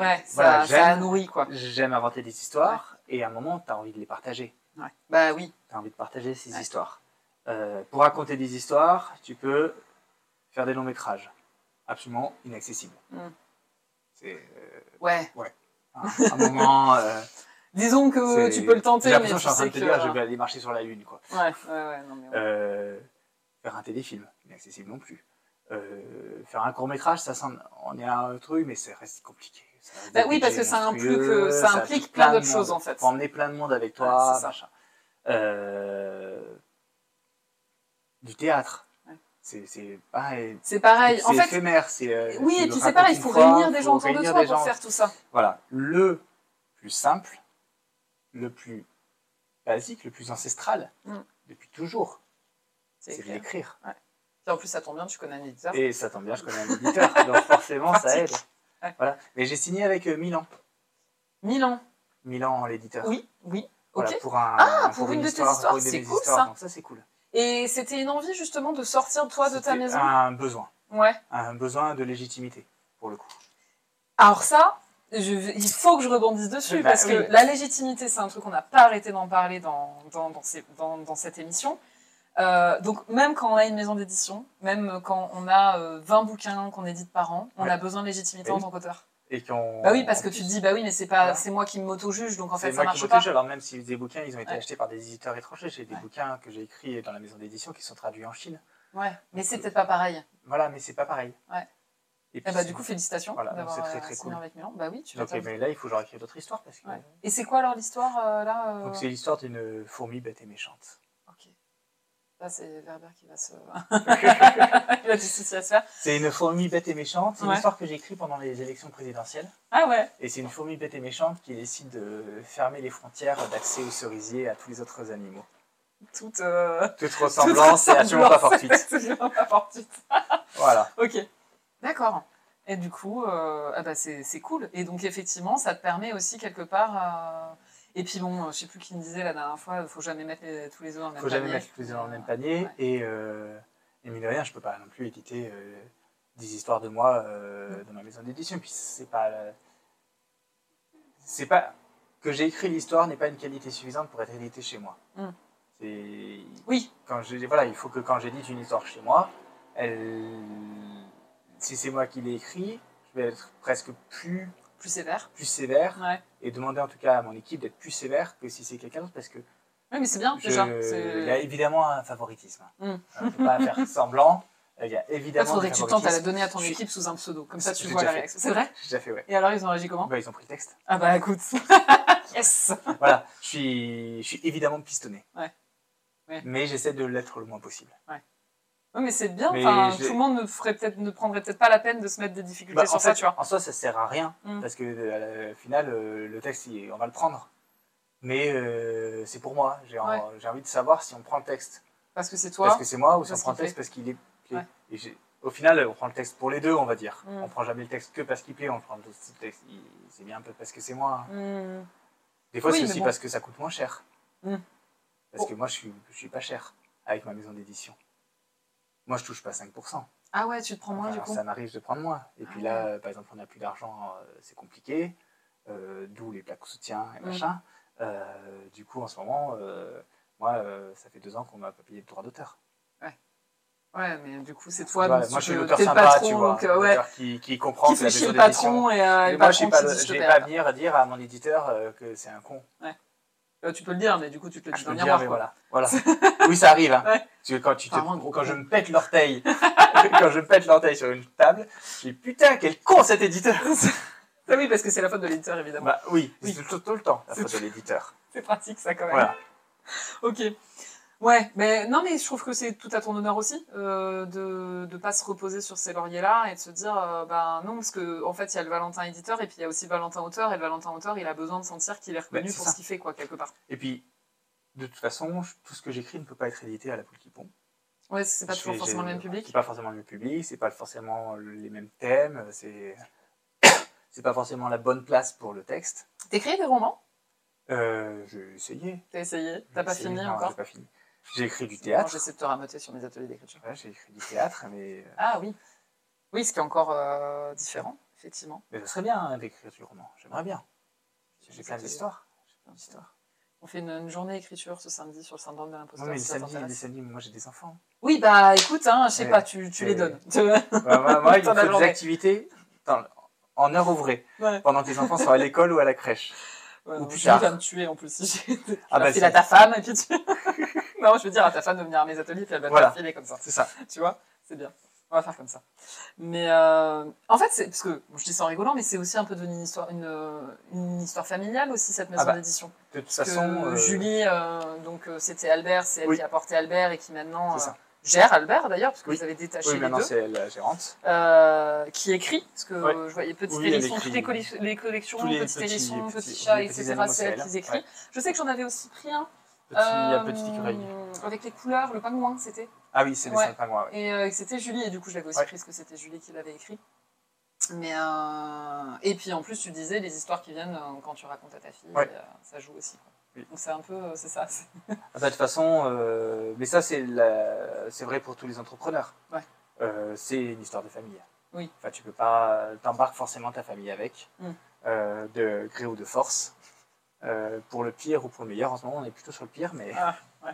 Speaker 1: Ouais,
Speaker 2: Voilà,
Speaker 1: ça, ça
Speaker 2: j'aime.
Speaker 1: nourrit quoi.
Speaker 2: j'aime inventer des histoires et à un moment, tu as envie de les partager.
Speaker 1: Ouais. Bah oui,
Speaker 2: tu as envie de partager ces
Speaker 1: Ouais.
Speaker 2: histoires. Euh, pour raconter des histoires, tu peux faire des longs métrages absolument inaccessibles.
Speaker 1: Mm.
Speaker 2: C'est euh,
Speaker 1: ouais.
Speaker 2: un, un moment. euh,
Speaker 1: Disons que
Speaker 2: c'est-
Speaker 1: tu peux le tenter,
Speaker 2: J'ai
Speaker 1: mais
Speaker 2: l'impression
Speaker 1: tu
Speaker 2: que je suis en train
Speaker 1: sais
Speaker 2: de te
Speaker 1: que.
Speaker 2: dire, je vais aller marcher sur la lune, quoi.
Speaker 1: Ouais, ouais, ouais, non mais. ouais.
Speaker 2: Euh, faire un téléfilm, inaccessible non plus. Euh, faire un court métrage, ça semble- on est à un truc, mais ça reste compliqué. Ça reste
Speaker 1: Bah
Speaker 2: des
Speaker 1: oui, parce que
Speaker 2: budgets
Speaker 1: ça implique,
Speaker 2: monstrueux,
Speaker 1: euh, ça
Speaker 2: implique
Speaker 1: implique plein
Speaker 2: de
Speaker 1: d'autres choses
Speaker 2: monde.
Speaker 1: en fait.
Speaker 2: Faut emmener plein de monde avec
Speaker 1: Ouais,
Speaker 2: toi,
Speaker 1: c'est ça.
Speaker 2: machin. Euh, du théâtre.
Speaker 1: Ouais.
Speaker 2: C'est c'est pareil.
Speaker 1: C'est
Speaker 2: Et
Speaker 1: pareil.
Speaker 2: puis
Speaker 1: En
Speaker 2: c'est
Speaker 1: fait,
Speaker 2: éphémère. c'est, euh,
Speaker 1: oui,
Speaker 2: tu
Speaker 1: et
Speaker 2: le
Speaker 1: puis c'est
Speaker 2: racontes
Speaker 1: pareil, il
Speaker 2: une
Speaker 1: faut
Speaker 2: fois,
Speaker 1: réunir des
Speaker 2: faut
Speaker 1: gens autour de
Speaker 2: réunir
Speaker 1: toi
Speaker 2: des
Speaker 1: pour
Speaker 2: gens.
Speaker 1: faire tout ça.
Speaker 2: Voilà. Le plus simple, le plus basique, le plus ancestral,
Speaker 1: Mm.
Speaker 2: depuis toujours,
Speaker 1: C'est
Speaker 2: c'est de
Speaker 1: clair. Ah.
Speaker 2: l'écrire.
Speaker 1: Et en plus, ça tombe bien, tu connais un éditeur.
Speaker 2: Et ça tombe bien, je connais un éditeur, donc forcément, ça aide.
Speaker 1: Pratique. Ouais.
Speaker 2: Voilà. Mais j'ai signé avec euh, Milan.
Speaker 1: Milan.
Speaker 2: Milan, l'éditeur.
Speaker 1: Oui, oui.
Speaker 2: Voilà,
Speaker 1: Ok.
Speaker 2: pour, un-
Speaker 1: Ah, pour une de tes histoires,
Speaker 2: pour une de
Speaker 1: c'est
Speaker 2: mes
Speaker 1: cool,
Speaker 2: histoires,
Speaker 1: ça.
Speaker 2: donc ça, c'est cool.
Speaker 1: Et c'était une envie justement de sortir toi de ta
Speaker 2: C'était
Speaker 1: maison.
Speaker 2: Un besoin,
Speaker 1: Ouais.
Speaker 2: un besoin de légitimité, pour le coup.
Speaker 1: Alors ça, je vais- il faut que je rebondisse dessus
Speaker 2: Bah
Speaker 1: parce que
Speaker 2: oui.
Speaker 1: la légitimité, c'est un truc qu'on n'a pas arrêté d'en parler dans, dans, dans ces- dans- dans cette émission. Euh, donc même quand on a une maison d'édition, même quand on a euh, 20 bouquins qu'on édite par an, on
Speaker 2: Ouais. Bah
Speaker 1: a besoin de légitimité
Speaker 2: Oui.
Speaker 1: en tant qu'auteur.
Speaker 2: Et qu'on...
Speaker 1: Bah oui, parce que tu te dis, bah oui, mais c'est pas,
Speaker 2: Voilà.
Speaker 1: c'est moi qui m'auto-juge, donc en
Speaker 2: C'est
Speaker 1: fait ça
Speaker 2: moi qui
Speaker 1: marche
Speaker 2: me
Speaker 1: pas.
Speaker 2: touche, alors même si des bouquins, ils ont été
Speaker 1: Ouais.
Speaker 2: achetés par des éditeurs étrangers. J'ai des
Speaker 1: Ouais.
Speaker 2: bouquins que j'ai écrits dans la maison d'édition qui sont traduits en Chine.
Speaker 1: Ouais, mais
Speaker 2: euh,
Speaker 1: c'est peut-être pas pareil.
Speaker 2: Voilà, mais c'est pas pareil.
Speaker 1: Ouais.
Speaker 2: Et
Speaker 1: Eh
Speaker 2: puis,
Speaker 1: bah
Speaker 2: c'est-
Speaker 1: du coup, félicitations
Speaker 2: Voilà, donc
Speaker 1: d'avoir
Speaker 2: c'est très,
Speaker 1: euh,
Speaker 2: très
Speaker 1: signé
Speaker 2: cool.
Speaker 1: avec Milan. Bah oui, tu vas
Speaker 2: donc, eh ben. mais là, il faut que je réécrive d'autres histoires. Parce que...
Speaker 1: Ouais. Et c'est quoi alors l'histoire euh, là euh,
Speaker 2: Donc c'est l'histoire d'une fourmi bête et méchante.
Speaker 1: ok. Là, c'est Werber qui va se. Il a du souci à se faire.
Speaker 2: C'est une fourmi bête et méchante. C'est une
Speaker 1: Ouais.
Speaker 2: histoire que j'écris pendant les élections présidentielles.
Speaker 1: Ah ouais
Speaker 2: Et c'est une fourmi bête et méchante qui décide de fermer les frontières d'accès aux cerisiers à tous les autres animaux.
Speaker 1: Toute. euh,
Speaker 2: Toute ressemblance est absolument pas
Speaker 1: ressemblance
Speaker 2: fortuite.
Speaker 1: est absolument pas fortuite.
Speaker 2: Voilà.
Speaker 1: Ok. D'accord. Et du coup, euh, ah bah, c'est c'est cool. Et donc, effectivement, ça te permet aussi quelque part. euh, Et puis bon, euh, je sais plus qui me disait la dernière fois, il faut jamais mettre les- tous les œufs dans le même
Speaker 2: faut jamais
Speaker 1: panier.
Speaker 2: mettre tous les œufs dans le même panier.
Speaker 1: Ouais.
Speaker 2: Et, euh, et mine de rien, je peux pas non plus éditer euh, des histoires de moi euh, dans ma maison d'édition. Puis c'est pas. euh, c'est pas. Que j'ai écrit l'histoire n'est pas une qualité suffisante pour être édité chez moi.
Speaker 1: Mm.
Speaker 2: C'est.
Speaker 1: Oui.
Speaker 2: Quand je, voilà, il faut que quand j'édite une histoire chez moi, elle, si c'est moi qui l'ai écrit, je vais être presque plus,
Speaker 1: Plus sévère.
Speaker 2: plus sévère
Speaker 1: Ouais.
Speaker 2: et demander en tout cas à mon équipe d'être plus sévère que si c'est quelqu'un d'autre parce que
Speaker 1: Oui, mais c'est bien,
Speaker 2: je-
Speaker 1: déjà.
Speaker 2: Il y a
Speaker 1: C'est-
Speaker 2: évidemment un favoritisme.
Speaker 1: Mm.
Speaker 2: On ne peut pas faire semblant. Il y a
Speaker 1: Là,
Speaker 2: évidemment.
Speaker 1: faudrait
Speaker 2: un
Speaker 1: que tu tentes à la
Speaker 2: favoritisme.
Speaker 1: donner à ton
Speaker 2: Je suis-
Speaker 1: équipe sous un pseudo. Comme ça, tu
Speaker 2: J'ai
Speaker 1: vois
Speaker 2: déjà
Speaker 1: la
Speaker 2: fait.
Speaker 1: réaction. C'est vrai
Speaker 2: J'ai déjà fait, ouais.
Speaker 1: Et alors, ils ont réagi comment
Speaker 2: Bah, ils ont pris le texte.
Speaker 1: Ah bah, écoute. yes
Speaker 2: voilà, je suis, je suis évidemment pistonné.
Speaker 1: Ouais. Ouais.
Speaker 2: Mais j'essaie de l'être le moins possible.
Speaker 1: Oui, mais c'est bien.
Speaker 2: Mais
Speaker 1: Enfin,
Speaker 2: je l'ai-
Speaker 1: tout le monde ne, ferait peut-être, ne prendrait peut-être pas la peine de se mettre des difficultés
Speaker 2: Bah, en,
Speaker 1: sur ça,
Speaker 2: fait,
Speaker 1: tu vois.
Speaker 2: en soi, ça sert à rien.
Speaker 1: Mm.
Speaker 2: Parce que, euh, au final, euh, le texte, il- on va le prendre. Mais euh, c'est pour moi. J'ai en-
Speaker 1: Ouais.
Speaker 2: j'ai envie de savoir si on prend le texte
Speaker 1: Parce que c'est
Speaker 2: parce
Speaker 1: toi.
Speaker 2: que c'est moi ou si on
Speaker 1: parce
Speaker 2: prend le
Speaker 1: qu'il
Speaker 2: texte parce qu'il est. plaît.
Speaker 1: Ouais.
Speaker 2: Et j'ai- au final, on prend le texte pour les deux, on va dire.
Speaker 1: Mm.
Speaker 2: On prend jamais le texte que parce qu'il plaît. On prend le texte. il- C'est bien un peu parce que c'est moi. hein.
Speaker 1: Hmm.
Speaker 2: Des fois,
Speaker 1: Oui,
Speaker 2: c'est
Speaker 1: mais
Speaker 2: aussi
Speaker 1: bon.
Speaker 2: parce que ça coûte moins cher.
Speaker 1: Mm.
Speaker 2: Parce
Speaker 1: Bon.
Speaker 2: que moi, je suis, je suis pas cher avec ma maison d'édition. Moi, je touche pas 5%.
Speaker 1: Ah ouais, tu te prends moins,
Speaker 2: Enfin,
Speaker 1: du coup.
Speaker 2: Bah, Ça m'arrive de prendre moins. Et puis
Speaker 1: Ah
Speaker 2: là, euh, par exemple, on n'a plus d'argent, euh, c'est compliqué. euh, D'où les plaques soutien et
Speaker 1: Mm.
Speaker 2: machin. Euh, du coup, en ce moment, euh, moi, euh, ça fait deux ans qu'on m'a pas payé de droit d'auteur.
Speaker 1: Ouais, mais du coup, c'est toi.
Speaker 2: Voilà,
Speaker 1: donc
Speaker 2: moi,
Speaker 1: tu
Speaker 2: je suis
Speaker 1: peux-
Speaker 2: l'auteur
Speaker 1: t'es le
Speaker 2: sympa,
Speaker 1: patron,
Speaker 2: tu vois.
Speaker 1: donc, euh, ouais,
Speaker 2: l'auteur qui, qui comprend
Speaker 1: qui
Speaker 2: que la
Speaker 1: fait chier
Speaker 2: maison
Speaker 1: le
Speaker 2: d'édition.
Speaker 1: patron et, euh, et
Speaker 2: Mais
Speaker 1: le
Speaker 2: moi, je
Speaker 1: patron
Speaker 2: n'ai pas,
Speaker 1: qui dit je te
Speaker 2: je vais
Speaker 1: paie
Speaker 2: pas
Speaker 1: après.
Speaker 2: venir dire à mon éditeur euh, que c'est un con.
Speaker 1: Euh, Tu peux le dire, mais du coup, tu te le
Speaker 2: Ah,
Speaker 1: dis
Speaker 2: je
Speaker 1: dans
Speaker 2: peux
Speaker 1: le
Speaker 2: le dire,
Speaker 1: miroir.
Speaker 2: mais
Speaker 1: quoi.
Speaker 2: voilà. voilà. Oui, ça arrive. Hein.
Speaker 1: Ouais.
Speaker 2: Parce que quand, tu te-
Speaker 1: Enfin, un gros
Speaker 2: quand
Speaker 1: con.
Speaker 2: je me pète l'orteil, quand je me pète l'orteil sur une table, je dis putain, quel con cet éditeur
Speaker 1: Ah oui, parce que c'est la faute de l'éditeur, évidemment.
Speaker 2: Bah oui,
Speaker 1: Oui.
Speaker 2: c'est tout, tout le temps la
Speaker 1: C'est
Speaker 2: faute de l'éditeur.
Speaker 1: C'est pratique, ça, quand même.
Speaker 2: Voilà.
Speaker 1: Ok. Ouais, mais non, mais je trouve que c'est tout à ton honneur aussi euh, de ne pas se reposer sur ces lauriers-là et de se dire, euh, ben non, parce qu'en en fait, il y a le Valentin éditeur et puis il y a aussi le Valentin auteur, et le Valentin auteur, il a besoin de sentir qu'il est reconnu
Speaker 2: Ouais, c'est
Speaker 1: pour
Speaker 2: ça.
Speaker 1: ce qu'il fait, quoi, quelque part.
Speaker 2: Et puis, de toute façon, je- tout ce que j'écris ne peut pas être édité à la poule qui pond.
Speaker 1: Ouais, c'est pas
Speaker 2: Je
Speaker 1: toujours
Speaker 2: fais-
Speaker 1: forcément
Speaker 2: j'ai-
Speaker 1: le même public.
Speaker 2: C'est pas forcément le même public, c'est pas forcément les mêmes thèmes, c'est c'est pas forcément la bonne place pour le texte.
Speaker 1: T'écris des romans
Speaker 2: Euh, j'ai essayé.
Speaker 1: T'as essayé T'as pas
Speaker 2: J'ai essayé.
Speaker 1: fini
Speaker 2: Non,
Speaker 1: encore
Speaker 2: J'ai pas fini. J'ai écrit du
Speaker 1: Non,
Speaker 2: théâtre.
Speaker 1: J'essaie de te rameuter sur mes ateliers d'écriture.
Speaker 2: Ouais, j'ai écrit du théâtre, mais, euh,
Speaker 1: Ah oui. Oui, ce qui est encore euh, différent, effectivement.
Speaker 2: mais ça serait bien hein, d'écrire du roman. J'aimerais bien. J'ai plein
Speaker 1: Des
Speaker 2: d'histoires. J'ai plein
Speaker 1: ateliers.
Speaker 2: d'histoires.
Speaker 1: On fait une, une journée écriture ce samedi sur le syndrome de
Speaker 2: Non,
Speaker 1: l'imposteur.
Speaker 2: mais les
Speaker 1: si ça
Speaker 2: samedis, les
Speaker 1: t'intéresse.
Speaker 2: samedis, moi j'ai des enfants.
Speaker 1: Oui, bah écoute, hein, je sais
Speaker 2: Ouais.
Speaker 1: pas, tu, tu les
Speaker 2: Ouais.
Speaker 1: donnes.
Speaker 2: Bah, moi, moi, il
Speaker 1: Dans
Speaker 2: me
Speaker 1: la
Speaker 2: faut des
Speaker 1: journée.
Speaker 2: activités dans- en heure ouvrée,
Speaker 1: Ouais.
Speaker 2: pendant que les enfants sont à l'école ou à la crèche.
Speaker 1: Ouais,
Speaker 2: Ou
Speaker 1: non,
Speaker 2: plus
Speaker 1: je
Speaker 2: tard.
Speaker 1: viens de tuer en plus. Si j'ai- tu
Speaker 2: Ah,
Speaker 1: la
Speaker 2: bah,
Speaker 1: files
Speaker 2: c'est-
Speaker 1: à ta femme et puis tu... non, je veux dire à ta femme de venir à mes ateliers puis elle va
Speaker 2: Voilà.
Speaker 1: te la filer comme ça.
Speaker 2: C'est ça.
Speaker 1: Tu vois C'est bien. On va faire comme ça. Mais euh, en fait, c'est parce que bon, je dis ça en rigolant, mais c'est aussi un peu devenu une histoire, une, euh, une histoire familiale aussi cette maison
Speaker 2: Ah bah,
Speaker 1: d'édition.
Speaker 2: De toute
Speaker 1: Parce que
Speaker 2: façon, euh,
Speaker 1: Julie, euh, donc euh, c'était Albert, c'est elle
Speaker 2: oui.
Speaker 1: qui a porté Albert et qui maintenant
Speaker 2: C'est
Speaker 1: euh,
Speaker 2: ça.
Speaker 1: gère Albert d'ailleurs, parce que
Speaker 2: Oui.
Speaker 1: vous avez détaché
Speaker 2: oui,
Speaker 1: les
Speaker 2: maintenant
Speaker 1: deux.
Speaker 2: c'est la gérante.
Speaker 1: euh, qui écrit, parce que
Speaker 2: Ouais.
Speaker 1: euh, je voyais Petit
Speaker 2: Oui, elle
Speaker 1: Hérisson,
Speaker 2: écrit.
Speaker 1: toutes les, colli- les collections,
Speaker 2: Tous les
Speaker 1: Petit
Speaker 2: petits-
Speaker 1: Hérisson, Petit,
Speaker 2: petits-
Speaker 1: Chat,
Speaker 2: les petits
Speaker 1: etc.,
Speaker 2: animaux,
Speaker 1: c'est
Speaker 2: c'est
Speaker 1: elle
Speaker 2: elle.
Speaker 1: qui écrit.
Speaker 2: Ouais.
Speaker 1: Je sais que j'en avais aussi pris un.
Speaker 2: Petit,
Speaker 1: euh,
Speaker 2: petit écureuil.
Speaker 1: Avec les couleurs, le pingouin, c'était.
Speaker 2: Ah oui, c'est les
Speaker 1: ouais.
Speaker 2: cinq pingouins. ouais.
Speaker 1: Et euh, c'était Julie, et du coup, je l'avais aussi
Speaker 2: Ouais.
Speaker 1: pris parce que c'était Julie qui l'avait écrit. Mais euh, Et puis en plus, tu disais les histoires qui viennent euh, quand tu racontes à ta fille,
Speaker 2: Ouais.
Speaker 1: euh, ça joue aussi. quoi.
Speaker 2: Oui.
Speaker 1: Donc c'est un peu, euh, c'est ça. c'est-
Speaker 2: Ah bah, de toute façon, euh, mais ça c'est la- c'est vrai pour tous les entrepreneurs.
Speaker 1: Ouais.
Speaker 2: Euh, c'est une histoire de famille.
Speaker 1: Oui.
Speaker 2: Enfin, tu peux pas, t'embarques forcément ta famille avec,
Speaker 1: Mm.
Speaker 2: euh, de gré ou de force. Euh, pour le pire ou pour le meilleur, en ce moment on est plutôt sur le pire, mais
Speaker 1: Ah, ouais.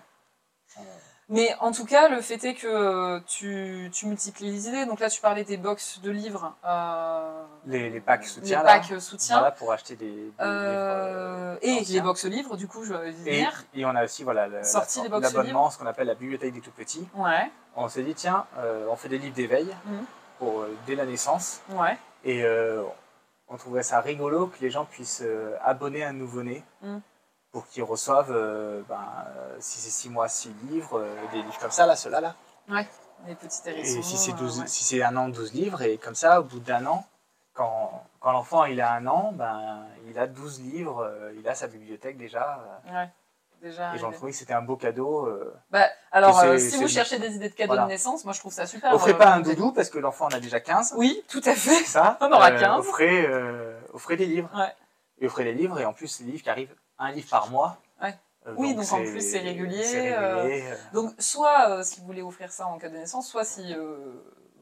Speaker 2: Euh,
Speaker 1: Mais en tout cas, le fait est que euh, tu, tu multiplies les idées. Donc là, tu parlais des box de livres. euh,
Speaker 2: les, les packs soutien
Speaker 1: les
Speaker 2: là,
Speaker 1: packs euh, soutien.
Speaker 2: voilà, pour acheter des, des livres,
Speaker 1: Euh,
Speaker 2: euh,
Speaker 1: et
Speaker 2: anciens.
Speaker 1: les box livres, du coup, je vais y
Speaker 2: Et,
Speaker 1: venir.
Speaker 2: et on a aussi voilà le-
Speaker 1: Sortie
Speaker 2: la-
Speaker 1: des box
Speaker 2: l'abonnement, ce qu'on appelle la bibliothèque des tout petits.
Speaker 1: Ouais,
Speaker 2: On s'est dit tiens, euh, on fait des livres d'éveil
Speaker 1: Mhm.
Speaker 2: pour euh, dès la naissance
Speaker 1: ouais.
Speaker 2: et euh, on trouverait ça rigolo que les gens puissent euh, abonner un nouveau-né
Speaker 1: Mhm.
Speaker 2: pour qu'ils reçoivent, euh, ben, euh, si c'est 6 mois, 6 livres, euh, des livres comme ça, là, ceux-là, là.
Speaker 1: Les petits
Speaker 2: Et
Speaker 1: hérissons.
Speaker 2: si c'est
Speaker 1: euh,
Speaker 2: 12
Speaker 1: ouais.
Speaker 2: si c'est un an, 12 livres, et comme ça, au bout d'un an, quand, quand l'enfant il a un an, ben, il a 12 livres, euh, il a sa bibliothèque déjà.
Speaker 1: Ouais, déjà.
Speaker 2: euh, et
Speaker 1: arrivé.
Speaker 2: j'en trouvais que c'était un beau cadeau. euh.
Speaker 1: Bah, alors,
Speaker 2: Que c'est-
Speaker 1: euh, si vous
Speaker 2: c'est-
Speaker 1: cherchez des idées de cadeaux
Speaker 2: Voilà.
Speaker 1: de naissance, moi je trouve ça super.
Speaker 2: Offrez
Speaker 1: euh,
Speaker 2: pas un
Speaker 1: comme idée.
Speaker 2: doudou parce que l'enfant en a déjà 15.
Speaker 1: Oui, tout à fait.
Speaker 2: ça,
Speaker 1: On aura
Speaker 2: euh,
Speaker 1: 15.
Speaker 2: Offrez, euh, offrez des livres.
Speaker 1: Ouais.
Speaker 2: Et offrez des livres, et en plus, les livres qui arrivent un livre par mois.
Speaker 1: Ouais.
Speaker 2: Euh,
Speaker 1: Oui, donc en plus, c'est régulier, euh,
Speaker 2: régulier, euh.
Speaker 1: Donc, soit euh, si vous voulez offrir ça en cas de naissance, soit si euh,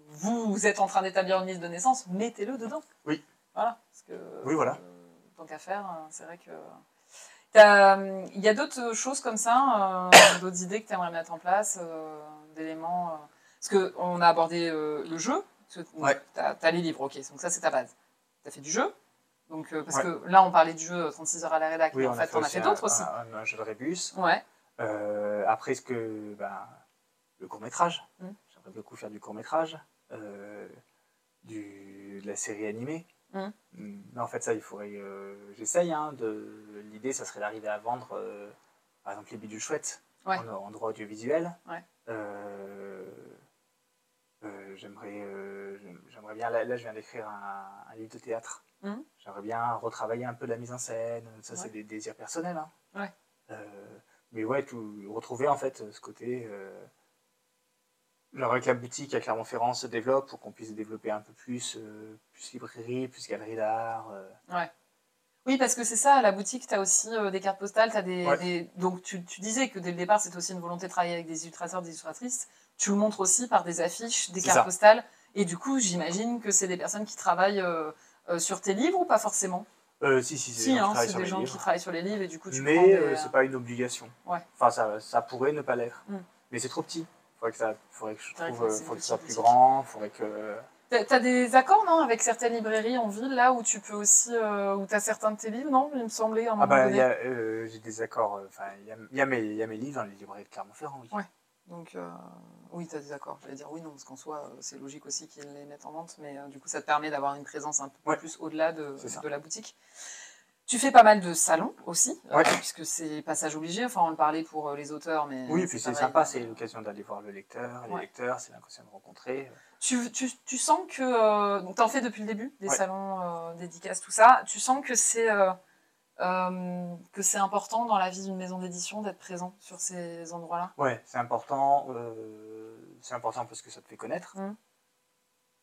Speaker 1: vous êtes en train d'établir une liste de naissance, mettez-le dedans.
Speaker 2: Oui.
Speaker 1: Voilà. Parce que,
Speaker 2: Oui, voilà.
Speaker 1: euh, tant qu'à faire, euh, c'est vrai que. T'as, euh, Il y a d'autres choses comme ça, euh, d'autres idées que tu aimerais mettre en place, euh, d'éléments. euh, Parce qu'on a abordé euh, le jeu.
Speaker 2: Ouais.
Speaker 1: Tu as, les livres, ok. Donc, ça, c'est ta base. Tu as fait du jeu. Donc, euh, parce
Speaker 2: Ouais.
Speaker 1: que là, on parlait du jeu 36 heures à la rédac,
Speaker 2: Oui,
Speaker 1: mais en fait, on a
Speaker 2: aussi
Speaker 1: fait d'autres
Speaker 2: un-
Speaker 1: aussi.
Speaker 2: Un, un jeu de rébus.
Speaker 1: Ouais.
Speaker 2: Euh, après, ce que, ben, le court-métrage.
Speaker 1: Mhm.
Speaker 2: J'aimerais beaucoup faire du court-métrage. euh, du, de la série animée.
Speaker 1: Mhm.
Speaker 2: Mm, Mais en fait, ça, il faudrait. euh, J'essaye. hein, de- L'idée, ça serait d'arriver à vendre, euh, par exemple, les bidules chouettes
Speaker 1: Ouais.
Speaker 2: en, en droit audiovisuel.
Speaker 1: Ouais.
Speaker 2: Euh, euh, J'aimerais euh, j'aime- j'aimerais bien. Là, là, je viens d'écrire un, un livre de théâtre.
Speaker 1: Mhm.
Speaker 2: J'aimerais bien retravailler un peu la mise en scène. Ça, c'est
Speaker 1: Ouais.
Speaker 2: des désirs personnels. hein.
Speaker 1: Ouais.
Speaker 2: Euh, mais ouais, tout, retrouver en fait ce côté. euh, genre avec la boutique à Clermont-Ferrand se développe pour qu'on puisse développer un peu plus, euh, plus librairie, plus galerie d'art. euh.
Speaker 1: Oui, parce que c'est ça, à la boutique, tu as aussi euh, des cartes postales, as des,
Speaker 2: Ouais.
Speaker 1: des- Donc, tu, tu disais que dès le départ, c'était aussi une volonté de travailler avec des illustrateurs, des illustratrices. Tu le montres aussi par des affiches, des
Speaker 2: C'est
Speaker 1: cartes
Speaker 2: ça.
Speaker 1: postales. Et du coup, j'imagine que c'est des personnes qui travaillent euh, euh, sur tes livres ou pas forcément
Speaker 2: Euh, si, si, c'est des
Speaker 1: Si,
Speaker 2: gens qui
Speaker 1: hein,
Speaker 2: travaillent
Speaker 1: c'est
Speaker 2: sur
Speaker 1: des
Speaker 2: les
Speaker 1: gens qui
Speaker 2: livres.
Speaker 1: travaillent sur les livres et du coup, tu prends
Speaker 2: Mais
Speaker 1: des...
Speaker 2: euh, c'est pas une obligation.
Speaker 1: Ouais.
Speaker 2: Enfin, ça, ça pourrait ne pas l'être.
Speaker 1: Mm.
Speaker 2: Mais c'est trop petit. Faudrait que ça, faudrait que je
Speaker 1: Faudrait
Speaker 2: trouve,
Speaker 1: que
Speaker 2: euh,
Speaker 1: c'est
Speaker 2: faudrait
Speaker 1: une
Speaker 2: que ça soit
Speaker 1: petite
Speaker 2: plus
Speaker 1: boutique.
Speaker 2: grand, faudrait que.
Speaker 1: T'as- T'as des accords, non, avec certaines librairies en ville, là, où tu peux aussi... euh, où t'as certains de tes livres, non Il me semblait, à un
Speaker 2: Ah
Speaker 1: moment
Speaker 2: bah, il
Speaker 1: donné.
Speaker 2: y a, euh, j'ai des accords. euh, Enfin, il y a, il y a mes, il y a mes livres dans les librairies de Clermont-Ferrand. Oui.
Speaker 1: Ouais. Donc, euh, oui, tu as des accords. J'allais dire oui, non, parce qu'en soi, euh, c'est logique aussi qu'ils les mettent en vente, mais euh, du coup, ça te permet d'avoir une présence un peu
Speaker 2: Ouais.
Speaker 1: plus au-delà de,
Speaker 2: C'est ça.
Speaker 1: de la boutique. Tu fais pas mal de salons aussi, euh,
Speaker 2: Ouais.
Speaker 1: puisque c'est passage obligé. Enfin, on le parlait pour euh, les auteurs, mais.
Speaker 2: Oui, puis c'est
Speaker 1: pareil.
Speaker 2: sympa, c'est l'occasion d'aller voir le lecteur, les
Speaker 1: Ouais.
Speaker 2: lecteurs, c'est l'occasion de rencontrer. euh,
Speaker 1: Tu, tu, tu sens que. euh, donc, tu en fais depuis le début, des
Speaker 2: Ouais.
Speaker 1: salons, euh, dédicaces, tout ça. Tu sens que c'est. euh, euh, que c'est important dans la vie d'une maison d'édition d'être présent sur ces endroits-là.
Speaker 2: Ouais, c'est important. euh, c'est important parce que ça te fait connaître.
Speaker 1: Mm.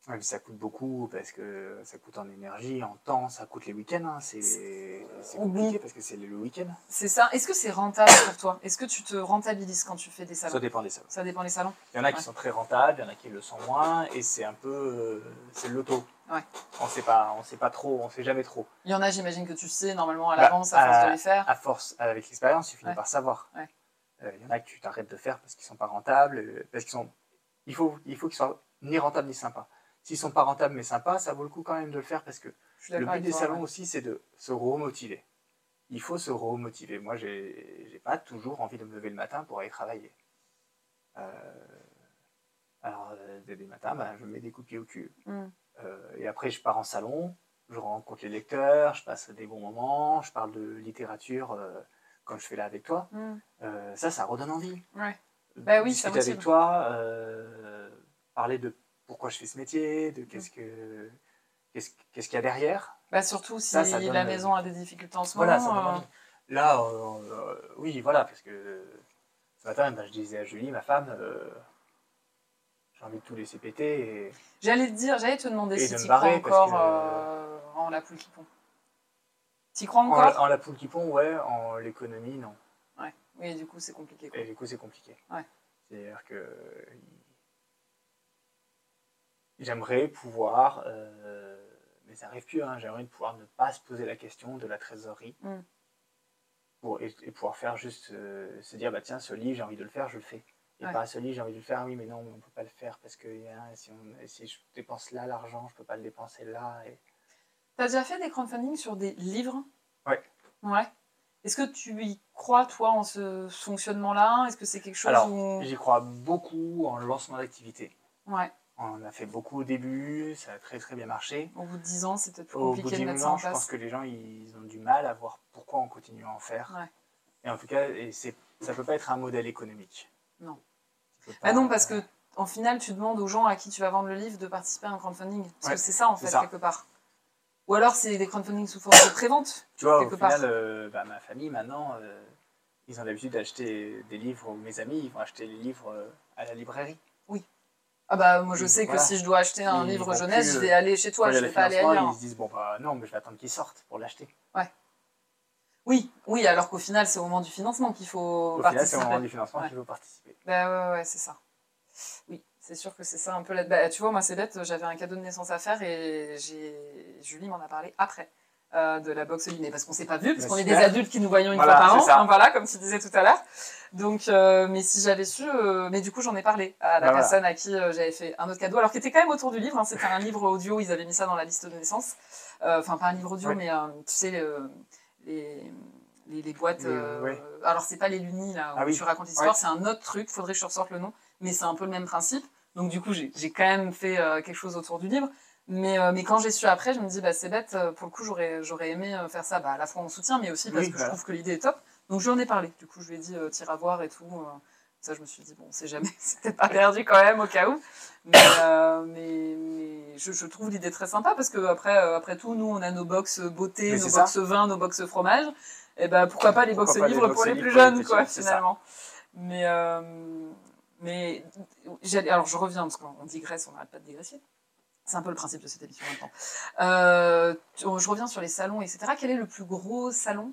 Speaker 2: Même si ça coûte beaucoup, parce que ça coûte en énergie, en temps, ça coûte les week-ends. hein, c'est c'est
Speaker 1: Oui.
Speaker 2: compliqué parce que c'est le week-end.
Speaker 1: C'est ça. Est-ce que c'est rentable pour toi Est-ce que tu te rentabilises quand tu fais des salons
Speaker 2: Ça dépend des salons.
Speaker 1: Ça dépend des salons.
Speaker 2: Il y en a qui
Speaker 1: Ouais.
Speaker 2: sont très rentables, il y en a qui le sont moins, et c'est un peu. euh, c'est le loto.
Speaker 1: Ouais.
Speaker 2: On sait pas, on sait pas trop, on sait jamais trop.
Speaker 1: Il y en a, j'imagine que tu sais normalement à
Speaker 2: Bah,
Speaker 1: l'avance, à force
Speaker 2: euh,
Speaker 1: de les faire.
Speaker 2: à force, avec l'expérience, tu finis
Speaker 1: Ouais.
Speaker 2: par savoir. Euh,
Speaker 1: Ouais.
Speaker 2: Il y en a que tu t'arrêtes de faire parce qu'ils sont pas rentables, euh, parce qu'ils sont. Il faut, il faut qu'ils soient ni rentables ni sympas. S'ils sont pas rentables mais sympas, ça vaut le coup quand même de le faire parce que
Speaker 1: Je suis
Speaker 2: le
Speaker 1: d'accord
Speaker 2: but
Speaker 1: avec
Speaker 2: des
Speaker 1: toi,
Speaker 2: salons
Speaker 1: ouais.
Speaker 2: aussi, c'est de se remotiver. Il faut se remotiver. Moi, j'ai j'ai pas toujours envie de me lever le matin pour aller travailler. Euh, alors, euh, dès les matins, bah, je me mets des coups de pied au cul.
Speaker 1: Mm.
Speaker 2: Euh, et après, je pars en salon, je rencontre les lecteurs, je passe des bons moments, je parle de littérature euh, comme je fais là avec toi.
Speaker 1: Mm.
Speaker 2: Euh, ça, ça redonne envie.
Speaker 1: Ouais. Bah oui, ça
Speaker 2: Discuter avec
Speaker 1: motive.
Speaker 2: toi, euh, parler de pourquoi je fais ce métier, de
Speaker 1: Mm.
Speaker 2: qu'est-ce que qu'est-ce qu'est-ce qu'il y a derrière.
Speaker 1: Bah, surtout si
Speaker 2: Ça, ça donne- euh,
Speaker 1: la maison a des difficultés en ce
Speaker 2: Voilà, ça
Speaker 1: moment.
Speaker 2: donne
Speaker 1: euh,
Speaker 2: envie. Là, euh, euh, oui, voilà, parce que euh, ce matin, ben, je disais à Julie, ma femme, euh, j'ai envie de tout laisser péter. Et...
Speaker 1: J'allais te dire, j'allais te demander
Speaker 2: Et
Speaker 1: si
Speaker 2: de me
Speaker 1: tu crois
Speaker 2: barrer, parce
Speaker 1: encore
Speaker 2: que-
Speaker 1: euh, en la poule qui pond. T'y crois
Speaker 2: En,
Speaker 1: encore
Speaker 2: en la poule qui pond, ouais, en l'économie, non.
Speaker 1: Oui, du coup, c'est compliqué. quoi.
Speaker 2: Et du coup, c'est compliqué.
Speaker 1: Ouais.
Speaker 2: C'est-à-dire que euh, j'aimerais pouvoir, euh, mais ça arrive plus, hein, j'aimerais pouvoir ne pas se poser la question de la trésorerie
Speaker 1: Mm.
Speaker 2: pour, et, et pouvoir faire juste euh, se dire, bah tiens, ce livre, j'ai envie de le faire, je le fais. Et
Speaker 1: Ouais.
Speaker 2: pas ce livre, j'ai envie de le faire, oui, mais non, on ne peut pas le faire parce que il y a- si, on, si je dépense là l'argent, je ne peux pas le dépenser là. Et...
Speaker 1: T'as déjà fait des crowdfunding sur des livres
Speaker 2: Ouais.
Speaker 1: Ouais. Est-ce que tu y crois, toi, en ce fonctionnement-là Est-ce que c'est quelque chose
Speaker 2: Alors,
Speaker 1: où...
Speaker 2: J'y crois beaucoup en lancement d'activité.
Speaker 1: Ouais.
Speaker 2: On en a fait beaucoup au début, ça a très très bien marché.
Speaker 1: Au bout de 10 ans, c'est peut-être plus
Speaker 2: Au bout
Speaker 1: compliqué de
Speaker 2: d'un
Speaker 1: mettre ça
Speaker 2: moment,
Speaker 1: en
Speaker 2: je pense
Speaker 1: place.
Speaker 2: que les gens, ils ont du mal à voir pourquoi on continue à en faire.
Speaker 1: Ouais.
Speaker 2: Et en tout cas, et c'est- ça peut pas être un modèle économique.
Speaker 1: Non.
Speaker 2: Ça peut
Speaker 1: Ah
Speaker 2: pas-
Speaker 1: non, parce que en final, tu demandes aux gens à qui tu vas vendre le livre de participer à un crowdfunding. Parce
Speaker 2: Ouais,
Speaker 1: que c'est ça, en
Speaker 2: c'est
Speaker 1: fait,
Speaker 2: ça.
Speaker 1: quelque part. Ou alors, c'est des crowdfunding sous forme de prévente.
Speaker 2: Tu vois, au
Speaker 1: quelque
Speaker 2: final,
Speaker 1: part.
Speaker 2: euh, bah, ma famille, maintenant, euh, ils ont l'habitude d'acheter des livres, ou mes amis, ils vont acheter les livres euh, à la librairie.
Speaker 1: Ah bah, moi, je
Speaker 2: Oui,
Speaker 1: sais
Speaker 2: voilà.
Speaker 1: que si je dois acheter un
Speaker 2: Ils
Speaker 1: livre
Speaker 2: vont
Speaker 1: jeunesse,
Speaker 2: plus,
Speaker 1: je vais aller chez toi,
Speaker 2: Quand il y
Speaker 1: je
Speaker 2: a
Speaker 1: vais
Speaker 2: le
Speaker 1: pas aller
Speaker 2: financement,
Speaker 1: ailleurs.
Speaker 2: Ils se disent, bon, bah non, mais je vais attendre qu'ils sortent pour l'acheter.
Speaker 1: Oui, oui, alors qu'au final, c'est au moment du financement qu'il faut
Speaker 2: Au final, c'est
Speaker 1: participer.
Speaker 2: au moment du financement
Speaker 1: Ouais.
Speaker 2: qu'il faut participer.
Speaker 1: Bah ouais, ouais, c'est ça. Oui, c'est sûr que c'est ça un peu la... Bah, tu vois, moi, c'est bête, j'avais un cadeau de naissance à faire et j'ai... Julie m'en a parlé après euh, de la boxe au dîner. Parce qu'on s'est pas vu, parce
Speaker 2: Bah,
Speaker 1: qu'on est des
Speaker 2: super.
Speaker 1: adultes qui nous voyons une
Speaker 2: Voilà,
Speaker 1: fois par
Speaker 2: c'est
Speaker 1: an.
Speaker 2: ça.
Speaker 1: hein, voilà, comme tu disais tout à l'heure. Donc, euh, mais si j'avais su... euh, Mais du coup, j'en ai parlé à la
Speaker 2: Bah, voilà.
Speaker 1: personne à qui euh, j'avais fait un autre cadeau, alors qui était quand même autour du livre. hein, C'était un livre audio, ils avaient mis ça dans la liste de naissance. Euh, Enfin, pas un livre audio,
Speaker 2: Ouais.
Speaker 1: mais euh, tu sais... euh, les, les, les boîtes.
Speaker 2: Les-
Speaker 1: euh,
Speaker 2: ouais.
Speaker 1: Alors, c'est pas les Luni, là, où
Speaker 2: Ah oui.
Speaker 1: tu racontes l'histoire,
Speaker 2: Ouais.
Speaker 1: c'est un autre truc, faudrait que je ressorte le nom, mais c'est un peu le même principe. Donc, du coup, j'ai j'ai quand même fait euh, quelque chose autour du livre. Mais, euh, mais quand j'ai su après, je me dis, bah, c'est bête, euh, pour le coup, j'aurais j'aurais aimé euh, faire ça bah, à la fois en soutien, mais aussi parce
Speaker 2: Oui,
Speaker 1: que
Speaker 2: voilà.
Speaker 1: je trouve que l'idée est top. Donc, je lui en ai parlé. Du coup, je lui ai dit, euh, tire à voir et tout. euh, ça, je me suis dit, bon, c'est jamais, c'est peut-être pas perdu quand même, au cas où. Mais, euh, mais, mais je, je trouve l'idée très sympa parce que, après, euh, après tout, nous, on a nos box beauté,
Speaker 2: Mais
Speaker 1: nos
Speaker 2: c'est ça.
Speaker 1: box vin, nos box fromage. Et ben pourquoi pas les
Speaker 2: Pourquoi
Speaker 1: box
Speaker 2: pas les
Speaker 1: livres
Speaker 2: box
Speaker 1: pour les
Speaker 2: livres
Speaker 1: plus
Speaker 2: pour les
Speaker 1: jeunes,
Speaker 2: petits,
Speaker 1: quoi,
Speaker 2: c'est ça.
Speaker 1: finalement. Mais, euh, mais j'allais- alors je reviens parce qu'on digresse, on n'arrête pas de digresser. C'est un peu le principe de cette émission maintenant. Euh, tu- je reviens sur les salons, etc. Quel est le plus gros salon,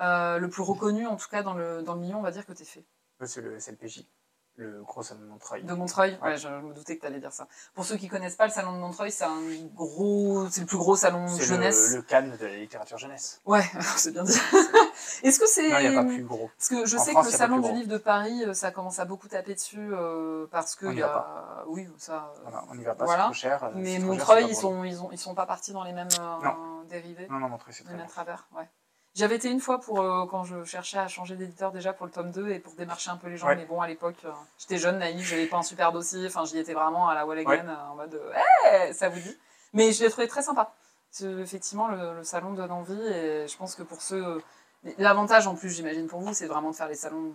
Speaker 1: euh, le plus reconnu en tout cas dans le, dans le milieu, on va dire, que tu fait
Speaker 2: Eux, C'est le SLPJ, le gros salon de Montreuil.
Speaker 1: De Montreuil
Speaker 2: Ouais.
Speaker 1: ouais, je, je me doutais que tu allais dire ça. Pour ceux qui connaissent pas, le salon de Montreuil, c'est un gros, c'est le plus gros salon
Speaker 2: C'est
Speaker 1: jeunesse.
Speaker 2: le, le Cannes de la littérature jeunesse.
Speaker 1: Ouais, c'est bien dit. Est-ce que c'est.
Speaker 2: Non, il n'y a pas plus gros.
Speaker 1: Parce que je
Speaker 2: En
Speaker 1: sais
Speaker 2: France,
Speaker 1: que
Speaker 2: y
Speaker 1: le
Speaker 2: a pas
Speaker 1: salon
Speaker 2: plus
Speaker 1: du
Speaker 2: gros.
Speaker 1: livre de Paris, euh, ça commence à beaucoup taper dessus euh, parce que
Speaker 2: On
Speaker 1: il
Speaker 2: y
Speaker 1: y
Speaker 2: va
Speaker 1: a, oui, ça. euh,
Speaker 2: Voilà, on n'y va pas,
Speaker 1: Voilà.
Speaker 2: c'est trop cher. euh,
Speaker 1: Mais
Speaker 2: c'est trop cher,
Speaker 1: Montreuil,
Speaker 2: c'est
Speaker 1: ils
Speaker 2: pas pour
Speaker 1: sont, ils ont, ils sont pas partis dans les mêmes euh, dérivés,
Speaker 2: nous. Non, non, Montreuil, c'est
Speaker 1: les
Speaker 2: très
Speaker 1: mêmes
Speaker 2: bon.
Speaker 1: travers. Ouais. J'avais été une fois pour euh, quand je cherchais à changer d'éditeur déjà pour le tome 2 et pour démarcher un peu les gens.
Speaker 2: Ouais.
Speaker 1: Mais bon, à l'époque, euh, j'étais jeune, naïve, j'avais pas un super dossier. Enfin, j'y étais vraiment à la wall again,
Speaker 2: Ouais.
Speaker 1: euh, en mode euh, Hey, ça vous dit. Mais je l'ai trouvé très sympa. C'est- Effectivement, le, le salon donne envie et je pense que pour ceux. euh, L'avantage en plus, j'imagine pour vous, c'est vraiment de faire les salons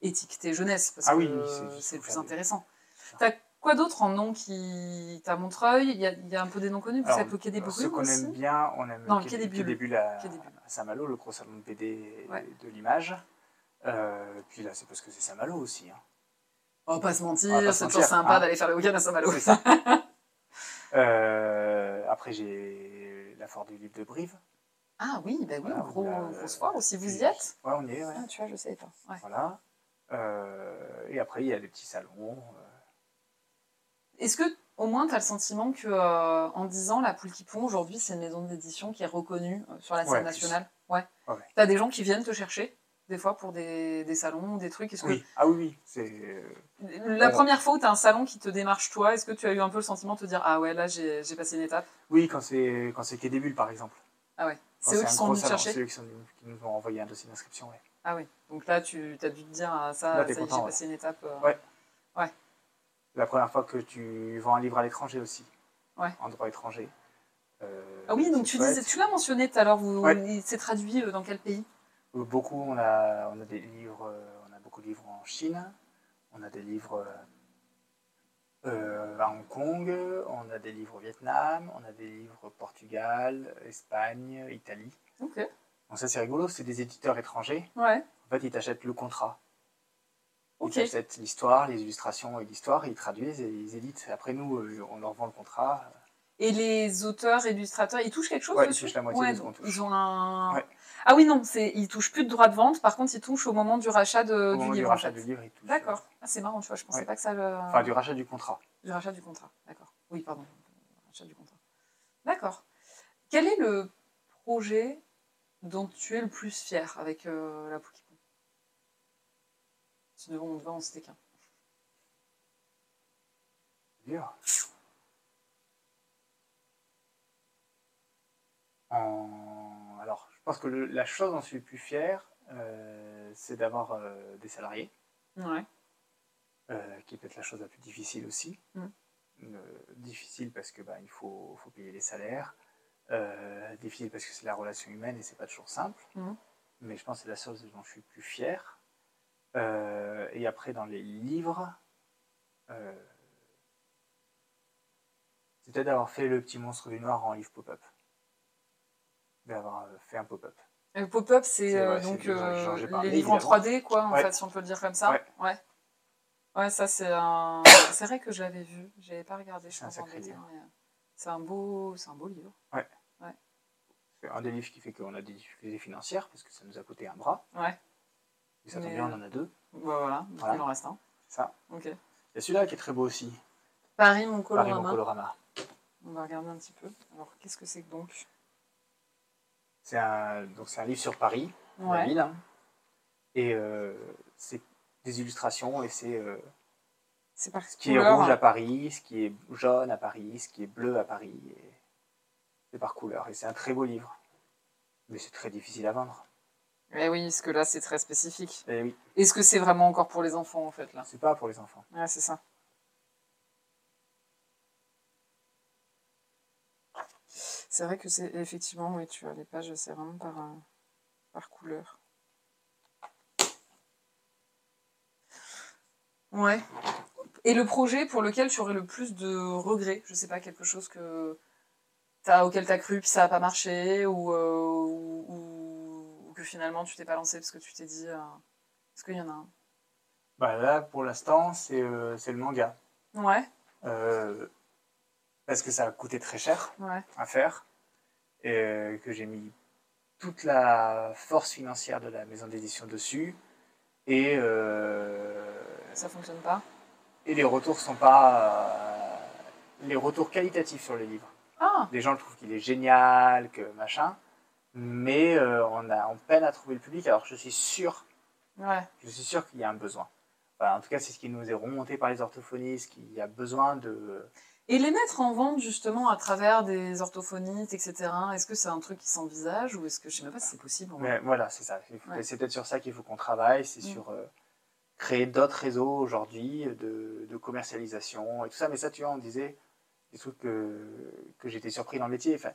Speaker 1: étiquetés jeunesse parce
Speaker 2: Ah
Speaker 1: que
Speaker 2: oui,
Speaker 1: euh,
Speaker 2: c'est-
Speaker 1: c'est le
Speaker 2: faut
Speaker 1: plus
Speaker 2: faire des-
Speaker 1: intéressant.
Speaker 2: ça.
Speaker 1: T'as quoi d'autre en nom qui. T'as Montreuil, il y, a- il y a un peu des noms connus,
Speaker 2: Alors,
Speaker 1: peut-être le Quai des
Speaker 2: Euh, Ce
Speaker 1: Brumes
Speaker 2: qu'on
Speaker 1: aussi.
Speaker 2: aime bien, on aime
Speaker 1: Non,
Speaker 2: le Quai des Bulles, à,
Speaker 1: Quai des Bulles.
Speaker 2: à Saint-Malo, le gros salon de BD
Speaker 1: Ouais.
Speaker 2: de l'image. Euh, puis là, c'est parce que c'est Saint-Malo aussi. hein.
Speaker 1: On va Oh, pas se
Speaker 2: On va pas
Speaker 1: mentir,
Speaker 2: se
Speaker 1: c'est toujours
Speaker 2: mentir,
Speaker 1: sympa
Speaker 2: hein.
Speaker 1: d'aller faire le week-end à Saint-Malo.
Speaker 2: C'est ça. Euh, après, j'ai la foire du livre de Brive.
Speaker 1: Ah oui, ben oui,
Speaker 2: Voilà,
Speaker 1: gros,
Speaker 2: ou la-
Speaker 1: grosse foire aussi, vous
Speaker 2: puis-
Speaker 1: y êtes
Speaker 2: Ouais, on y est, ouais.
Speaker 1: Ah, tu vois, je sais pas. Ouais.
Speaker 2: Voilà. Euh, et après, il y a des petits salons. euh,
Speaker 1: Est-ce que, au moins, tu as le sentiment que, euh, en 10 ans, la Poule qui pond, aujourd'hui, c'est une maison d'édition qui est reconnue euh, sur la scène
Speaker 2: Ouais, plus.
Speaker 1: nationale Ouais.
Speaker 2: Ouais.
Speaker 1: Tu as des gens qui viennent te chercher, des fois, pour des, des salons, des trucs. Est-ce
Speaker 2: Oui. Ah oui, oui. C'est.
Speaker 1: que la
Speaker 2: Ouais.
Speaker 1: première fois où tu as un salon qui te démarche, toi, est-ce que tu as eu un peu le sentiment de te dire Ah ouais, là, j'ai j'ai passé une étape
Speaker 2: Oui, quand c'est quand c'est Quai des Bulles, par exemple.
Speaker 1: Ah ouais.
Speaker 2: Quand
Speaker 1: C'est eux
Speaker 2: un
Speaker 1: qui sont
Speaker 2: gros
Speaker 1: venus te
Speaker 2: salon,
Speaker 1: chercher
Speaker 2: Oh, C'est eux qui, sont venus- qui nous ont envoyé un dossier d'inscription. ouais.
Speaker 1: Ah oui. Donc là, tu as dû te dire Ah, ça,
Speaker 2: Là,
Speaker 1: ça
Speaker 2: t'es
Speaker 1: y est, j'ai
Speaker 2: content, ouais.
Speaker 1: passé une étape. euh.
Speaker 2: Ouais. La première fois que tu vends un livre à l'étranger aussi.
Speaker 1: Ouais.
Speaker 2: En droit étranger. Euh,
Speaker 1: Ah oui, donc tu
Speaker 2: c'est chouette.
Speaker 1: disais, tu l'as mentionné tout à l'heure, vous-
Speaker 2: Ouais.
Speaker 1: il s'est traduit euh, dans quel pays
Speaker 2: Euh, Beaucoup, on a, on a des livres, euh, on a beaucoup de livres en Chine, on a des livres euh, euh, à Hong Kong, on a des livres au Vietnam, on a des livres au Portugal, Espagne, Italie.
Speaker 1: Ok.
Speaker 2: Donc ça c'est rigolo, c'est des éditeurs étrangers.
Speaker 1: Ouais.
Speaker 2: En fait, ils t'achètent le contrat. Ils
Speaker 1: Ok.
Speaker 2: t'achètent l'histoire, les illustrations et l'histoire, ils traduisent et ils éditent. Après nous, euh, on leur vend le contrat.
Speaker 1: Et les auteurs, illustrateurs, ils touchent quelque chose
Speaker 2: Ouais, ils
Speaker 1: dessus
Speaker 2: touchent la moitié de ce
Speaker 1: donc
Speaker 2: qu'on touche.
Speaker 1: Ils ont un.
Speaker 2: Ouais.
Speaker 1: Ah oui, non, c'est ils touchent plus de droits de vente. Par contre, ils touchent au moment du rachat de,
Speaker 2: Au
Speaker 1: du
Speaker 2: moment
Speaker 1: livre.
Speaker 2: du
Speaker 1: en
Speaker 2: rachat
Speaker 1: fait.
Speaker 2: du livre, ils touchent.
Speaker 1: D'accord. Ah, c'est marrant, tu vois. Je pensais
Speaker 2: Ouais.
Speaker 1: pas que ça. le-
Speaker 2: Enfin, du rachat du contrat.
Speaker 1: du rachat du contrat. D'accord. Oui, pardon. Rachat du contrat. D'accord. Quel est le projet dont tu es le plus fier avec euh, la Pokémon Sinon, on devait en citer qu'un.
Speaker 2: Dur. En- Alors, je pense que le- la chose dont je suis le plus fier, euh, c'est d'avoir euh, des salariés,
Speaker 1: Ouais.
Speaker 2: euh, qui est peut-être la chose la plus difficile aussi.
Speaker 1: Mm.
Speaker 2: Euh, difficile parce que bah, il faut, faut payer les salaires. euh, difficile parce que c'est la relation humaine et c'est pas toujours simple.
Speaker 1: Mm.
Speaker 2: mais je pense que c'est la chose dont je suis le plus fier. Euh, et après, dans les livres, euh, c'est peut-être d'avoir fait Le Petit Monstre du Noir en livre pop-up. D'avoir euh, fait un pop-up.
Speaker 1: Le pop-up, c'est
Speaker 2: C'est-
Speaker 1: euh,
Speaker 2: ouais, c'est
Speaker 1: donc
Speaker 2: des gens-
Speaker 1: euh,
Speaker 2: gens- j'ai parlé,
Speaker 1: les livres en
Speaker 2: évidemment.
Speaker 1: 3D, quoi, en
Speaker 2: Ouais.
Speaker 1: fait, si on peut le dire comme ça.
Speaker 2: Ouais.
Speaker 1: Ouais. Ouais, ça, c'est un. C'est vrai que je l'avais vu. Je l'avais pas regardé, je
Speaker 2: C'est un
Speaker 1: pense, en
Speaker 2: sacré
Speaker 1: détail,
Speaker 2: livre.
Speaker 1: mais, euh, C'est un beau, c'est un beau livre.
Speaker 2: C'est un des livres qui fait qu'on a des difficultés financières, parce que ça nous a coûté un bras.
Speaker 1: Ouais.
Speaker 2: Et ça tombe
Speaker 1: Mais,
Speaker 2: bien, on
Speaker 1: euh,
Speaker 2: en a deux.
Speaker 1: Bah, voilà, donc
Speaker 2: Voilà.
Speaker 1: il en reste un.
Speaker 2: C'est ça.
Speaker 1: Ok.
Speaker 2: Il y a celui-là qui est très beau aussi.
Speaker 3: Paris, mon
Speaker 2: Paris, mon
Speaker 3: colorama.
Speaker 2: colorama.
Speaker 1: On va regarder un petit peu. Alors, qu'est-ce que c'est que donc
Speaker 2: C'est un, donc c'est un livre sur Paris, la
Speaker 1: Ouais.
Speaker 2: ville. hein. Et euh, c'est des illustrations et c'est euh,
Speaker 1: C'est par
Speaker 2: ce qui est
Speaker 1: couleur.
Speaker 2: rouge à Paris, ce qui est jaune à Paris, ce qui est bleu à Paris. et C'est par couleur et c'est un très beau livre. Mais c'est très difficile à vendre.
Speaker 1: Eh oui, parce que là, c'est très spécifique.
Speaker 2: Et oui,
Speaker 1: Est-ce que c'est vraiment encore pour les enfants, en fait, là
Speaker 2: c'est pas pour les enfants.
Speaker 1: Ouais, c'est ça. C'est vrai que c'est effectivement, oui, tu as les pages, c'est vraiment par, euh, par couleur.
Speaker 3: Ouais.
Speaker 1: Et le projet pour lequel tu aurais le plus de regrets, je sais pas, quelque chose que t'as, auquel t'as cru, puis ça a pas marché, ou, euh, ou, ou- ou que finalement tu t'es pas lancé parce que tu t'es dit. euh, Est-ce qu'il y en a un
Speaker 2: Bah là, pour l'instant, c'est euh, c'est le manga.
Speaker 1: Ouais,
Speaker 2: Euh, parce que ça a coûté très cher
Speaker 1: ouais.
Speaker 2: à faire et euh, que j'ai mis toute la force financière de la maison d'édition dessus et, euh,
Speaker 1: Ça fonctionne pas.
Speaker 2: et les retours sont pas euh, les retours qualitatifs sur le livre.
Speaker 1: Ah
Speaker 2: Les gens trouvent qu'il est génial, que machin, mais euh, on a on peine à trouver le public. Alors je suis sûr
Speaker 1: Ouais,
Speaker 2: je suis sûr qu'il y a un besoin. Voilà, en tout cas, c'est ce qui nous est remonté par les orthophonistes, qu'il y a besoin de...
Speaker 1: Et les mettre en vente justement à travers des orthophonistes, etc. Est-ce que c'est un truc qui s'envisage ou est-ce que je sais même pas si c'est possible en vrai.
Speaker 2: Mais voilà, c'est ça. Il faut-
Speaker 1: Ouais.
Speaker 2: C'est peut-être sur ça qu'il faut qu'on travaille, c'est
Speaker 1: Mm.
Speaker 2: sur euh, créer d'autres réseaux aujourd'hui euh, de, de commercialisation et tout ça. Mais ça, tu vois, on disait des trucs que, que j'étais surpris dans le métier. Enfin,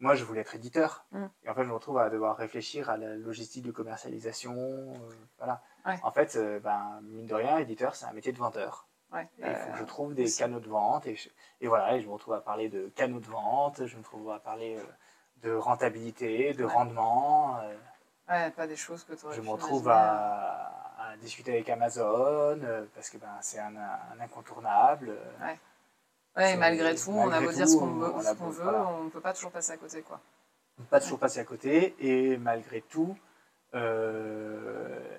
Speaker 2: moi, je voulais être éditeur.
Speaker 1: Mm.
Speaker 2: Et en fait, je me retrouve à devoir réfléchir à la logistique de commercialisation. euh, voilà.
Speaker 1: Ouais.
Speaker 2: En fait, euh, ben, mine de rien, éditeur, c'est un métier de vendeur.
Speaker 1: Ouais. Euh,
Speaker 2: Et il faut que je trouve des
Speaker 1: aussi.
Speaker 2: canaux de vente. Et, je- et voilà, et je me retrouve à parler de canaux de vente, je me retrouve à parler euh, de rentabilité, de
Speaker 1: Ouais.
Speaker 2: rendement. euh,
Speaker 1: Ouais, pas des choses que tu
Speaker 2: je me retrouve à, à discuter avec Amazon, euh, parce que ben, c'est un, un incontournable. euh,
Speaker 1: Ouais. Ouais,
Speaker 2: C'est-
Speaker 1: et malgré tout, on a
Speaker 2: malgré
Speaker 1: beau
Speaker 2: tout,
Speaker 1: dire ce qu'on
Speaker 2: on-
Speaker 1: veut,
Speaker 2: on
Speaker 1: ce
Speaker 2: a
Speaker 1: qu'on
Speaker 2: beau-
Speaker 1: veut,
Speaker 2: voilà.
Speaker 1: on peut pas toujours passer à côté quoi.
Speaker 2: Pas toujours passer à côté. Et malgré tout, euh,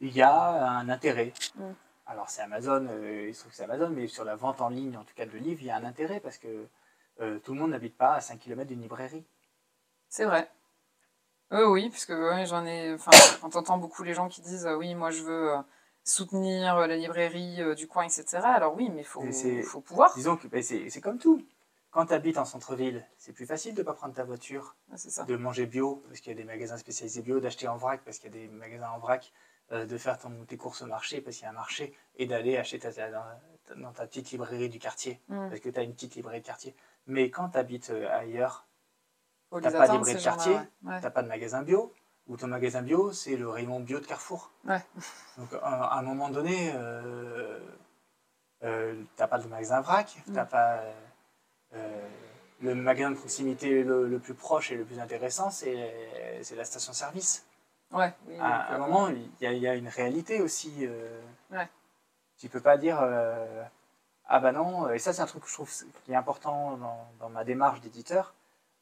Speaker 2: il y a un intérêt.
Speaker 1: Mm.
Speaker 2: Alors c'est Amazon, euh, il se trouve que c'est Amazon, mais sur la vente en ligne, en tout cas de livres, il y a un intérêt parce que euh, tout le monde n'habite pas à 5 km d'une librairie.
Speaker 1: C'est vrai. Oui, oui, puisque ouais, j'en ai. Enfin, quand entend beaucoup les gens qui disent euh, oui, moi je veux euh, soutenir euh, la librairie euh, du coin, etc. Alors oui, mais faut,
Speaker 2: Mais c'est-
Speaker 1: faut pouvoir.
Speaker 2: Disons que ben, c'est c'est comme tout. Quand tu habites en centre-ville, c'est plus facile de ne pas prendre ta voiture,
Speaker 1: Ouais, C'est ça.
Speaker 2: de manger bio, parce qu'il y a des magasins spécialisés bio, d'acheter en vrac, parce qu'il y a des magasins en vrac, euh, de faire ton- tes courses au marché, parce qu'il y a un marché, et d'aller acheter ta- ta- dans, dans ta petite librairie du quartier,
Speaker 1: Mm.
Speaker 2: parce que tu as une petite librairie de quartier. Mais quand tu habites ailleurs,
Speaker 1: Faut
Speaker 2: T'as
Speaker 1: les
Speaker 2: pas de
Speaker 1: atteindre,
Speaker 2: librairie de
Speaker 1: ces gens-là,
Speaker 2: quartier,
Speaker 1: ouais. Ouais.
Speaker 2: t'as pas de magasin bio, ou ton magasin bio, c'est le rayon bio de Carrefour.
Speaker 1: Ouais.
Speaker 2: Donc à à un moment donné, euh, euh, t'as pas de magasin vrac,
Speaker 1: Mm.
Speaker 2: t'as pas euh, euh, le magasin de proximité le, le plus proche et le plus intéressant, c'est c'est la station-service.
Speaker 1: Ouais, oui, donc,
Speaker 2: À, à
Speaker 1: euh,
Speaker 2: un moment, il y, a- il y a une réalité aussi. euh,
Speaker 1: Ouais.
Speaker 2: Tu peux pas dire euh, ah bah non. Et ça, c'est un truc que je trouve qui est important dans, dans ma démarche d'éditeur.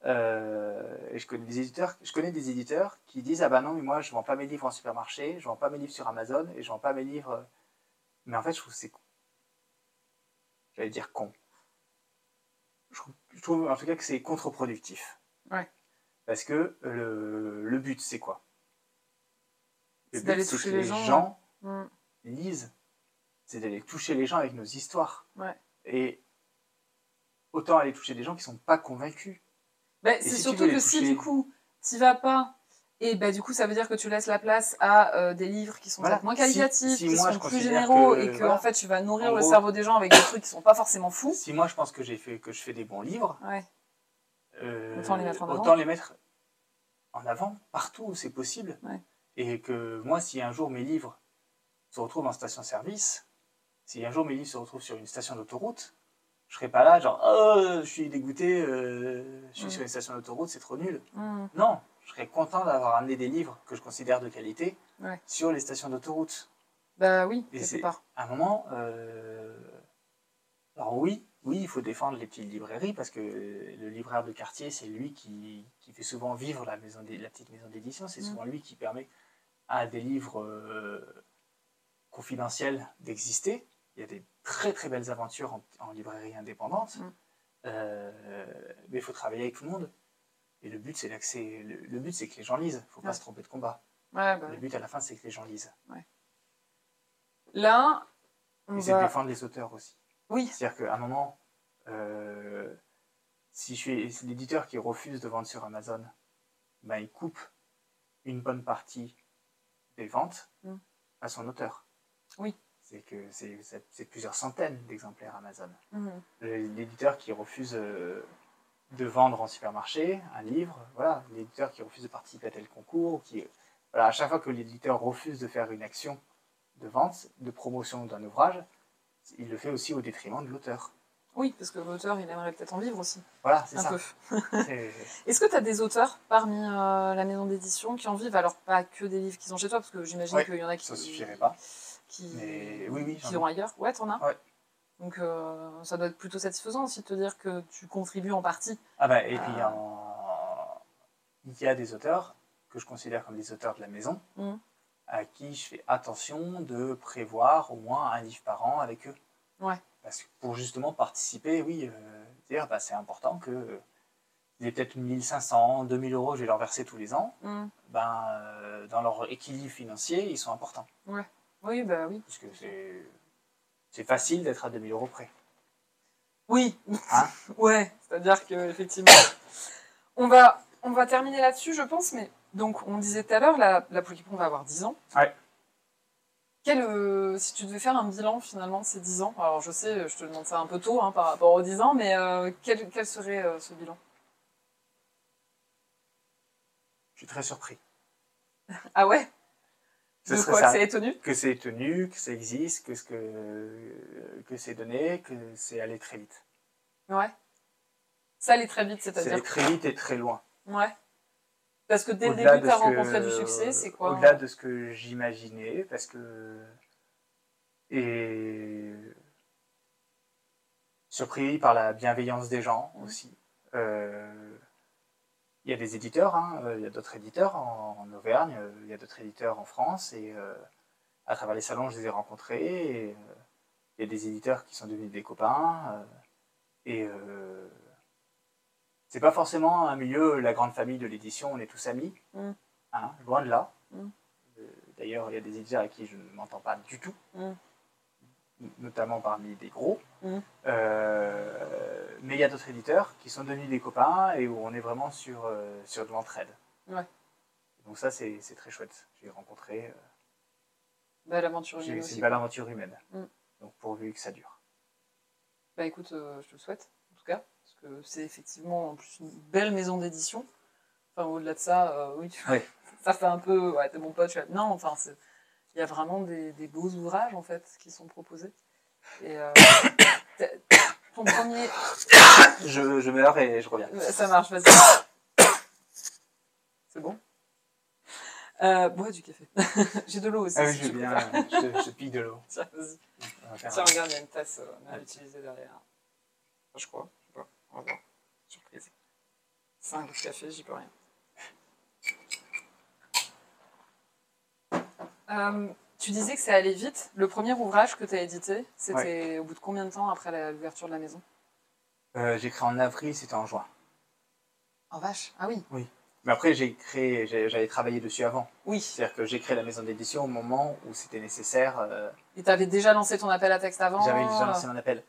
Speaker 2: Euh, et je connais des éditeurs, je connais des éditeurs qui disent ah bah non, mais moi je vends pas mes livres en supermarché, je vends pas mes livres sur Amazon et je vends pas mes livres. Mais en fait, je trouve que c'est con. J'allais dire con. Je trouve, je trouve, en tout cas que c'est contre-productif.
Speaker 1: Ouais.
Speaker 2: Parce que euh, le, le but, c'est quoi Le
Speaker 1: C'est
Speaker 2: but,
Speaker 1: d'aller
Speaker 2: c'est
Speaker 1: toucher
Speaker 2: que
Speaker 1: les
Speaker 2: les
Speaker 1: gens,
Speaker 2: gens
Speaker 1: mm.
Speaker 2: lisent, c'est d'aller toucher les gens avec nos histoires.
Speaker 1: Ouais.
Speaker 2: Et autant aller toucher des gens qui sont pas convaincus.
Speaker 1: Ben,
Speaker 2: Et
Speaker 1: c'est
Speaker 2: si tu
Speaker 1: surtout
Speaker 2: veux les
Speaker 1: que si
Speaker 2: toucher-
Speaker 1: du coup, tu vas pas, et ben du coup, ça veut dire que tu laisses la place à euh, des livres qui sont
Speaker 2: Voilà.
Speaker 1: peut-être moins
Speaker 2: Si-
Speaker 1: qualitatifs,
Speaker 2: si
Speaker 1: qui
Speaker 2: moi,
Speaker 1: sont
Speaker 2: je
Speaker 1: plus
Speaker 2: considère
Speaker 1: généraux,
Speaker 2: que-
Speaker 1: et que
Speaker 2: voilà.
Speaker 1: en fait, tu vas nourrir
Speaker 2: En
Speaker 1: le
Speaker 2: gros-
Speaker 1: cerveau des gens avec des trucs qui sont pas forcément fous.
Speaker 2: Si moi je pense que j'ai fait que je fais des bons livres,
Speaker 1: Ouais.
Speaker 2: euh,
Speaker 1: Autant les mettre en avant.
Speaker 2: autant les mettre en avant partout où c'est possible.
Speaker 3: Ouais.
Speaker 2: Et que moi, si un jour mes livres se retrouvent en station-service, si un jour mes livres se retrouvent sur une station d'autoroute, je serai pas là, genre, oh, je suis dégoûté, euh, je suis
Speaker 3: Mm.
Speaker 2: sur une station d'autoroute, c'est trop nul.
Speaker 3: Hmm.
Speaker 2: Non, je serais content d'avoir amené des livres que je considère de qualité
Speaker 3: Ouais.
Speaker 2: sur les stations d'autoroute.
Speaker 1: Bah oui,
Speaker 2: Et
Speaker 1: quelque
Speaker 2: c'est-
Speaker 1: part.
Speaker 2: à un moment, euh, alors oui, oui, il faut défendre les petites librairies parce que le libraire de quartier, c'est lui qui, qui fait souvent vivre la, maison d'é- la petite maison d'édition, c'est
Speaker 3: Mm.
Speaker 2: souvent lui qui permet à des livres euh, confidentiels d'exister. Il y a des très très belles aventures en, en librairie indépendante,
Speaker 3: Mm.
Speaker 2: Euh, mais il faut travailler avec tout le monde. Et le but, c'est l'accès. Le, le but, c'est que les gens lisent. Il faut pas
Speaker 3: Ouais.
Speaker 2: se tromper de combat.
Speaker 1: Ouais, bah
Speaker 2: Le
Speaker 1: oui.
Speaker 2: but, à la fin, c'est que les gens lisent.
Speaker 1: Là, on
Speaker 2: Et c'est de
Speaker 1: va...
Speaker 2: défendre les auteurs aussi.
Speaker 1: Oui,
Speaker 2: C'est-à-dire qu'à un moment, euh, si je suis c'est l'éditeur qui refuse de vendre sur Amazon, ben, il coupe une bonne partie des ventes
Speaker 3: Mm.
Speaker 2: à son auteur.
Speaker 1: Oui.
Speaker 2: C'est que c'est- c'est c'est plusieurs centaines d'exemplaires Amazon.
Speaker 3: Hmm.
Speaker 2: Le- L'éditeur qui refuse euh, de vendre en supermarché un livre, voilà, l'éditeur qui refuse de participer à tel concours, qui, euh, voilà, à chaque fois que l'éditeur refuse de faire une action de vente, de promotion d'un ouvrage, il le fait aussi au détriment de l'auteur.
Speaker 1: oui, parce que l'auteur, il aimerait peut-être en vivre aussi,
Speaker 2: Voilà, c'est
Speaker 1: un
Speaker 2: ça.
Speaker 1: peu.
Speaker 2: C'est-
Speaker 1: Est-ce que tu as des auteurs parmi euh, la maison d'édition qui en vivent Alors, pas que des livres qu'ils ont chez toi, parce que j'imagine
Speaker 2: Ouais,
Speaker 1: qu'il y en a qui,
Speaker 2: Ça suffirait pas.
Speaker 1: qui,
Speaker 2: mais oui, oui,
Speaker 1: qui
Speaker 2: j'en ai.
Speaker 1: ont ailleurs. Ouais, t'en as
Speaker 2: Ouais.
Speaker 1: Donc, euh, ça doit être plutôt satisfaisant aussi de te dire que tu contribues en partie.
Speaker 2: Ah bah, et puis
Speaker 1: Euh.
Speaker 2: en- il y a des auteurs que je considère comme des auteurs de la maison,
Speaker 1: Mm.
Speaker 2: à qui je fais attention de prévoir au moins un livre par an avec eux.
Speaker 1: Ouais.
Speaker 2: Parce que pour justement participer, oui, euh, dire bah, c'est important que euh, il y ait peut-être 1500, 2000 euros, je vais leur verser tous les ans. Ben, euh, dans leur équilibre financier, ils sont importants.
Speaker 1: Oui, bah oui.
Speaker 2: Parce que c'est c'est facile d'être à 2000 euros près.
Speaker 1: Oui.
Speaker 2: Hein
Speaker 1: ouais. C'est-à-dire que effectivement, on va on va terminer là-dessus, je pense. Mais donc on disait tout à l'heure, la la Poule qui Pond va avoir 10 ans.
Speaker 2: Ouais.
Speaker 1: Quel, euh, si tu devais faire un bilan finalement de ces 10 ans, alors je sais, je te demande ça un peu tôt hein, par rapport aux 10 ans, mais euh, quel, quel serait euh, ce bilan
Speaker 2: Je suis très surpris.
Speaker 1: Ah ouais
Speaker 2: Ce
Speaker 1: De
Speaker 2: serait
Speaker 1: quoi
Speaker 2: ça.
Speaker 1: que c'est étonné
Speaker 2: que c'est tenu, que ça existe, que, ce que, que c'est donné, que c'est allé très vite.
Speaker 1: Ouais. Ça allait très vite,
Speaker 2: C'est
Speaker 1: c'est-à-dire.
Speaker 2: allé très vite et très loin.
Speaker 1: Ouais. Parce que dès le
Speaker 2: Au-delà
Speaker 1: début,
Speaker 2: de
Speaker 1: tu as
Speaker 2: ce que- euh,
Speaker 1: rencontré du succès, c'est quoi
Speaker 2: Au-delà de ce que j'imaginais, parce que. Et. Surpris par la bienveillance des gens
Speaker 1: Mmh.
Speaker 2: aussi. Euh, Il y a des éditeurs, hein, euh, il y a d'autres éditeurs en, en Auvergne, euh, il y a d'autres éditeurs en France, et euh, à travers les salons, je les ai rencontrés. et, euh, Il y a des éditeurs qui sont devenus des copains. euh, et. euh, c'est pas forcément un milieu, la grande famille de l'édition, on est tous amis.
Speaker 3: Mm.
Speaker 2: Hein, loin de là.
Speaker 3: Mm.
Speaker 2: Euh, D'ailleurs, il y a des éditeurs avec qui je ne m'entends pas du tout,
Speaker 3: Mm.
Speaker 2: N- notamment parmi des gros.
Speaker 3: Mm.
Speaker 2: Euh, mais il y a d'autres éditeurs qui sont devenus des copains et où on est vraiment sur, euh, sur de l'entraide.
Speaker 1: Ouais.
Speaker 2: Donc ça, c'est c'est très chouette. J'ai rencontré, euh,
Speaker 1: Bah, l'aventure
Speaker 2: j'ai-
Speaker 1: humaine
Speaker 2: c'est
Speaker 1: aussi.
Speaker 2: une belle aventure humaine.
Speaker 1: Mm.
Speaker 2: Donc pourvu que ça dure.
Speaker 1: Bah écoute, euh, je te le souhaite, en tout cas, parce que c'est effectivement en plus une belle maison d'édition. Enfin, au-delà de ça, euh, oui, tu-
Speaker 2: Ouais.
Speaker 1: ça fait un peu, ouais, t'es mon pote, tu vois. Non, enfin, c'est- il y a vraiment des, des beaux ouvrages, en fait, qui sont proposés. Et euh, t'as- ton premier...
Speaker 2: Je, je meurs et je reviens.
Speaker 1: Euh, Ça marche, vas-y. C'est bon euh, Bois du café. J'ai de l'eau aussi.
Speaker 2: Ah oui, Ah.
Speaker 1: si
Speaker 2: je
Speaker 1: tu
Speaker 2: viens,
Speaker 1: préfères.
Speaker 2: je, je pique de l'eau.
Speaker 1: Tiens, vas-y.
Speaker 2: On va faire
Speaker 1: Tiens,
Speaker 2: un-
Speaker 1: regarde, il y a une tasse euh, on a
Speaker 2: Allez.
Speaker 1: utilisée derrière. Enfin, je crois. Je sais pas. On va voir. Surprise. C'est un goût de café, j'y peux rien. Euh, tu disais que ça allait vite. Le premier ouvrage que tu as édité, c'était au bout de combien de temps après la- l'ouverture de la maison
Speaker 2: Euh, j'ai créé en avril, c'était en juin.
Speaker 1: En vache. Ah oui.
Speaker 2: Mais après, j'ai créé, j'ai- j'avais travaillé dessus avant.
Speaker 1: Oui.
Speaker 2: C'est-à-dire que j'ai créé la maison d'édition au moment où c'était nécessaire. euh,
Speaker 1: Et tu avais déjà lancé ton appel à texte avant
Speaker 2: J'avais déjà lancé mon appel.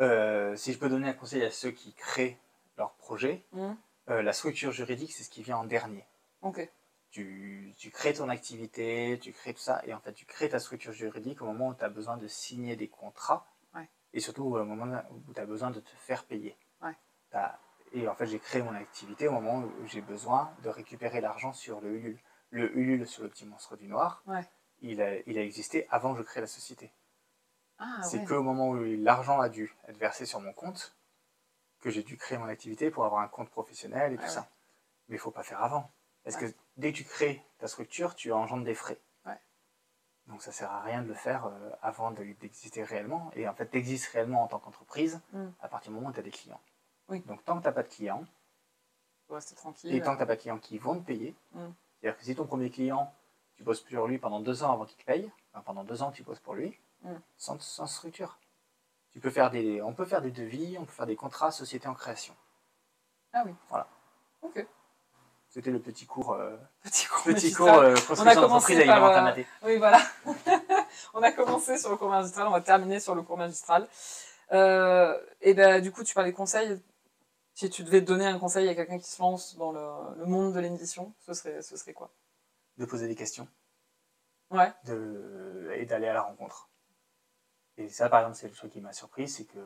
Speaker 2: Euh, si je peux donner un conseil à ceux qui créent leur projet,
Speaker 1: Mhm.
Speaker 2: euh, la structure juridique, c'est ce qui vient en dernier.
Speaker 1: Ok.
Speaker 2: Tu, tu crées ton activité, tu crées tout ça, et en fait, tu crées ta structure juridique au moment où tu as besoin de signer des contrats,
Speaker 1: Ouais.
Speaker 2: et surtout au moment où tu as besoin de te faire payer.
Speaker 1: Ouais.
Speaker 2: T'as- Et en fait, j'ai créé mon activité au moment où j'ai besoin de récupérer l'argent sur le Ulule. Le Ulule sur le petit monstre du noir,
Speaker 3: Ouais.
Speaker 2: il, a, il a existé avant que je crée la société.
Speaker 3: Ah,
Speaker 2: C'est qu'au moment où l'argent a dû être versé sur mon compte, que j'ai dû créer mon activité pour avoir un compte professionnel et tout
Speaker 3: Ouais,
Speaker 2: ça. Mais il faut pas faire avant. Parce
Speaker 3: Ouais.
Speaker 2: que dès que tu crées ta structure, tu engendres des frais.
Speaker 3: Ouais.
Speaker 2: Donc ça sert à rien de le faire euh, avant de- d'exister réellement. Et en fait, tu existes réellement en tant qu'entreprise
Speaker 3: Mm.
Speaker 2: à partir du moment où tu as des clients.
Speaker 1: Oui.
Speaker 2: Donc tant que tu n'as pas de clients,
Speaker 1: Faut rester tranquille.
Speaker 2: et tant que tu n'as pas de clients qui vont te payer,
Speaker 3: Mm.
Speaker 2: c'est-à-dire que si ton premier client, tu bosses sur lui pendant deux ans avant qu'il te paye, enfin, pendant deux ans tu bosses pour lui,
Speaker 3: Mm.
Speaker 2: sans, sans structure. Tu peux faire des, on peut faire des devis, on peut faire des contrats société en création.
Speaker 1: Ah oui.
Speaker 2: Voilà.
Speaker 1: Ok.
Speaker 2: C'était le petit cours, euh,
Speaker 1: Petit cours.
Speaker 2: petit
Speaker 1: magistral.
Speaker 2: cours euh, construction
Speaker 1: commencé
Speaker 2: d'entreprise
Speaker 1: par,
Speaker 2: alimentaire
Speaker 1: euh,
Speaker 2: matée.
Speaker 1: Oui, voilà. on a commencé sur le cours magistral, on va terminer sur le cours magistral. Euh, et ben, du coup, tu parlais de conseils. Si tu devais donner un conseil à quelqu'un qui se lance dans le, le monde de l'édition, ce serait, ce serait quoi
Speaker 2: de poser des questions.
Speaker 1: Ouais.
Speaker 2: De, et d'aller à la rencontre. Et ça, par exemple, c'est le truc qui m'a surpris, c'est que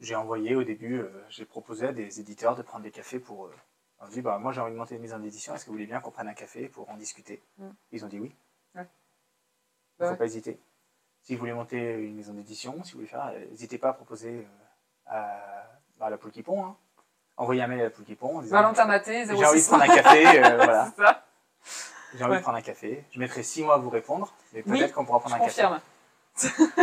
Speaker 2: j'ai envoyé au début, euh, j'ai proposé à des éditeurs de prendre des cafés pour. euh, on dit, bah, moi j'ai envie de monter une maison d'édition, est-ce que vous voulez bien qu'on prenne un café pour en discuter
Speaker 1: Mm.
Speaker 2: Ils ont dit oui.
Speaker 1: Ouais.
Speaker 2: Il ne
Speaker 1: Bah
Speaker 2: faut
Speaker 1: ouais.
Speaker 2: pas hésiter. Si vous voulez monter une maison d'édition, si vous voulez faire, euh, n'hésitez pas à proposer euh, à, à la poule qui pond. hein. Envoyez un mail à la poule qui pond en disant,
Speaker 1: Valentin Maté,
Speaker 2: j'ai envie de
Speaker 1: 06.
Speaker 2: prendre un café, euh, voilà.
Speaker 1: C'est ça,
Speaker 2: J'ai envie
Speaker 1: Ouais.
Speaker 2: de prendre un café. Je mettrai six mois à vous répondre, mais peut-être
Speaker 1: Oui,
Speaker 2: qu'on pourra
Speaker 1: je
Speaker 2: prendre un
Speaker 1: confirme.
Speaker 2: café.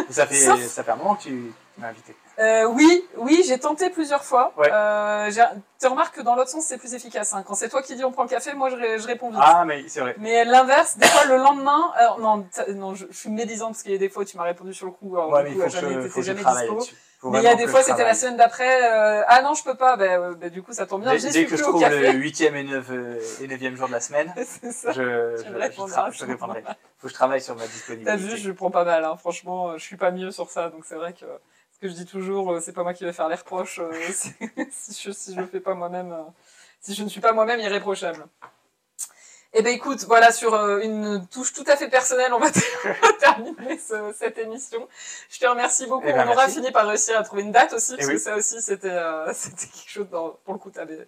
Speaker 2: Ça fait,
Speaker 1: Sauf-
Speaker 2: ça fait un moment que tu, tu m'as invité.
Speaker 1: Euh, oui, oui, j'ai tenté plusieurs fois.
Speaker 2: Ouais.
Speaker 1: Euh, j'ai- tu remarques que dans l'autre sens, c'est plus efficace. hein. Quand c'est toi qui dis on prend le café, moi je, ré- je réponds vite.
Speaker 2: Ah, mais c'est vrai.
Speaker 1: Mais l'inverse, des fois le lendemain, alors, non, t- non, je, je suis médisante parce qu'il y a des fois tu m'as répondu sur le coup, alors
Speaker 2: Ouais,
Speaker 1: du
Speaker 2: mais
Speaker 1: coup, euh,
Speaker 2: il faut,
Speaker 1: jamais,
Speaker 2: que, je-
Speaker 1: t'étais
Speaker 2: faut que je
Speaker 1: jamais
Speaker 2: travaille
Speaker 1: dispo.
Speaker 2: dessus. Faut
Speaker 1: Mais il y a
Speaker 2: vraiment
Speaker 1: des
Speaker 2: que
Speaker 1: fois
Speaker 2: je
Speaker 1: c'était la
Speaker 2: travaille.
Speaker 1: semaine d'après, euh, ah non je peux pas, ben, euh, ben, du coup ça tombe bien, j'y
Speaker 2: Dès,
Speaker 1: suis
Speaker 2: dès que
Speaker 1: plus
Speaker 2: je
Speaker 1: au
Speaker 2: trouve
Speaker 1: café.
Speaker 2: le huitième et, neuf, euh, et neuvième jour de la semaine,
Speaker 1: C'est ça.
Speaker 2: je, je, je,
Speaker 1: me répondras
Speaker 2: tra-
Speaker 1: à
Speaker 2: je
Speaker 1: ce
Speaker 2: répondrai. Faut que je travaille sur ma
Speaker 1: T'as
Speaker 2: disponibilité.
Speaker 1: vu, je le prends pas mal, hein. franchement, euh, je suis pas mieux sur ça, donc c'est vrai que euh, ce que je dis toujours, euh, c'est pas moi qui vais faire les reproches, euh, si, si je, si je le fais pas moi-même, euh, si je ne suis pas moi-même irréprochable. Eh ben écoute, voilà, sur euh, une touche tout à fait personnelle, on va terminer ce- cette émission. Je te remercie beaucoup,
Speaker 2: Eh ben,
Speaker 1: on aura
Speaker 2: merci. Eh
Speaker 1: fini par réussir à trouver une date aussi, parce
Speaker 2: oui.
Speaker 1: que ça aussi, c'était euh, c'était quelque chose, dans, pour le coup, t'avais...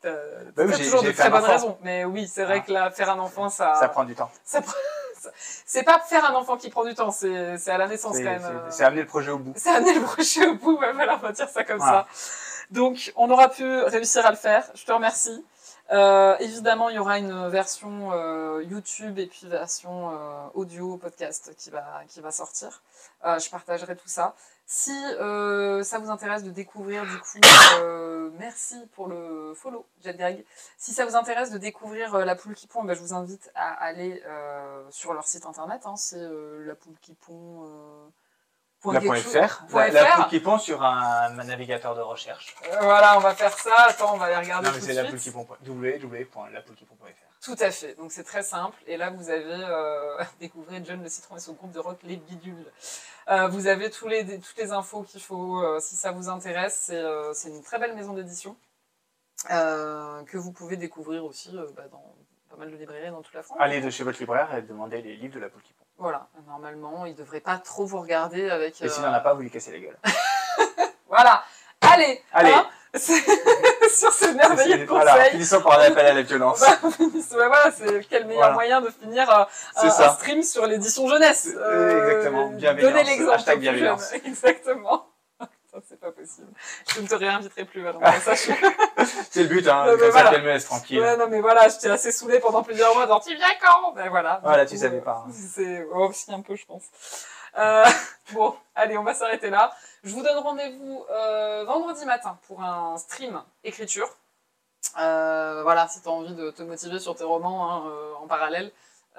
Speaker 1: T'as
Speaker 2: Bah oui,
Speaker 1: t'as
Speaker 2: j'ai-
Speaker 1: toujours
Speaker 2: j'ai
Speaker 1: de
Speaker 2: fait
Speaker 1: très
Speaker 2: un
Speaker 1: bonnes
Speaker 2: enfant.
Speaker 1: raisons, mais oui, c'est vrai
Speaker 2: Ah.
Speaker 1: que là, faire un enfant,
Speaker 2: Ça prend du temps.
Speaker 1: ça prend- ça- C'est pas faire un enfant qui prend du temps, c'est c'est à la naissance
Speaker 2: C'est
Speaker 1: quand même. euh,
Speaker 2: c'est- c'est amener le projet au bout.
Speaker 1: C'est amener le projet au bout, ouais, voilà, on va dire ça comme
Speaker 2: Voilà.
Speaker 1: ça. Donc, on aura pu réussir à le faire. Je te remercie. Euh, évidemment, il y aura une version euh, YouTube et puis version euh, audio podcast qui va, qui va sortir. Euh, je partagerai tout ça. Si euh, ça vous intéresse de découvrir, du coup, euh, merci pour le follow, Jadgag. Si ça vous intéresse de découvrir euh, La Poule qui pond, ben, je vous invite à aller euh, sur leur site internet. Hein, C'est euh, la poule qui pond. euh, point
Speaker 2: La
Speaker 1: quelque
Speaker 2: point
Speaker 1: chose.
Speaker 2: .fr,
Speaker 1: Point
Speaker 2: la, la
Speaker 1: FR.
Speaker 2: poule qui pond sur un, un navigateur de recherche.
Speaker 1: Euh, voilà, on va faire ça. Attends, on va aller regarder
Speaker 2: Non, mais
Speaker 1: Ah, tout
Speaker 2: c'est
Speaker 1: de
Speaker 2: la
Speaker 1: suite.
Speaker 2: poule qui pond. www.lapoulquipond.fr.
Speaker 1: Tout à fait. Donc c'est très simple. Et là, vous avez euh, découvert John le Citron et son groupe de rock Les Bidules. Euh, vous avez tous les, toutes les infos qu'il faut euh, si ça vous intéresse. C'est euh, c'est une très belle maison d'édition euh, que vous pouvez découvrir aussi euh, bah, dans pas mal de librairies dans toute la France.
Speaker 2: Allez de chez votre libraire et demandez les livres de la poule qui pond.
Speaker 1: Voilà. Normalement, ils ne devraient pas trop vous regarder avec.
Speaker 2: Et s'il
Speaker 1: euh,
Speaker 2: n'en a pas, vous lui cassez la gueule.
Speaker 1: Voilà. Allez.
Speaker 2: Allez.
Speaker 1: hein, sur ce merveilleux conseil.
Speaker 2: Voilà, finissons par un appel à la violence.
Speaker 1: Bah, bah, voilà, c'est quel meilleur
Speaker 2: Voilà.
Speaker 1: moyen de finir euh, un,
Speaker 2: C'est ça. Euh,
Speaker 1: un stream sur l'édition jeunesse.
Speaker 2: Exactement.
Speaker 1: Donner
Speaker 2: Bienveillance.
Speaker 1: l'exemple. aux
Speaker 2: Hashtag hein.
Speaker 1: plus jeunes.
Speaker 2: bienveillance.
Speaker 1: Exactement. Ça, c'est pas possible. Je ne te réinviterai plus, Valentin. Ça, je...
Speaker 2: C'est le but, hein.
Speaker 1: Non, mais
Speaker 2: Comme ça,
Speaker 1: Ah, voilà.
Speaker 2: qu'elle me laisse tranquille.
Speaker 1: ouais, non, mais voilà, j'étais assez saoulée pendant plusieurs mois. Genre, tu viens quand Ben voilà.
Speaker 2: Voilà,
Speaker 1: Du
Speaker 2: tu
Speaker 1: coup,
Speaker 2: savais
Speaker 1: euh,
Speaker 2: pas. hein.
Speaker 1: C'est oh, si, un peu, je pense. Euh, bon, allez, on va s'arrêter là. Je vous donne rendez-vous euh, vendredi matin pour un stream écriture. Euh, voilà, si tu as envie de te motiver sur tes romans hein, euh, en parallèle,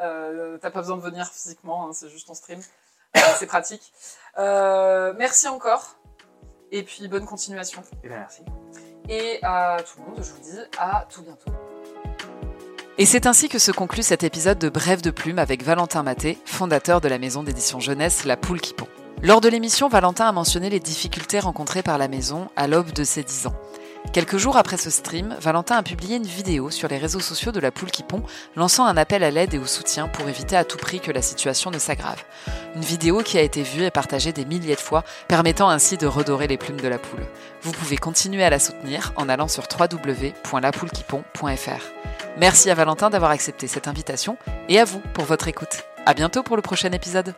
Speaker 1: euh, t'as pas besoin de venir physiquement, hein, c'est juste en stream. Euh, c'est pratique. Euh, merci encore. Et puis, bonne continuation.
Speaker 2: Eh bien, merci.
Speaker 1: Et à tout le monde, je vous dis à tout bientôt.
Speaker 4: Et c'est ainsi que se conclut cet épisode de Brève de Plume avec Valentin Maté, fondateur de la maison d'édition jeunesse La Poule qui pond. Lors de l'émission, Valentin a mentionné les difficultés rencontrées par la maison à l'aube de ses 10 ans. Quelques jours après ce stream, Valentin a publié une vidéo sur les réseaux sociaux de la poule qui pond, lançant un appel à l'aide et au soutien pour éviter à tout prix que la situation ne s'aggrave. Une vidéo qui a été vue et partagée des milliers de fois, permettant ainsi de redorer les plumes de la poule. Vous pouvez continuer à la soutenir en allant sur www.lapoulequipond.fr. Merci à Valentin d'avoir accepté cette invitation et à vous pour votre écoute. À bientôt pour le prochain épisode.